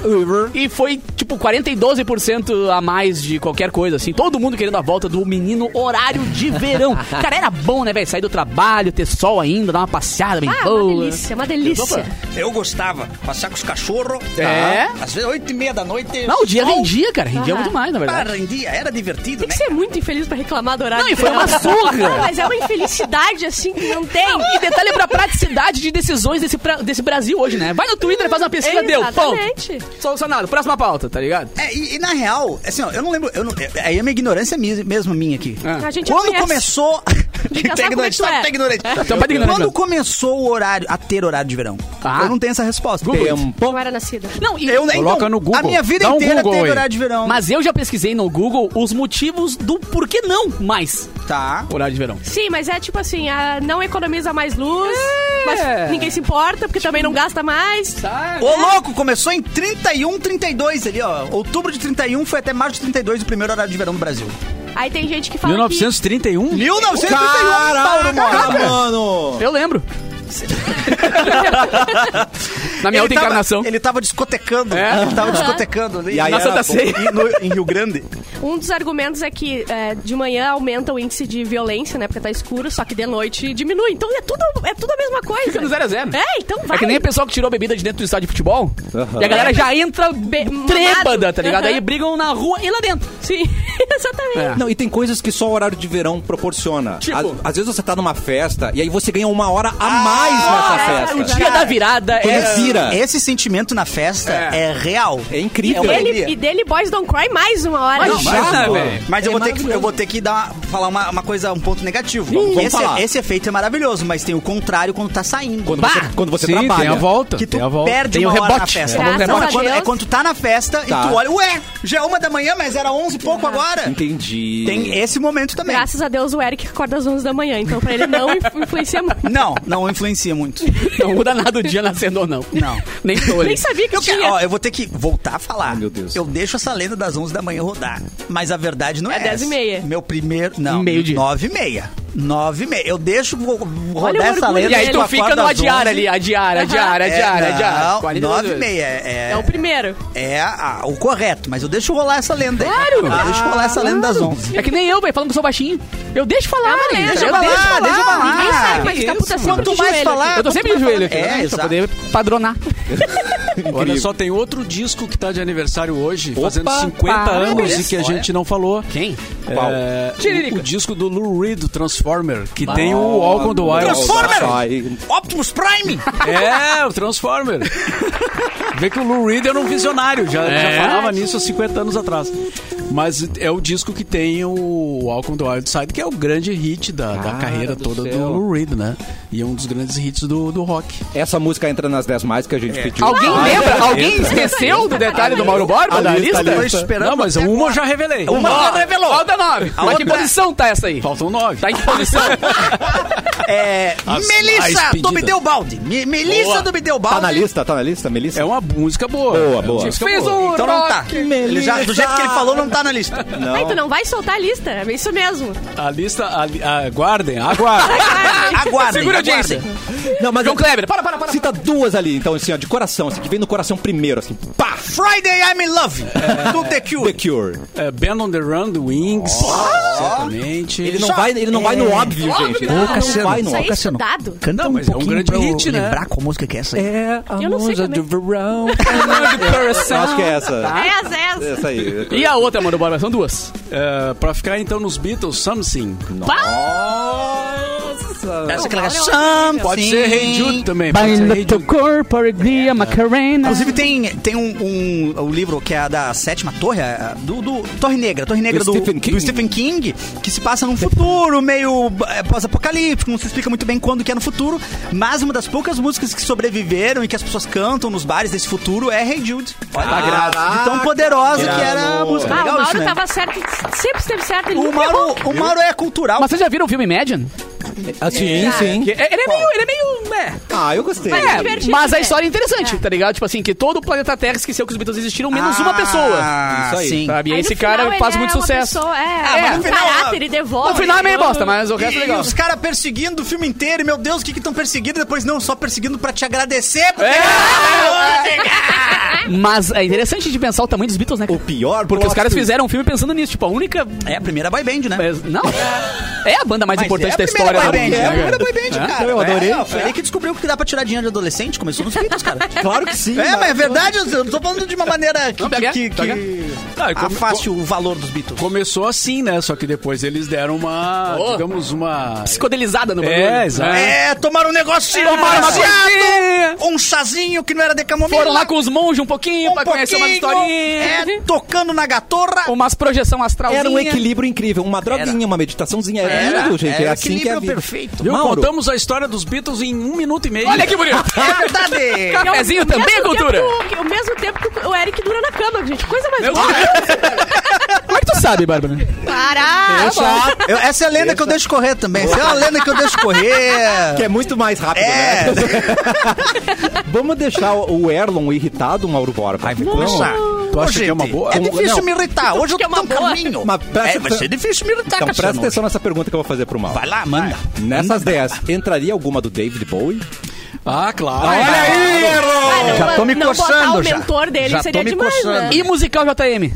[SPEAKER 3] e foi tipo tipo 42% a mais de qualquer coisa, assim. Todo mundo querendo a volta do menino horário de verão. Cara, era bom, né, velho? Sair do trabalho, ter sol ainda, dar uma passeada bem
[SPEAKER 5] Ah,
[SPEAKER 3] boa.
[SPEAKER 5] uma delícia, uma delícia.
[SPEAKER 2] Eu gostava. Passar com os cachorros.
[SPEAKER 3] É?
[SPEAKER 2] tá? Às vezes, oito e meia da noite.
[SPEAKER 3] Não, o dia
[SPEAKER 2] sol.
[SPEAKER 3] rendia, cara. Rendia
[SPEAKER 5] Ah.
[SPEAKER 3] muito mais, na
[SPEAKER 2] Ah,
[SPEAKER 3] verdade.
[SPEAKER 2] rendia. Era divertido,
[SPEAKER 5] Tem
[SPEAKER 2] né?
[SPEAKER 5] que ser muito infeliz pra reclamar do horário.
[SPEAKER 3] Não, e
[SPEAKER 5] de
[SPEAKER 3] foi
[SPEAKER 5] verão.
[SPEAKER 3] uma surra.
[SPEAKER 5] Não, mas é uma infelicidade, assim, que não tem.
[SPEAKER 3] E detalhe pra praticidade de decisões desse, pra- desse Brasil hoje, né? Vai no Twitter, faz uma
[SPEAKER 5] [laughs]
[SPEAKER 3] pesquisa, deu. Ponto.
[SPEAKER 5] Exatamente.
[SPEAKER 3] Solucionado. Próxima pauta, tá ligado?
[SPEAKER 2] É, e, e na real, assim, ó, eu não lembro. Eu não, é- aí a minha ignorância é mi- mesmo minha aqui.
[SPEAKER 3] Ah.
[SPEAKER 5] A gente já
[SPEAKER 2] Quando
[SPEAKER 5] conhece. [laughs]
[SPEAKER 2] começou.
[SPEAKER 5] Já
[SPEAKER 2] tá
[SPEAKER 5] sabe como é que
[SPEAKER 2] ignorante,
[SPEAKER 5] tu
[SPEAKER 2] tá,
[SPEAKER 5] é.
[SPEAKER 2] tá ignorante.
[SPEAKER 3] Então, pode ignorar,
[SPEAKER 2] Quando
[SPEAKER 3] então.
[SPEAKER 2] começou o horário, a ter horário de verão?
[SPEAKER 3] Ah.
[SPEAKER 2] Eu não tenho essa resposta.
[SPEAKER 5] Não era nascida.
[SPEAKER 3] Não, e-
[SPEAKER 2] Eu,
[SPEAKER 4] Coloca
[SPEAKER 2] então,
[SPEAKER 4] no Google.
[SPEAKER 2] A minha vida
[SPEAKER 4] Dá um
[SPEAKER 2] inteira
[SPEAKER 4] Google
[SPEAKER 2] teve
[SPEAKER 4] aí.
[SPEAKER 2] horário de verão.
[SPEAKER 3] Mas eu já pesquisei no Google os motivos do porquê não mais
[SPEAKER 2] Tá.
[SPEAKER 3] horário de verão.
[SPEAKER 5] Sim, mas é tipo assim, a- não economiza mais luz,
[SPEAKER 3] É.
[SPEAKER 5] mas ninguém se importa, porque também não gasta mais.
[SPEAKER 2] Ô, louco, começou em 31, 32 ali, ó. Outubro de 31 foi até março de 32 o primeiro horário de verão do Brasil.
[SPEAKER 5] Aí tem gente que fala
[SPEAKER 4] 1931?
[SPEAKER 2] 1931, Paulo Moura.
[SPEAKER 1] mano!
[SPEAKER 3] Eu lembro. Na minha outra
[SPEAKER 2] tava,
[SPEAKER 3] encarnação.
[SPEAKER 2] Ele tava discotecando. Ele tava discotecando ali.
[SPEAKER 1] E aí
[SPEAKER 3] Na
[SPEAKER 1] era bom.
[SPEAKER 3] Santa Ceia.
[SPEAKER 2] E no- em Rio Grande.
[SPEAKER 5] que um dos argumentos é que é, de manhã aumenta o índice de violência, né, porque tá escuro, só que de noite diminui. Então é tudo, é tudo a mesma coisa.
[SPEAKER 3] Fica no zero a zero.
[SPEAKER 5] É, então vai.
[SPEAKER 3] É que nem o pessoal que tirou bebida de dentro do estádio de futebol.
[SPEAKER 1] Aham.
[SPEAKER 3] E a galera já entra
[SPEAKER 5] Be-
[SPEAKER 3] trêbada,
[SPEAKER 5] mamado.
[SPEAKER 3] tá ligado? Aí
[SPEAKER 5] Aham. É,
[SPEAKER 3] brigam na rua e lá dentro.
[SPEAKER 5] Sim, [laughs] exatamente.
[SPEAKER 3] É.
[SPEAKER 1] Não, e tem coisas que só o horário de verão proporciona.
[SPEAKER 3] Tipo? Ah,
[SPEAKER 1] Às, às vezes você tá numa festa e aí você ganha uma hora a mais
[SPEAKER 5] é,
[SPEAKER 1] nessa
[SPEAKER 3] O
[SPEAKER 1] festa.
[SPEAKER 3] dia da virada
[SPEAKER 2] [laughs]
[SPEAKER 3] é...
[SPEAKER 1] Quando vira.
[SPEAKER 2] Esse sentimento na festa é, real.
[SPEAKER 1] É incrível.
[SPEAKER 5] E dele,
[SPEAKER 2] Maria.
[SPEAKER 5] e dele Boys Don't Cry mais uma hora.
[SPEAKER 3] Mas já,
[SPEAKER 1] Mas,
[SPEAKER 3] né,
[SPEAKER 1] pô,
[SPEAKER 3] velho?
[SPEAKER 2] Mas eu,
[SPEAKER 1] É
[SPEAKER 2] vou ter que,
[SPEAKER 1] maravilhoso.
[SPEAKER 2] eu vou ter que dar, falar uma, uma coisa, um ponto negativo.
[SPEAKER 1] Vamos- vamos
[SPEAKER 2] esse,
[SPEAKER 1] falar.
[SPEAKER 2] esse efeito é maravilhoso, mas tem o contrário quando tá saindo.
[SPEAKER 1] Quando
[SPEAKER 3] Bah!
[SPEAKER 1] você, quando você
[SPEAKER 4] Sim,
[SPEAKER 1] trabalha.
[SPEAKER 4] tem a volta.
[SPEAKER 2] Que tu
[SPEAKER 4] tem a volta.
[SPEAKER 2] perde
[SPEAKER 3] Tem
[SPEAKER 2] uma
[SPEAKER 3] o
[SPEAKER 2] hora na
[SPEAKER 3] rebote.
[SPEAKER 2] festa.
[SPEAKER 5] É, Graças
[SPEAKER 2] Não, é
[SPEAKER 5] a
[SPEAKER 2] quando,
[SPEAKER 5] Deus.
[SPEAKER 2] é quando tu tá na festa
[SPEAKER 1] Tá.
[SPEAKER 2] e tu olha, ué, já é uma da manhã, mas era onze e pouco agora.
[SPEAKER 1] Entendi.
[SPEAKER 2] Tem esse momento também.
[SPEAKER 5] Graças a Deus o Eric acorda às 11 da manhã, então pra ele não influ- influencia muito.
[SPEAKER 2] Não, não influencia
[SPEAKER 5] [laughs]
[SPEAKER 2] muito.
[SPEAKER 3] Não muda nada o dia nascendo ou não.
[SPEAKER 2] Não.
[SPEAKER 3] [laughs] Nem tô
[SPEAKER 5] Nem sabia que
[SPEAKER 2] Eu,
[SPEAKER 5] tinha.
[SPEAKER 2] quero, ó, eu vou ter que voltar a falar.
[SPEAKER 1] Ai, meu Deus.
[SPEAKER 2] Eu deixo essa lenda das 11 da manhã rodar. Mas a verdade não é,
[SPEAKER 5] É 10
[SPEAKER 2] essa.
[SPEAKER 5] e meia.
[SPEAKER 2] Meu primeiro. Não.
[SPEAKER 3] Meio-dia.
[SPEAKER 2] 9 e meia. 9 e meia. Eu deixo ro-
[SPEAKER 5] Olha
[SPEAKER 2] rodar
[SPEAKER 5] o
[SPEAKER 2] essa
[SPEAKER 5] orgulho
[SPEAKER 2] lenda.
[SPEAKER 3] E aí
[SPEAKER 5] Ele
[SPEAKER 3] tu
[SPEAKER 2] acorda
[SPEAKER 3] fica no
[SPEAKER 2] às
[SPEAKER 3] adiar
[SPEAKER 2] 11.
[SPEAKER 3] ali, adiar, adiar,
[SPEAKER 5] Aham.
[SPEAKER 3] adiar,
[SPEAKER 2] É,
[SPEAKER 3] adiar.
[SPEAKER 2] Não,
[SPEAKER 3] 42
[SPEAKER 2] 9 e
[SPEAKER 3] vezes.
[SPEAKER 2] meia. É,
[SPEAKER 5] É o primeiro.
[SPEAKER 2] é a- o correto, mas eu deixo rolar essa lenda. aí.
[SPEAKER 3] Claro.
[SPEAKER 2] Eu deixo rolar essa lenda das 11.
[SPEAKER 3] É que nem eu, velho, falando que sou baixinho. Eu deixo falar,
[SPEAKER 5] mas
[SPEAKER 3] né?
[SPEAKER 5] deixa
[SPEAKER 3] eu
[SPEAKER 5] falar,
[SPEAKER 3] deixo falar.
[SPEAKER 2] deixa falar.
[SPEAKER 3] Ninguém sabe, mas
[SPEAKER 5] Esse
[SPEAKER 3] tá puta
[SPEAKER 5] capuz tá
[SPEAKER 3] sempre
[SPEAKER 5] sempre
[SPEAKER 2] Quanto
[SPEAKER 5] de
[SPEAKER 2] mais
[SPEAKER 5] joelho
[SPEAKER 2] falar,
[SPEAKER 5] aqui.
[SPEAKER 3] Eu tô sempre de joelho aqui,
[SPEAKER 2] É,
[SPEAKER 3] né? Pra
[SPEAKER 2] exato.
[SPEAKER 3] poder padronar.
[SPEAKER 4] Olha só, tem outro disco que tá de aniversário hoje, fazendo 50
[SPEAKER 3] parabéns.
[SPEAKER 4] anos e que a gente não falou.
[SPEAKER 3] Quem?
[SPEAKER 1] Qual?
[SPEAKER 4] É,
[SPEAKER 3] Tiririca.
[SPEAKER 4] o, o disco do Lou Reed, Transformer, que tem o Walk on the Wild.
[SPEAKER 1] Transformer!
[SPEAKER 2] Optimus Prime!
[SPEAKER 4] É, o Transformer. Vê que o Lou Reed era um visionário, já,
[SPEAKER 3] É.
[SPEAKER 4] já falava nisso há 50 anos atrás. Mas é o disco que tem o Welcome to Wild Side, que é o grande hit da, da
[SPEAKER 1] Cara
[SPEAKER 4] carreira
[SPEAKER 1] do
[SPEAKER 4] toda
[SPEAKER 1] céu.
[SPEAKER 4] do Lou Reed, né? E é um dos grandes hits do, do rock. é.
[SPEAKER 1] Essa música entra nas 10 mais que a gente pediu.
[SPEAKER 3] É. Alguém
[SPEAKER 1] Ah,
[SPEAKER 3] lembra?
[SPEAKER 1] entra.
[SPEAKER 3] Alguém esqueceu do detalhe do Mauro Borba da
[SPEAKER 1] A lista,
[SPEAKER 3] lista?
[SPEAKER 1] a
[SPEAKER 2] Tô
[SPEAKER 1] lista.
[SPEAKER 2] esperando.
[SPEAKER 4] Não, mas
[SPEAKER 2] até
[SPEAKER 4] uma eu
[SPEAKER 2] agora.
[SPEAKER 4] já revelei.
[SPEAKER 2] Uma
[SPEAKER 3] Ó,
[SPEAKER 2] ela revelou.
[SPEAKER 3] Falta nove. Mas que
[SPEAKER 2] outra-
[SPEAKER 3] posição tá essa aí?
[SPEAKER 4] Faltam nove.
[SPEAKER 3] Tá em que posição?
[SPEAKER 2] É,
[SPEAKER 4] As mais
[SPEAKER 2] Melissa
[SPEAKER 4] pedida.
[SPEAKER 2] do Bideobaldi. Me, Melissa do Bideobaldi.
[SPEAKER 1] Tá na lista? Tá na lista, Melissa?
[SPEAKER 4] É uma música boa.
[SPEAKER 1] Boa,
[SPEAKER 4] É uma
[SPEAKER 1] boa.
[SPEAKER 4] música
[SPEAKER 3] Fez
[SPEAKER 4] boa.
[SPEAKER 3] um
[SPEAKER 2] Então não tá.
[SPEAKER 3] rock.
[SPEAKER 2] Ele já, do jeito que ele falou, não tá na lista.
[SPEAKER 1] Não.
[SPEAKER 3] né?
[SPEAKER 5] Ai, tu não vai soltar a lista, é isso mesmo. Tá
[SPEAKER 4] A lista, a, li- aguardem, aguardem.
[SPEAKER 5] né?
[SPEAKER 2] Aguardem.
[SPEAKER 3] Segura a audiência.
[SPEAKER 2] aguardem.
[SPEAKER 1] Não, mas
[SPEAKER 3] João Kleber, para, para, para.
[SPEAKER 1] Cita duas ali, então, assim, ó, de coração, assim, que vem no coração primeiro, assim.
[SPEAKER 2] Pá, Friday I'm in Love,
[SPEAKER 1] É.
[SPEAKER 2] do The Cure.
[SPEAKER 1] The Cure.
[SPEAKER 4] É, Band on the Run, do Wings, certamente.
[SPEAKER 1] Ele não, vai, ele não vai no óbvio, gente. Ele
[SPEAKER 2] Ah,
[SPEAKER 1] não vai no
[SPEAKER 5] Isso aí
[SPEAKER 1] óbvio.
[SPEAKER 5] é estudado.
[SPEAKER 2] Canta
[SPEAKER 4] Não, mas é um grande hit, né?
[SPEAKER 2] qual música que é essa aí.
[SPEAKER 4] É,
[SPEAKER 5] Eu não sei
[SPEAKER 4] amor de
[SPEAKER 5] também.
[SPEAKER 3] [laughs]
[SPEAKER 4] verão.
[SPEAKER 1] Eu acho que é essa.
[SPEAKER 5] É, às vezes.
[SPEAKER 1] Essa aí.
[SPEAKER 3] E a outra, Mauro Borba? São duas.
[SPEAKER 4] É, pra ficar então nos Beatles, Something.
[SPEAKER 2] Essa que ela é
[SPEAKER 5] Olha,
[SPEAKER 2] Something.
[SPEAKER 4] Pode ser Hey Jude também. Pode ser hey Jude.
[SPEAKER 3] corpo, alegria, macarena.
[SPEAKER 2] Inclusive tem, tem um, um, um livro que é a da Sétima Torre, a- do, do- Torre Negra, Torre Negra
[SPEAKER 1] Do
[SPEAKER 2] do,
[SPEAKER 1] Stephen King.
[SPEAKER 2] do Stephen King, que se passa num futuro meio é, pós-apocalíptico, não se explica muito bem quando que é no futuro, mas uma das poucas músicas que sobreviveram e que as pessoas cantam nos bares desse futuro é Hey Jude. Olha, de tão poderosa que era a música. É, tá
[SPEAKER 5] Ah, o
[SPEAKER 2] Legal
[SPEAKER 5] Mauro
[SPEAKER 2] isso, né?
[SPEAKER 5] tava certo, sempre esteve certo, ele
[SPEAKER 2] O
[SPEAKER 5] nunca errou.
[SPEAKER 2] Mauro, o Mauro é cultural.
[SPEAKER 3] Mas vocês já viram o filme Imagine?
[SPEAKER 7] Ah, sim, sim.
[SPEAKER 3] Que- é- Ele é meio. Ele é meio. É.
[SPEAKER 1] Ah, eu gostei.
[SPEAKER 5] Mas é
[SPEAKER 3] É,
[SPEAKER 5] divertido,
[SPEAKER 3] mas a
[SPEAKER 5] né?
[SPEAKER 3] história é Ah. interessante, tá ligado? Tipo assim, que todo o planeta Terra esqueceu que os Beatles existiram, menos uma pessoa.
[SPEAKER 2] Isso aí. Sim.
[SPEAKER 3] Sabe? E
[SPEAKER 5] Aí no
[SPEAKER 3] esse
[SPEAKER 5] final
[SPEAKER 3] cara
[SPEAKER 5] ele
[SPEAKER 3] faz
[SPEAKER 5] é
[SPEAKER 3] muito
[SPEAKER 5] uma
[SPEAKER 3] sucesso.
[SPEAKER 5] pessoa- é,
[SPEAKER 3] Ah, mas
[SPEAKER 5] um
[SPEAKER 3] no
[SPEAKER 2] final-
[SPEAKER 5] caráter, ele devolve.
[SPEAKER 3] No final é meio
[SPEAKER 5] ele-
[SPEAKER 3] bosta, mas o resto é
[SPEAKER 2] E, e
[SPEAKER 3] legal.
[SPEAKER 2] os caras perseguindo o filme inteiro, e meu Deus, o que que estão perseguindo? Depois não, só perseguindo pra te agradecer. Porque...
[SPEAKER 3] Mas é interessante de pensar o tamanho dos Beatles, né? cara?
[SPEAKER 1] O pior
[SPEAKER 3] Porque os
[SPEAKER 1] plot
[SPEAKER 3] caras
[SPEAKER 1] twist.
[SPEAKER 3] fizeram um filme pensando nisso. Tipo, a única.
[SPEAKER 2] É a primeira boy band, né?
[SPEAKER 3] mas- Não. É a banda mais
[SPEAKER 2] Mas
[SPEAKER 3] importante
[SPEAKER 2] é a
[SPEAKER 3] da
[SPEAKER 2] primeira
[SPEAKER 3] história da
[SPEAKER 2] boy
[SPEAKER 3] música,
[SPEAKER 2] band, É a
[SPEAKER 3] né,
[SPEAKER 2] primeira
[SPEAKER 3] cara?
[SPEAKER 2] boy band, cara.
[SPEAKER 1] Eu adorei.
[SPEAKER 2] É, foi ele que descobriu que dá pra tirar dinheiro de adolescente, começou nos
[SPEAKER 3] [laughs]
[SPEAKER 2] Beatles, cara.
[SPEAKER 1] Claro que sim.
[SPEAKER 2] É, mas é verdade, eu eu tô falando de uma maneira que,
[SPEAKER 3] Não, pega,
[SPEAKER 2] que, que
[SPEAKER 3] pega.
[SPEAKER 4] Ah, e come-
[SPEAKER 2] afaste o valor dos Beatles.
[SPEAKER 4] Começou assim, né? Só que depois eles deram uma,
[SPEAKER 3] Oh.
[SPEAKER 4] digamos, uma...
[SPEAKER 3] Psicodelizada no bagulho.
[SPEAKER 4] É, exato.
[SPEAKER 2] É, tomaram um negócio
[SPEAKER 3] Tomaram uma coisinha.
[SPEAKER 2] um chazinho que não era de camomila.
[SPEAKER 3] Foram lá com os monges um pouquinho
[SPEAKER 2] um
[SPEAKER 3] pra conhecer umas
[SPEAKER 2] pouquinho,
[SPEAKER 3] historinhas.
[SPEAKER 2] é, tocando na gatorra.
[SPEAKER 3] Umas projeção astralzinha.
[SPEAKER 1] Era um equilíbrio incrível. Uma droguinha, uma meditaçãozinha. Era,
[SPEAKER 2] Era,
[SPEAKER 1] lindo, gente.
[SPEAKER 2] era
[SPEAKER 1] é
[SPEAKER 2] o
[SPEAKER 1] assim que é a
[SPEAKER 2] equilíbrio
[SPEAKER 1] vida.
[SPEAKER 2] perfeito.
[SPEAKER 4] Viu?
[SPEAKER 1] Mauro,
[SPEAKER 4] Contamos a história dos Beatles em um minuto e meio.
[SPEAKER 3] Olha que bonito.
[SPEAKER 2] É
[SPEAKER 3] [laughs]
[SPEAKER 2] verdade.
[SPEAKER 5] um
[SPEAKER 3] Cafezinho também é
[SPEAKER 5] Mesmo
[SPEAKER 3] cultura.
[SPEAKER 5] tempo que- Ao mesmo tempo que o Eric dura na cama, gente. Coisa mais
[SPEAKER 3] Meu
[SPEAKER 5] boa.
[SPEAKER 3] Como é que tu sabe, Bárbara?
[SPEAKER 6] Para!
[SPEAKER 2] Eu- essa é a lenda que eu deixo correr também. Essa é uma lenda que eu deixo correr.
[SPEAKER 1] que é muito mais rápido,
[SPEAKER 2] É.
[SPEAKER 1] né? [laughs] Vamos deixar o Erlon irritado, Mauro Borba. Então, Vai,
[SPEAKER 2] Poxa.
[SPEAKER 4] Tu acha que é uma
[SPEAKER 2] gente,
[SPEAKER 4] boa?
[SPEAKER 2] É difícil
[SPEAKER 1] Não.
[SPEAKER 2] me irritar. Hoje eu
[SPEAKER 5] Que é
[SPEAKER 2] tô
[SPEAKER 5] uma
[SPEAKER 2] num
[SPEAKER 5] boa.
[SPEAKER 2] caminho.
[SPEAKER 1] Mas presta
[SPEAKER 2] é, vai ser
[SPEAKER 1] atenção.
[SPEAKER 2] difícil me irritar,
[SPEAKER 1] Então
[SPEAKER 2] Cassiano.
[SPEAKER 1] presta atenção nessa pergunta que eu vou fazer pro Mauro.
[SPEAKER 2] Vai lá, manda.
[SPEAKER 1] Nessas 10, entraria alguma do David Bowie?
[SPEAKER 4] Ah, claro.
[SPEAKER 2] aí,
[SPEAKER 5] Ah, não,
[SPEAKER 2] Já tô me
[SPEAKER 5] não botar o
[SPEAKER 2] coçando já.
[SPEAKER 5] mentor dele
[SPEAKER 2] Já
[SPEAKER 5] seria
[SPEAKER 2] tô me
[SPEAKER 5] demais,
[SPEAKER 2] coçando.
[SPEAKER 5] né?
[SPEAKER 3] E musical JM?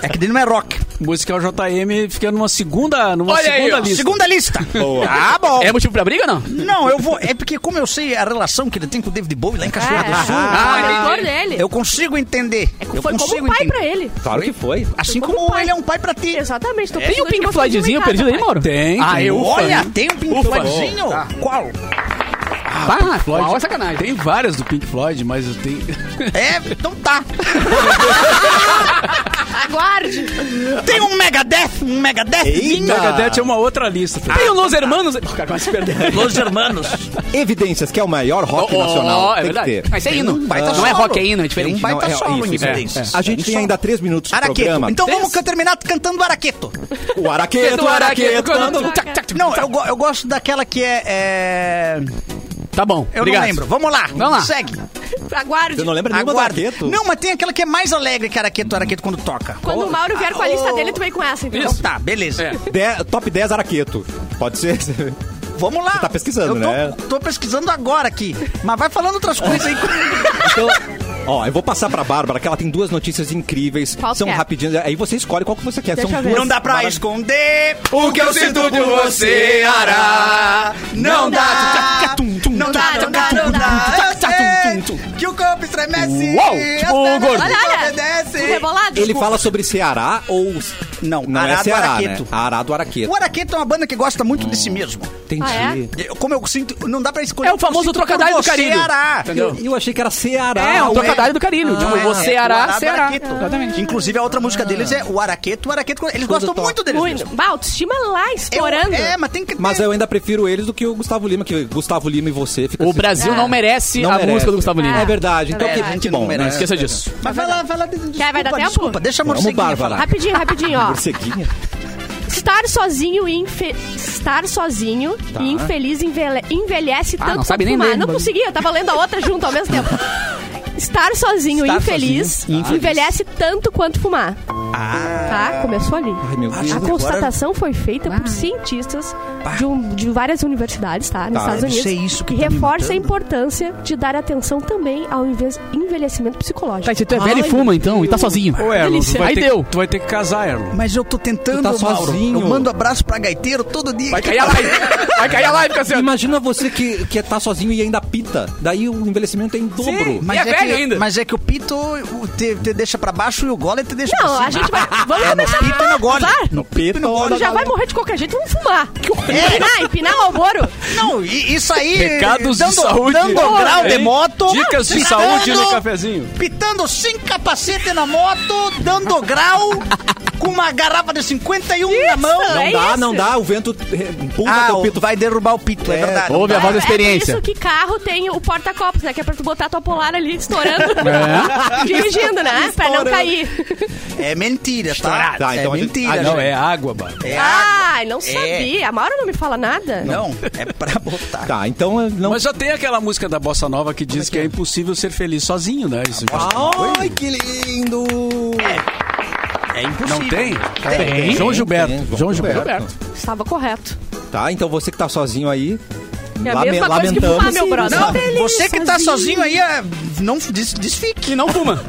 [SPEAKER 2] É que dele não é rock.
[SPEAKER 4] Musical JM fica numa segunda, numa
[SPEAKER 3] Olha aí,
[SPEAKER 4] segunda
[SPEAKER 3] ó.
[SPEAKER 4] lista.
[SPEAKER 2] Segunda lista.
[SPEAKER 1] Boa.
[SPEAKER 2] Ah, bom.
[SPEAKER 3] É motivo pra briga ou não?
[SPEAKER 2] Não, eu vou. É porque, como eu sei a relação que ele tem com o David Bowie lá em Cachoeira do Sul,
[SPEAKER 3] Ah,
[SPEAKER 5] Ah, é. O mentor dele.
[SPEAKER 2] eu consigo entender. eu
[SPEAKER 5] Foi
[SPEAKER 2] consigo
[SPEAKER 5] como um pai
[SPEAKER 2] entender.
[SPEAKER 5] pra ele.
[SPEAKER 1] Claro que foi.
[SPEAKER 2] Assim
[SPEAKER 5] Foi como
[SPEAKER 2] como,
[SPEAKER 5] um pai.
[SPEAKER 2] ele é um pai pra ti.
[SPEAKER 5] Exatamente. Tô
[SPEAKER 3] Tem É, o
[SPEAKER 5] precisando de
[SPEAKER 3] Pink
[SPEAKER 5] uma coisa
[SPEAKER 3] Floydzinho
[SPEAKER 5] complicada,
[SPEAKER 3] perdido aí,
[SPEAKER 5] pai.
[SPEAKER 3] Mauro?
[SPEAKER 4] Tem.
[SPEAKER 3] Ah,
[SPEAKER 4] tem.
[SPEAKER 3] eu- Ufa,
[SPEAKER 2] Olha,
[SPEAKER 3] né?
[SPEAKER 2] tem um Pink
[SPEAKER 3] Ufa.
[SPEAKER 2] Floydzinho? Qual?
[SPEAKER 3] Bah,
[SPEAKER 4] Floyd.
[SPEAKER 3] qual é sacanagem.
[SPEAKER 4] Tem várias do Pink Floyd, mas eu tenho.
[SPEAKER 3] Ah.
[SPEAKER 2] É, então tá.
[SPEAKER 5] Aguarde.
[SPEAKER 2] Tem um Megadeth, um Megadethzinho.
[SPEAKER 4] Megadeth é uma outra lista. Ah, Fê.
[SPEAKER 3] Tem o Los Hermanos. Pô, cara, quase perdeu.
[SPEAKER 2] Los Hermanos.
[SPEAKER 1] Evidências, que é o maior rock
[SPEAKER 3] Oh,
[SPEAKER 1] nacional.
[SPEAKER 3] é
[SPEAKER 1] tem que
[SPEAKER 3] verdade.
[SPEAKER 1] ter.
[SPEAKER 3] Mas isso é hino.
[SPEAKER 2] Um baita
[SPEAKER 3] não
[SPEAKER 2] solo.
[SPEAKER 3] é rock, é hino, é
[SPEAKER 2] Tem
[SPEAKER 3] diferente.
[SPEAKER 2] um baita
[SPEAKER 1] Não, é-
[SPEAKER 2] solo em
[SPEAKER 1] isso, é.
[SPEAKER 2] evidências.
[SPEAKER 1] A gente tem ainda 3 minutos de
[SPEAKER 2] Araqueto.
[SPEAKER 1] programa.
[SPEAKER 2] Então vamos can- terminar cantando Araqueto.
[SPEAKER 1] O Araqueto, o Araqueto.
[SPEAKER 3] é Quando- Tchac, tchac.
[SPEAKER 2] Não, eu, go- eu gosto daquela que é. é...
[SPEAKER 3] Tá bom.
[SPEAKER 2] Eu
[SPEAKER 3] obrigado.
[SPEAKER 2] não lembro. Vamos lá.
[SPEAKER 3] Vamos lá.
[SPEAKER 2] Segue.
[SPEAKER 5] Aguarde.
[SPEAKER 1] Você não lembra nenhuma do
[SPEAKER 2] Aguarda.
[SPEAKER 1] Araqueto?
[SPEAKER 2] Não, mas tem aquela que é mais alegre que Araqueto, Araqueto quando toca.
[SPEAKER 5] Quando o Mauro vier com a lista dele, tu vem com essa, então.
[SPEAKER 2] Então tá, beleza.
[SPEAKER 3] É.
[SPEAKER 1] De- top 10 Araqueto. Pode ser?
[SPEAKER 2] Vamos lá. Você
[SPEAKER 1] tá pesquisando,
[SPEAKER 2] eu tô,
[SPEAKER 1] né?
[SPEAKER 2] Tô pesquisando agora aqui. Mas vai falando outras coisas aí.
[SPEAKER 1] Então, ó, eu vou passar pra Bárbara, que ela tem duas notícias incríveis.
[SPEAKER 5] Qual que
[SPEAKER 1] são
[SPEAKER 5] é?
[SPEAKER 1] rapidinhas. Aí você escolhe qual que você quer.
[SPEAKER 5] Deixa
[SPEAKER 1] são
[SPEAKER 5] eu ver.
[SPEAKER 1] duas.
[SPEAKER 2] Não dá pra
[SPEAKER 1] Mara-
[SPEAKER 2] esconder.
[SPEAKER 1] O que eu sinto por você, Ará.
[SPEAKER 2] Não
[SPEAKER 5] dá.
[SPEAKER 2] Não dá, não dá, não dá. Eu sei Que o corpo estremece.
[SPEAKER 1] Uau,
[SPEAKER 2] as
[SPEAKER 1] tipo o
[SPEAKER 2] pernas
[SPEAKER 1] gordo.
[SPEAKER 5] Olha, olha.
[SPEAKER 2] obedecem.
[SPEAKER 5] O rebolado.
[SPEAKER 1] Ele fala sobre Ceará ou.
[SPEAKER 2] Não,
[SPEAKER 1] não
[SPEAKER 2] Ará
[SPEAKER 1] é
[SPEAKER 2] do
[SPEAKER 1] Ceará, né?
[SPEAKER 2] Araqueto.
[SPEAKER 1] Ará do Araqueto.
[SPEAKER 2] O Araqueto é uma banda que gosta muito de si mesmo.
[SPEAKER 1] Entendi.
[SPEAKER 5] Ah, é?
[SPEAKER 2] Eu- Como eu sinto, não dá pra escolher.
[SPEAKER 3] É o famoso
[SPEAKER 2] Eu sinto por
[SPEAKER 3] trocadilho do
[SPEAKER 2] você,
[SPEAKER 3] Carilho.
[SPEAKER 2] Ará.
[SPEAKER 3] Entendeu?
[SPEAKER 1] Eu achei que era Ceará.
[SPEAKER 3] É, um
[SPEAKER 1] Ué.
[SPEAKER 3] trocadilho do carinho.
[SPEAKER 2] Ah,
[SPEAKER 3] tipo,
[SPEAKER 2] é,
[SPEAKER 3] você,
[SPEAKER 2] é, o
[SPEAKER 3] Ará,
[SPEAKER 2] do
[SPEAKER 3] Ceará.
[SPEAKER 2] Araqueto. Inclusive, a outra música deles é o Araqueto, o Araqueto. Eles gostam
[SPEAKER 1] toca.
[SPEAKER 2] muito deles.
[SPEAKER 5] Muito.
[SPEAKER 2] mesmo.
[SPEAKER 5] Bah, autoestima lá,
[SPEAKER 2] Eu-
[SPEAKER 5] estourando.
[SPEAKER 2] É, mas tem que ter.
[SPEAKER 1] Mas eu ainda prefiro eles do que o Gustavo Lima, que Gustavo Lima e você fica
[SPEAKER 3] O
[SPEAKER 1] assim,
[SPEAKER 3] Brasil
[SPEAKER 5] É.
[SPEAKER 3] não merece
[SPEAKER 1] não
[SPEAKER 3] a
[SPEAKER 1] merece.
[SPEAKER 3] música do Gustavo Lima.
[SPEAKER 1] É verdade. Então,
[SPEAKER 5] É
[SPEAKER 1] que-
[SPEAKER 5] verdade,
[SPEAKER 1] que bom,
[SPEAKER 2] não
[SPEAKER 1] né?
[SPEAKER 2] merece.
[SPEAKER 3] Esqueça disso.
[SPEAKER 2] Mas vai lá, vai lá. Desculpa,
[SPEAKER 5] Quer, vai dar tempo?
[SPEAKER 2] desculpa. Deixa a
[SPEAKER 1] Vamos,
[SPEAKER 2] morceguinha
[SPEAKER 1] Bárbara.
[SPEAKER 2] falar.
[SPEAKER 5] Rapidinho, rapidinho, ó.
[SPEAKER 1] Morceguinha.
[SPEAKER 5] Estar sozinho e infe- estar sozinho e infeliz envelhe- envelhece
[SPEAKER 3] Ah,
[SPEAKER 5] tanto
[SPEAKER 3] não sabe
[SPEAKER 5] quanto
[SPEAKER 3] nem
[SPEAKER 5] fumar.
[SPEAKER 3] ler,
[SPEAKER 5] Não
[SPEAKER 3] mano.
[SPEAKER 5] consegui, eu tava lendo a outra junto ao mesmo tempo. Estar sozinho e
[SPEAKER 3] Estar
[SPEAKER 5] infeliz
[SPEAKER 3] sozinho e infeliz.
[SPEAKER 5] envelhece tanto quanto fumar. Tá? Começou ali.
[SPEAKER 1] Ai, meu Deus.
[SPEAKER 5] a
[SPEAKER 1] Agora-
[SPEAKER 5] constatação foi feita por cientistas de, um- de várias universidades, tá? Nos
[SPEAKER 1] Tá,
[SPEAKER 5] Estados
[SPEAKER 1] deve
[SPEAKER 5] Unidos.
[SPEAKER 2] ser isso que
[SPEAKER 5] e
[SPEAKER 2] tá me
[SPEAKER 5] reforça a
[SPEAKER 2] matando.
[SPEAKER 5] importância de dar atenção também ao enve- envelhecimento psicológico.
[SPEAKER 3] Tá, se tu é velho e fuma, então, e tá sozinho.
[SPEAKER 4] Ô, Erlon, tu
[SPEAKER 3] Delícia.
[SPEAKER 4] vai,
[SPEAKER 3] Aí
[SPEAKER 4] ter,
[SPEAKER 3] deu.
[SPEAKER 4] tu vai ter que casar, Erlon.
[SPEAKER 2] Mas eu tô tentando,
[SPEAKER 1] Tu tá
[SPEAKER 2] Mauro.
[SPEAKER 1] sozinho.
[SPEAKER 2] Eu mando abraço pra gaiteiro todo dia.
[SPEAKER 3] Vai cair a live. Vai cair a live,
[SPEAKER 4] Hum.
[SPEAKER 3] Cassiano.
[SPEAKER 1] Imagina você que, que tá sozinho e ainda pita. Daí o envelhecimento é em dobro.
[SPEAKER 3] Mas- E é
[SPEAKER 2] que,
[SPEAKER 3] velho ainda.
[SPEAKER 2] Mas é que o pito o- te, te deixa pra baixo e o gole te deixa pra
[SPEAKER 5] Não,
[SPEAKER 2] cima.
[SPEAKER 5] a gente vai.
[SPEAKER 2] [laughs]
[SPEAKER 5] Vamos
[SPEAKER 2] É no
[SPEAKER 5] começar
[SPEAKER 2] pito e no gole.
[SPEAKER 5] Azar.
[SPEAKER 1] No pito,
[SPEAKER 5] Tu já vai morrer de qualquer jeito, vamos fumar. [laughs] Empinar, empinar o alboro.
[SPEAKER 2] Não, e- isso aí...
[SPEAKER 4] Pecados de
[SPEAKER 2] dando,
[SPEAKER 4] saúde.
[SPEAKER 2] Dando um grau de
[SPEAKER 4] Hein?
[SPEAKER 2] moto.
[SPEAKER 4] Dicas de
[SPEAKER 2] pitando-
[SPEAKER 4] saúde no cafezinho.
[SPEAKER 2] Pitando sem capacete na moto, dando
[SPEAKER 5] [laughs]
[SPEAKER 2] grau, com uma garrafa de 51 na mão.
[SPEAKER 5] Não
[SPEAKER 1] Não
[SPEAKER 5] é
[SPEAKER 1] dá,
[SPEAKER 5] isso.
[SPEAKER 1] não dá. O vento re- empurra
[SPEAKER 2] Ah,
[SPEAKER 1] teu
[SPEAKER 2] o
[SPEAKER 1] é pito.
[SPEAKER 2] pito vai derrubar o pito, é, verdade.
[SPEAKER 3] Ouve a
[SPEAKER 5] É,
[SPEAKER 3] voz da
[SPEAKER 5] é
[SPEAKER 3] experiência.
[SPEAKER 5] por isso que carro tem o porta-copos, né? Que é pra tu botar a tua polar ali estourando. [laughs] Dirigindo, né? Pra não cair.
[SPEAKER 2] É mentira, tá?
[SPEAKER 1] Tá, então
[SPEAKER 2] é
[SPEAKER 1] a gente-
[SPEAKER 2] mentira.
[SPEAKER 1] ah,
[SPEAKER 3] Então-
[SPEAKER 4] Não, é água, mano.
[SPEAKER 2] É água.
[SPEAKER 5] Ah, não sabia. A Mauro não me fala nada?
[SPEAKER 2] Não, é pra botar.
[SPEAKER 1] Tá, então eu não.
[SPEAKER 4] Mas já tem aquela música da Bossa Nova que diz que é impossível ser feliz sozinho, né? Isso já-
[SPEAKER 3] Ah,
[SPEAKER 1] Ai, que lindo!
[SPEAKER 2] É impossível.
[SPEAKER 4] Não tem? Tem. João Gilberto.
[SPEAKER 1] Tem, João
[SPEAKER 4] João Gilberto.
[SPEAKER 1] Gilberto.
[SPEAKER 5] Estava correto.
[SPEAKER 1] Tá, então você que tá sozinho aí.
[SPEAKER 5] É a mesma coisa que
[SPEAKER 1] lamentamos.
[SPEAKER 5] fumar, meu brother.
[SPEAKER 2] Não,
[SPEAKER 5] Feliz
[SPEAKER 2] você que tá sozinho aí, é, não des, desfique. Não fuma.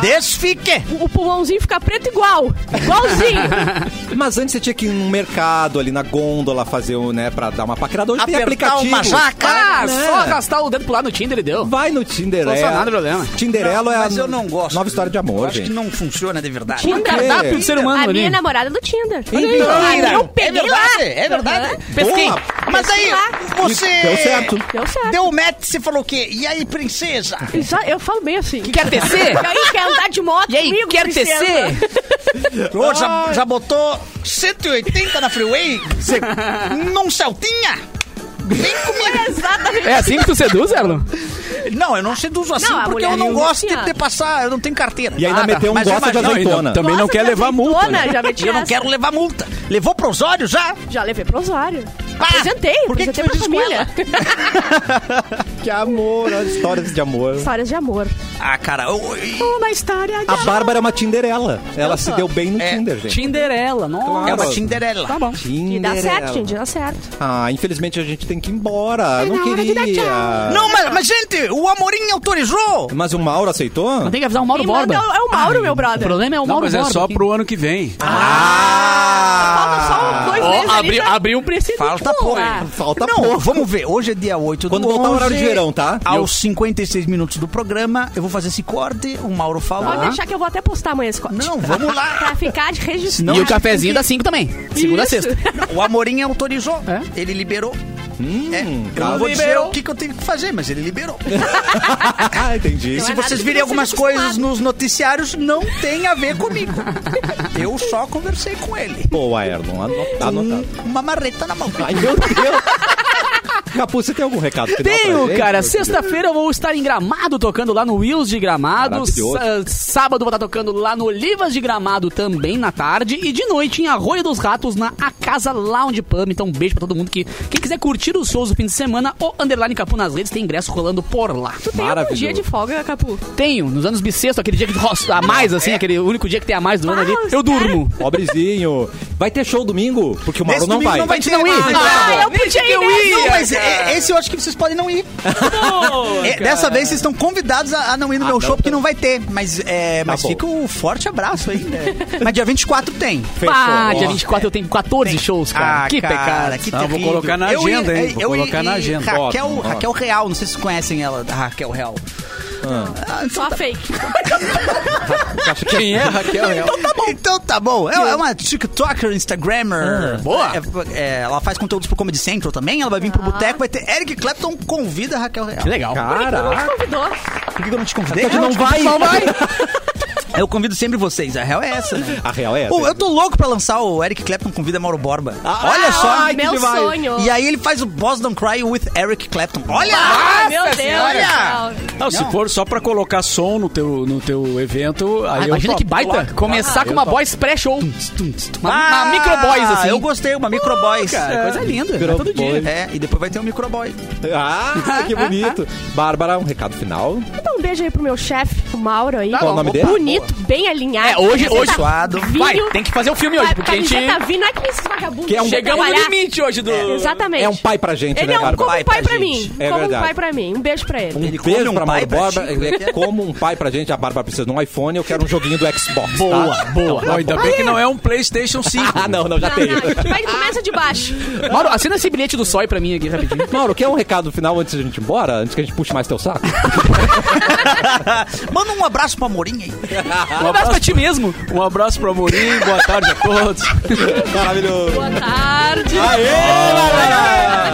[SPEAKER 2] Desfique.
[SPEAKER 5] O- O pulmãozinho fica preto igual.
[SPEAKER 2] [laughs]
[SPEAKER 5] Igualzinho.
[SPEAKER 1] Mas antes você tinha que ir num mercado ali na gôndola fazer, um, né, pra dar uma paquerada. Hoje tem
[SPEAKER 2] Apertar
[SPEAKER 1] aplicativo.
[SPEAKER 2] uma jaca.
[SPEAKER 3] Ah,
[SPEAKER 1] Né?
[SPEAKER 3] só arrastar o dedo pro lado no Tinder e deu.
[SPEAKER 1] Vai no Tinderelo.
[SPEAKER 3] Solucionado o problema.
[SPEAKER 1] Tinderelo é a
[SPEAKER 2] Mas eu não gosto.
[SPEAKER 1] nova história de amor,
[SPEAKER 2] Eu Acho
[SPEAKER 1] gente.
[SPEAKER 2] que não funciona de verdade.
[SPEAKER 5] Tinder.
[SPEAKER 3] Cardápio do ser humano
[SPEAKER 5] A
[SPEAKER 3] ali.
[SPEAKER 5] minha namorada é do Tinder.
[SPEAKER 1] Mentira.
[SPEAKER 5] Ah, Eu peguei
[SPEAKER 2] é verdade,
[SPEAKER 5] lá.
[SPEAKER 2] é verdade.
[SPEAKER 5] Aham.
[SPEAKER 3] Pesquei.
[SPEAKER 1] Boa.
[SPEAKER 2] Mas aí, você...
[SPEAKER 1] Deu certo.
[SPEAKER 5] Deu certo.
[SPEAKER 2] Deu o match, você falou o quê? E aí, princesa?
[SPEAKER 5] E só- eu falo bem assim.
[SPEAKER 3] Quer tecer?
[SPEAKER 5] E aí, quer andar de moto
[SPEAKER 3] E aí,
[SPEAKER 5] comigo,
[SPEAKER 3] quer
[SPEAKER 5] princesa?
[SPEAKER 3] tecer?
[SPEAKER 2] Ô, já, já botou 180 na freeway? Você... Num Celtinha? Vem comigo.
[SPEAKER 5] Exatamente.
[SPEAKER 3] [laughs] É assim que tu seduz, Erlon?
[SPEAKER 2] Não, eu não seduzo assim
[SPEAKER 5] Não, a
[SPEAKER 2] porque eu
[SPEAKER 5] mulher é
[SPEAKER 2] não
[SPEAKER 5] não
[SPEAKER 2] gosto de,
[SPEAKER 5] tinha.
[SPEAKER 2] de passar, eu não tenho carteira.
[SPEAKER 1] E ainda
[SPEAKER 2] Ah,
[SPEAKER 1] meteu um
[SPEAKER 2] mas então. eu
[SPEAKER 1] gosta de
[SPEAKER 2] imagino-
[SPEAKER 1] azeitona.
[SPEAKER 4] Também não
[SPEAKER 5] Gosta
[SPEAKER 4] quer
[SPEAKER 5] de
[SPEAKER 4] levar multa,
[SPEAKER 5] azeitona,
[SPEAKER 4] né?
[SPEAKER 5] Já, meti
[SPEAKER 2] Eu não
[SPEAKER 5] essa.
[SPEAKER 2] quero levar multa. Levou pro Osório já?
[SPEAKER 5] já levei pro Osório.
[SPEAKER 2] Pá!
[SPEAKER 5] Apresentei,
[SPEAKER 2] Por que que
[SPEAKER 5] apresentei
[SPEAKER 2] tu
[SPEAKER 5] pra família.
[SPEAKER 1] Que amor, as histórias de amor.
[SPEAKER 5] [laughs] Histórias de amor.
[SPEAKER 2] Ah, cara, eu- eu-
[SPEAKER 5] Uma história de
[SPEAKER 1] A Bárbara é uma Tinderela. Ela se
[SPEAKER 5] sou.
[SPEAKER 1] deu bem no
[SPEAKER 2] É.
[SPEAKER 1] Tinder, gente.
[SPEAKER 3] Tinderela, nossa.
[SPEAKER 2] é uma
[SPEAKER 1] Claro.
[SPEAKER 2] Tinderela.
[SPEAKER 3] Tá bom.
[SPEAKER 5] E dá
[SPEAKER 1] Tinderela.
[SPEAKER 5] certo, gente, dá certo.
[SPEAKER 1] Ah, infelizmente a gente tem que ir embora. não
[SPEAKER 5] na hora
[SPEAKER 1] queria.
[SPEAKER 5] de dar
[SPEAKER 1] Ah.
[SPEAKER 5] tchau.
[SPEAKER 2] Não, mas, mas, gente, o Amorim autorizou.
[SPEAKER 1] Mas o Mauro aceitou?
[SPEAKER 3] Não tem que avisar o Mauro
[SPEAKER 5] Quem
[SPEAKER 3] Borba.
[SPEAKER 5] manda é o- é o Mauro, meu brother.
[SPEAKER 3] O problema é o
[SPEAKER 4] Não,
[SPEAKER 3] Mauro
[SPEAKER 4] mas é
[SPEAKER 3] Borba.
[SPEAKER 4] só pro ano que vem.
[SPEAKER 3] Ah,
[SPEAKER 5] Falta
[SPEAKER 1] Ah!
[SPEAKER 5] só dois
[SPEAKER 3] Ó,
[SPEAKER 5] meses ali
[SPEAKER 3] abriu,
[SPEAKER 5] pra-
[SPEAKER 3] abriu um precedente.
[SPEAKER 2] Falta
[SPEAKER 5] Pô,
[SPEAKER 2] pouco.
[SPEAKER 5] ah.
[SPEAKER 1] Falta
[SPEAKER 2] não,
[SPEAKER 1] pouco.
[SPEAKER 2] vamos ver. Hoje é dia 8
[SPEAKER 1] Quando
[SPEAKER 2] do
[SPEAKER 1] voltar o
[SPEAKER 2] 11,
[SPEAKER 1] horário de verão, tá?
[SPEAKER 2] Aos 56 minutos do programa, eu vou fazer esse corte, o Mauro
[SPEAKER 5] Pode
[SPEAKER 2] fala.
[SPEAKER 5] deixar que eu vou até postar amanhã esse corte.
[SPEAKER 2] Não, vamos lá.
[SPEAKER 5] Pra ficar de registro.
[SPEAKER 3] E o cafezinho das 5 também. Segunda a
[SPEAKER 5] é Isso.
[SPEAKER 3] sexta.
[SPEAKER 2] O Amorim autorizou.
[SPEAKER 3] É?
[SPEAKER 2] Ele liberou. É, eu
[SPEAKER 1] tá.
[SPEAKER 2] não vou dizer
[SPEAKER 3] Liberou.
[SPEAKER 2] o que, que eu tenho que fazer, mas ele liberou.
[SPEAKER 1] Ah, entendi.
[SPEAKER 5] Não
[SPEAKER 2] Se
[SPEAKER 5] é nada
[SPEAKER 2] vocês
[SPEAKER 5] que
[SPEAKER 2] virem
[SPEAKER 5] você
[SPEAKER 2] algumas
[SPEAKER 5] tá
[SPEAKER 2] coisas
[SPEAKER 5] acostumado.
[SPEAKER 2] nos noticiários, não tem a ver comigo. Eu só conversei com ele.
[SPEAKER 1] Boa, Erlon. Ano- Anotado.
[SPEAKER 2] Com Uma marreta na mão.
[SPEAKER 1] Ai, meu Deus. Capuz, você tem algum recado final pra
[SPEAKER 3] Tenho,
[SPEAKER 1] gente?
[SPEAKER 3] cara. Sexta-feira eu vou estar em Gramado tocando lá no Wills de Gramado.
[SPEAKER 1] Maravilhoso.
[SPEAKER 3] Sá- Sábado eu vou estar tocando lá no Olivas de Gramado também na tarde. E de noite em Arroio dos Ratos na A Casa Lounge Pub. Então um beijo pra todo mundo que quem quiser curtir os shows do fim de semana ou Underline Capu nas redes tem ingresso rolando por lá.
[SPEAKER 5] Tu tem algum
[SPEAKER 1] Maravilhoso.
[SPEAKER 5] dia de folga, Capu?
[SPEAKER 3] Tenho, nos anos bissexto, aquele dia que rosta a mais, assim, aquele único dia que tem a mais do ano ali,
[SPEAKER 5] Ah, os
[SPEAKER 3] eu durmo.
[SPEAKER 1] Pobrezinho. Vai ter show domingo? Porque o Mauro
[SPEAKER 2] Nesse
[SPEAKER 1] não
[SPEAKER 2] domingo
[SPEAKER 1] vai.
[SPEAKER 2] não vai
[SPEAKER 3] gente não
[SPEAKER 2] ter
[SPEAKER 3] ir.
[SPEAKER 2] mais.
[SPEAKER 5] Ah,
[SPEAKER 3] bom.
[SPEAKER 5] eu podia ir,
[SPEAKER 2] Não,
[SPEAKER 5] né?
[SPEAKER 2] mas é- esse eu acho que vocês podem não ir. É, dessa vez vocês estão convidados a, a não ir no meu show, porque não vai ter. Mas, é, mas
[SPEAKER 1] bom.
[SPEAKER 2] fica um forte abraço aí. né? mas dia 24 tem. Ah,
[SPEAKER 1] Fechou.
[SPEAKER 3] Pá,
[SPEAKER 1] Ó.
[SPEAKER 3] dia 24 eu tenho 14 shows, Ah, cara. que pecado.
[SPEAKER 2] que
[SPEAKER 4] Não, vou
[SPEAKER 2] terrível.
[SPEAKER 4] colocar na
[SPEAKER 2] Eu ia- é,
[SPEAKER 4] agenda, hein? Vou
[SPEAKER 2] eu ia-
[SPEAKER 4] colocar na
[SPEAKER 2] e
[SPEAKER 4] agenda.
[SPEAKER 2] Raquel,
[SPEAKER 1] Ótimo,
[SPEAKER 2] Raquel Real, não sei se vocês conhecem ela, a Raquel Real. Ah, então
[SPEAKER 5] Só
[SPEAKER 3] tá-
[SPEAKER 5] a fake.
[SPEAKER 4] Quem é, Raquel? É
[SPEAKER 2] Então tá bom. Então tá bom. É, é uma TikToker, Instagrammer.
[SPEAKER 4] boa.
[SPEAKER 2] É, é, ela faz conteúdos pro Comedy Central também. Ela vai vir pro Boteco. Vai ter Eric Clapton convida a Raquel Real.
[SPEAKER 3] Que legal.
[SPEAKER 1] Caraca.
[SPEAKER 5] Convidou.
[SPEAKER 2] Por que eu não te convidei? É,
[SPEAKER 1] Porque tu não tipo,
[SPEAKER 2] Eu te convido-
[SPEAKER 1] vai.
[SPEAKER 2] Eu convido sempre vocês. A real é essa, né?
[SPEAKER 1] [laughs] A real é essa.
[SPEAKER 2] Pô, eu tô louco pra lançar o Eric Clapton convida Mauro Borba.
[SPEAKER 1] Ah,
[SPEAKER 2] Olha só.
[SPEAKER 5] Ah,
[SPEAKER 1] ai, que
[SPEAKER 5] meu
[SPEAKER 1] demais.
[SPEAKER 5] sonho.
[SPEAKER 2] E aí ele faz o Boss Don't Cry with Eric Clapton. Olha!
[SPEAKER 5] Ah, meu Deus
[SPEAKER 2] senhora.
[SPEAKER 5] do céu.
[SPEAKER 4] Não, se for só pra colocar som no teu, no teu evento, aí
[SPEAKER 3] Ah,
[SPEAKER 4] eu
[SPEAKER 3] imagina
[SPEAKER 4] topo.
[SPEAKER 3] que baita
[SPEAKER 4] Coloca.
[SPEAKER 3] começar
[SPEAKER 4] Ah,
[SPEAKER 3] com
[SPEAKER 4] eu
[SPEAKER 3] uma
[SPEAKER 4] topo.
[SPEAKER 3] voz pré-show. Uma,
[SPEAKER 2] Ah,
[SPEAKER 3] uma microboys, assim.
[SPEAKER 2] Eu gostei, uma microboys.
[SPEAKER 3] Cara, coisa linda.
[SPEAKER 1] Microboy.
[SPEAKER 3] Vai todo dia.
[SPEAKER 2] É, e depois vai ter um microboy.
[SPEAKER 1] Ah, que bonito. Bárbara, um recado final.
[SPEAKER 5] Dá um beijo aí pro meu chefe, o Mauro aí.
[SPEAKER 1] Tá, Qual o nome dele?
[SPEAKER 5] Bonito, bem alinhado.
[SPEAKER 3] É, hoje- hoje-
[SPEAKER 2] Suado.
[SPEAKER 5] vinho,
[SPEAKER 3] Vai, tem que fazer o filme hoje, porque a gente...
[SPEAKER 5] camiseta vinho, não é que nem esses vagabundos.
[SPEAKER 1] Que é um-
[SPEAKER 5] vão
[SPEAKER 3] Chegamos no
[SPEAKER 5] trabalhar.
[SPEAKER 3] limite hoje do...
[SPEAKER 5] Exatamente.
[SPEAKER 1] É um pai pra gente,
[SPEAKER 5] Ele
[SPEAKER 1] né,
[SPEAKER 5] é um,
[SPEAKER 1] Bárbara?
[SPEAKER 5] como um
[SPEAKER 2] Pai
[SPEAKER 5] pai
[SPEAKER 2] pra
[SPEAKER 5] pra, mim.
[SPEAKER 1] É
[SPEAKER 5] como
[SPEAKER 1] verdade.
[SPEAKER 5] um pai pra mim. Um beijo pra ele.
[SPEAKER 1] Um
[SPEAKER 2] Ele come
[SPEAKER 1] beijo
[SPEAKER 2] um
[SPEAKER 1] pra
[SPEAKER 2] pai
[SPEAKER 1] Mauro
[SPEAKER 2] pra
[SPEAKER 1] Borba.
[SPEAKER 2] ti.
[SPEAKER 1] É como um pai pra gente. A Bárbara precisa de um iPhone. Eu quero um joguinho do Xbox.
[SPEAKER 4] Boa,
[SPEAKER 1] tá?
[SPEAKER 4] boa. Não, ainda bem que não é um PlayStation 5.
[SPEAKER 1] Ah, não, não, já
[SPEAKER 5] Não,
[SPEAKER 1] tenho.
[SPEAKER 5] não, a gente vai- começa de baixo.
[SPEAKER 3] Mauro, assina esse bilhete do Sói pra mim
[SPEAKER 4] [laughs]
[SPEAKER 3] aqui, rapidinho.
[SPEAKER 1] Mauro, quer um recado final antes da gente ir embora? Antes que a gente puxe mais teu saco?
[SPEAKER 2] Manda um abraço pra Morinha aí.
[SPEAKER 3] Um abraço pra ti mesmo.
[SPEAKER 4] Um abraço pro Amorim, boa tarde a todos.
[SPEAKER 1] Maravilhoso.
[SPEAKER 5] Boa tarde.
[SPEAKER 1] Aê, Bárbara!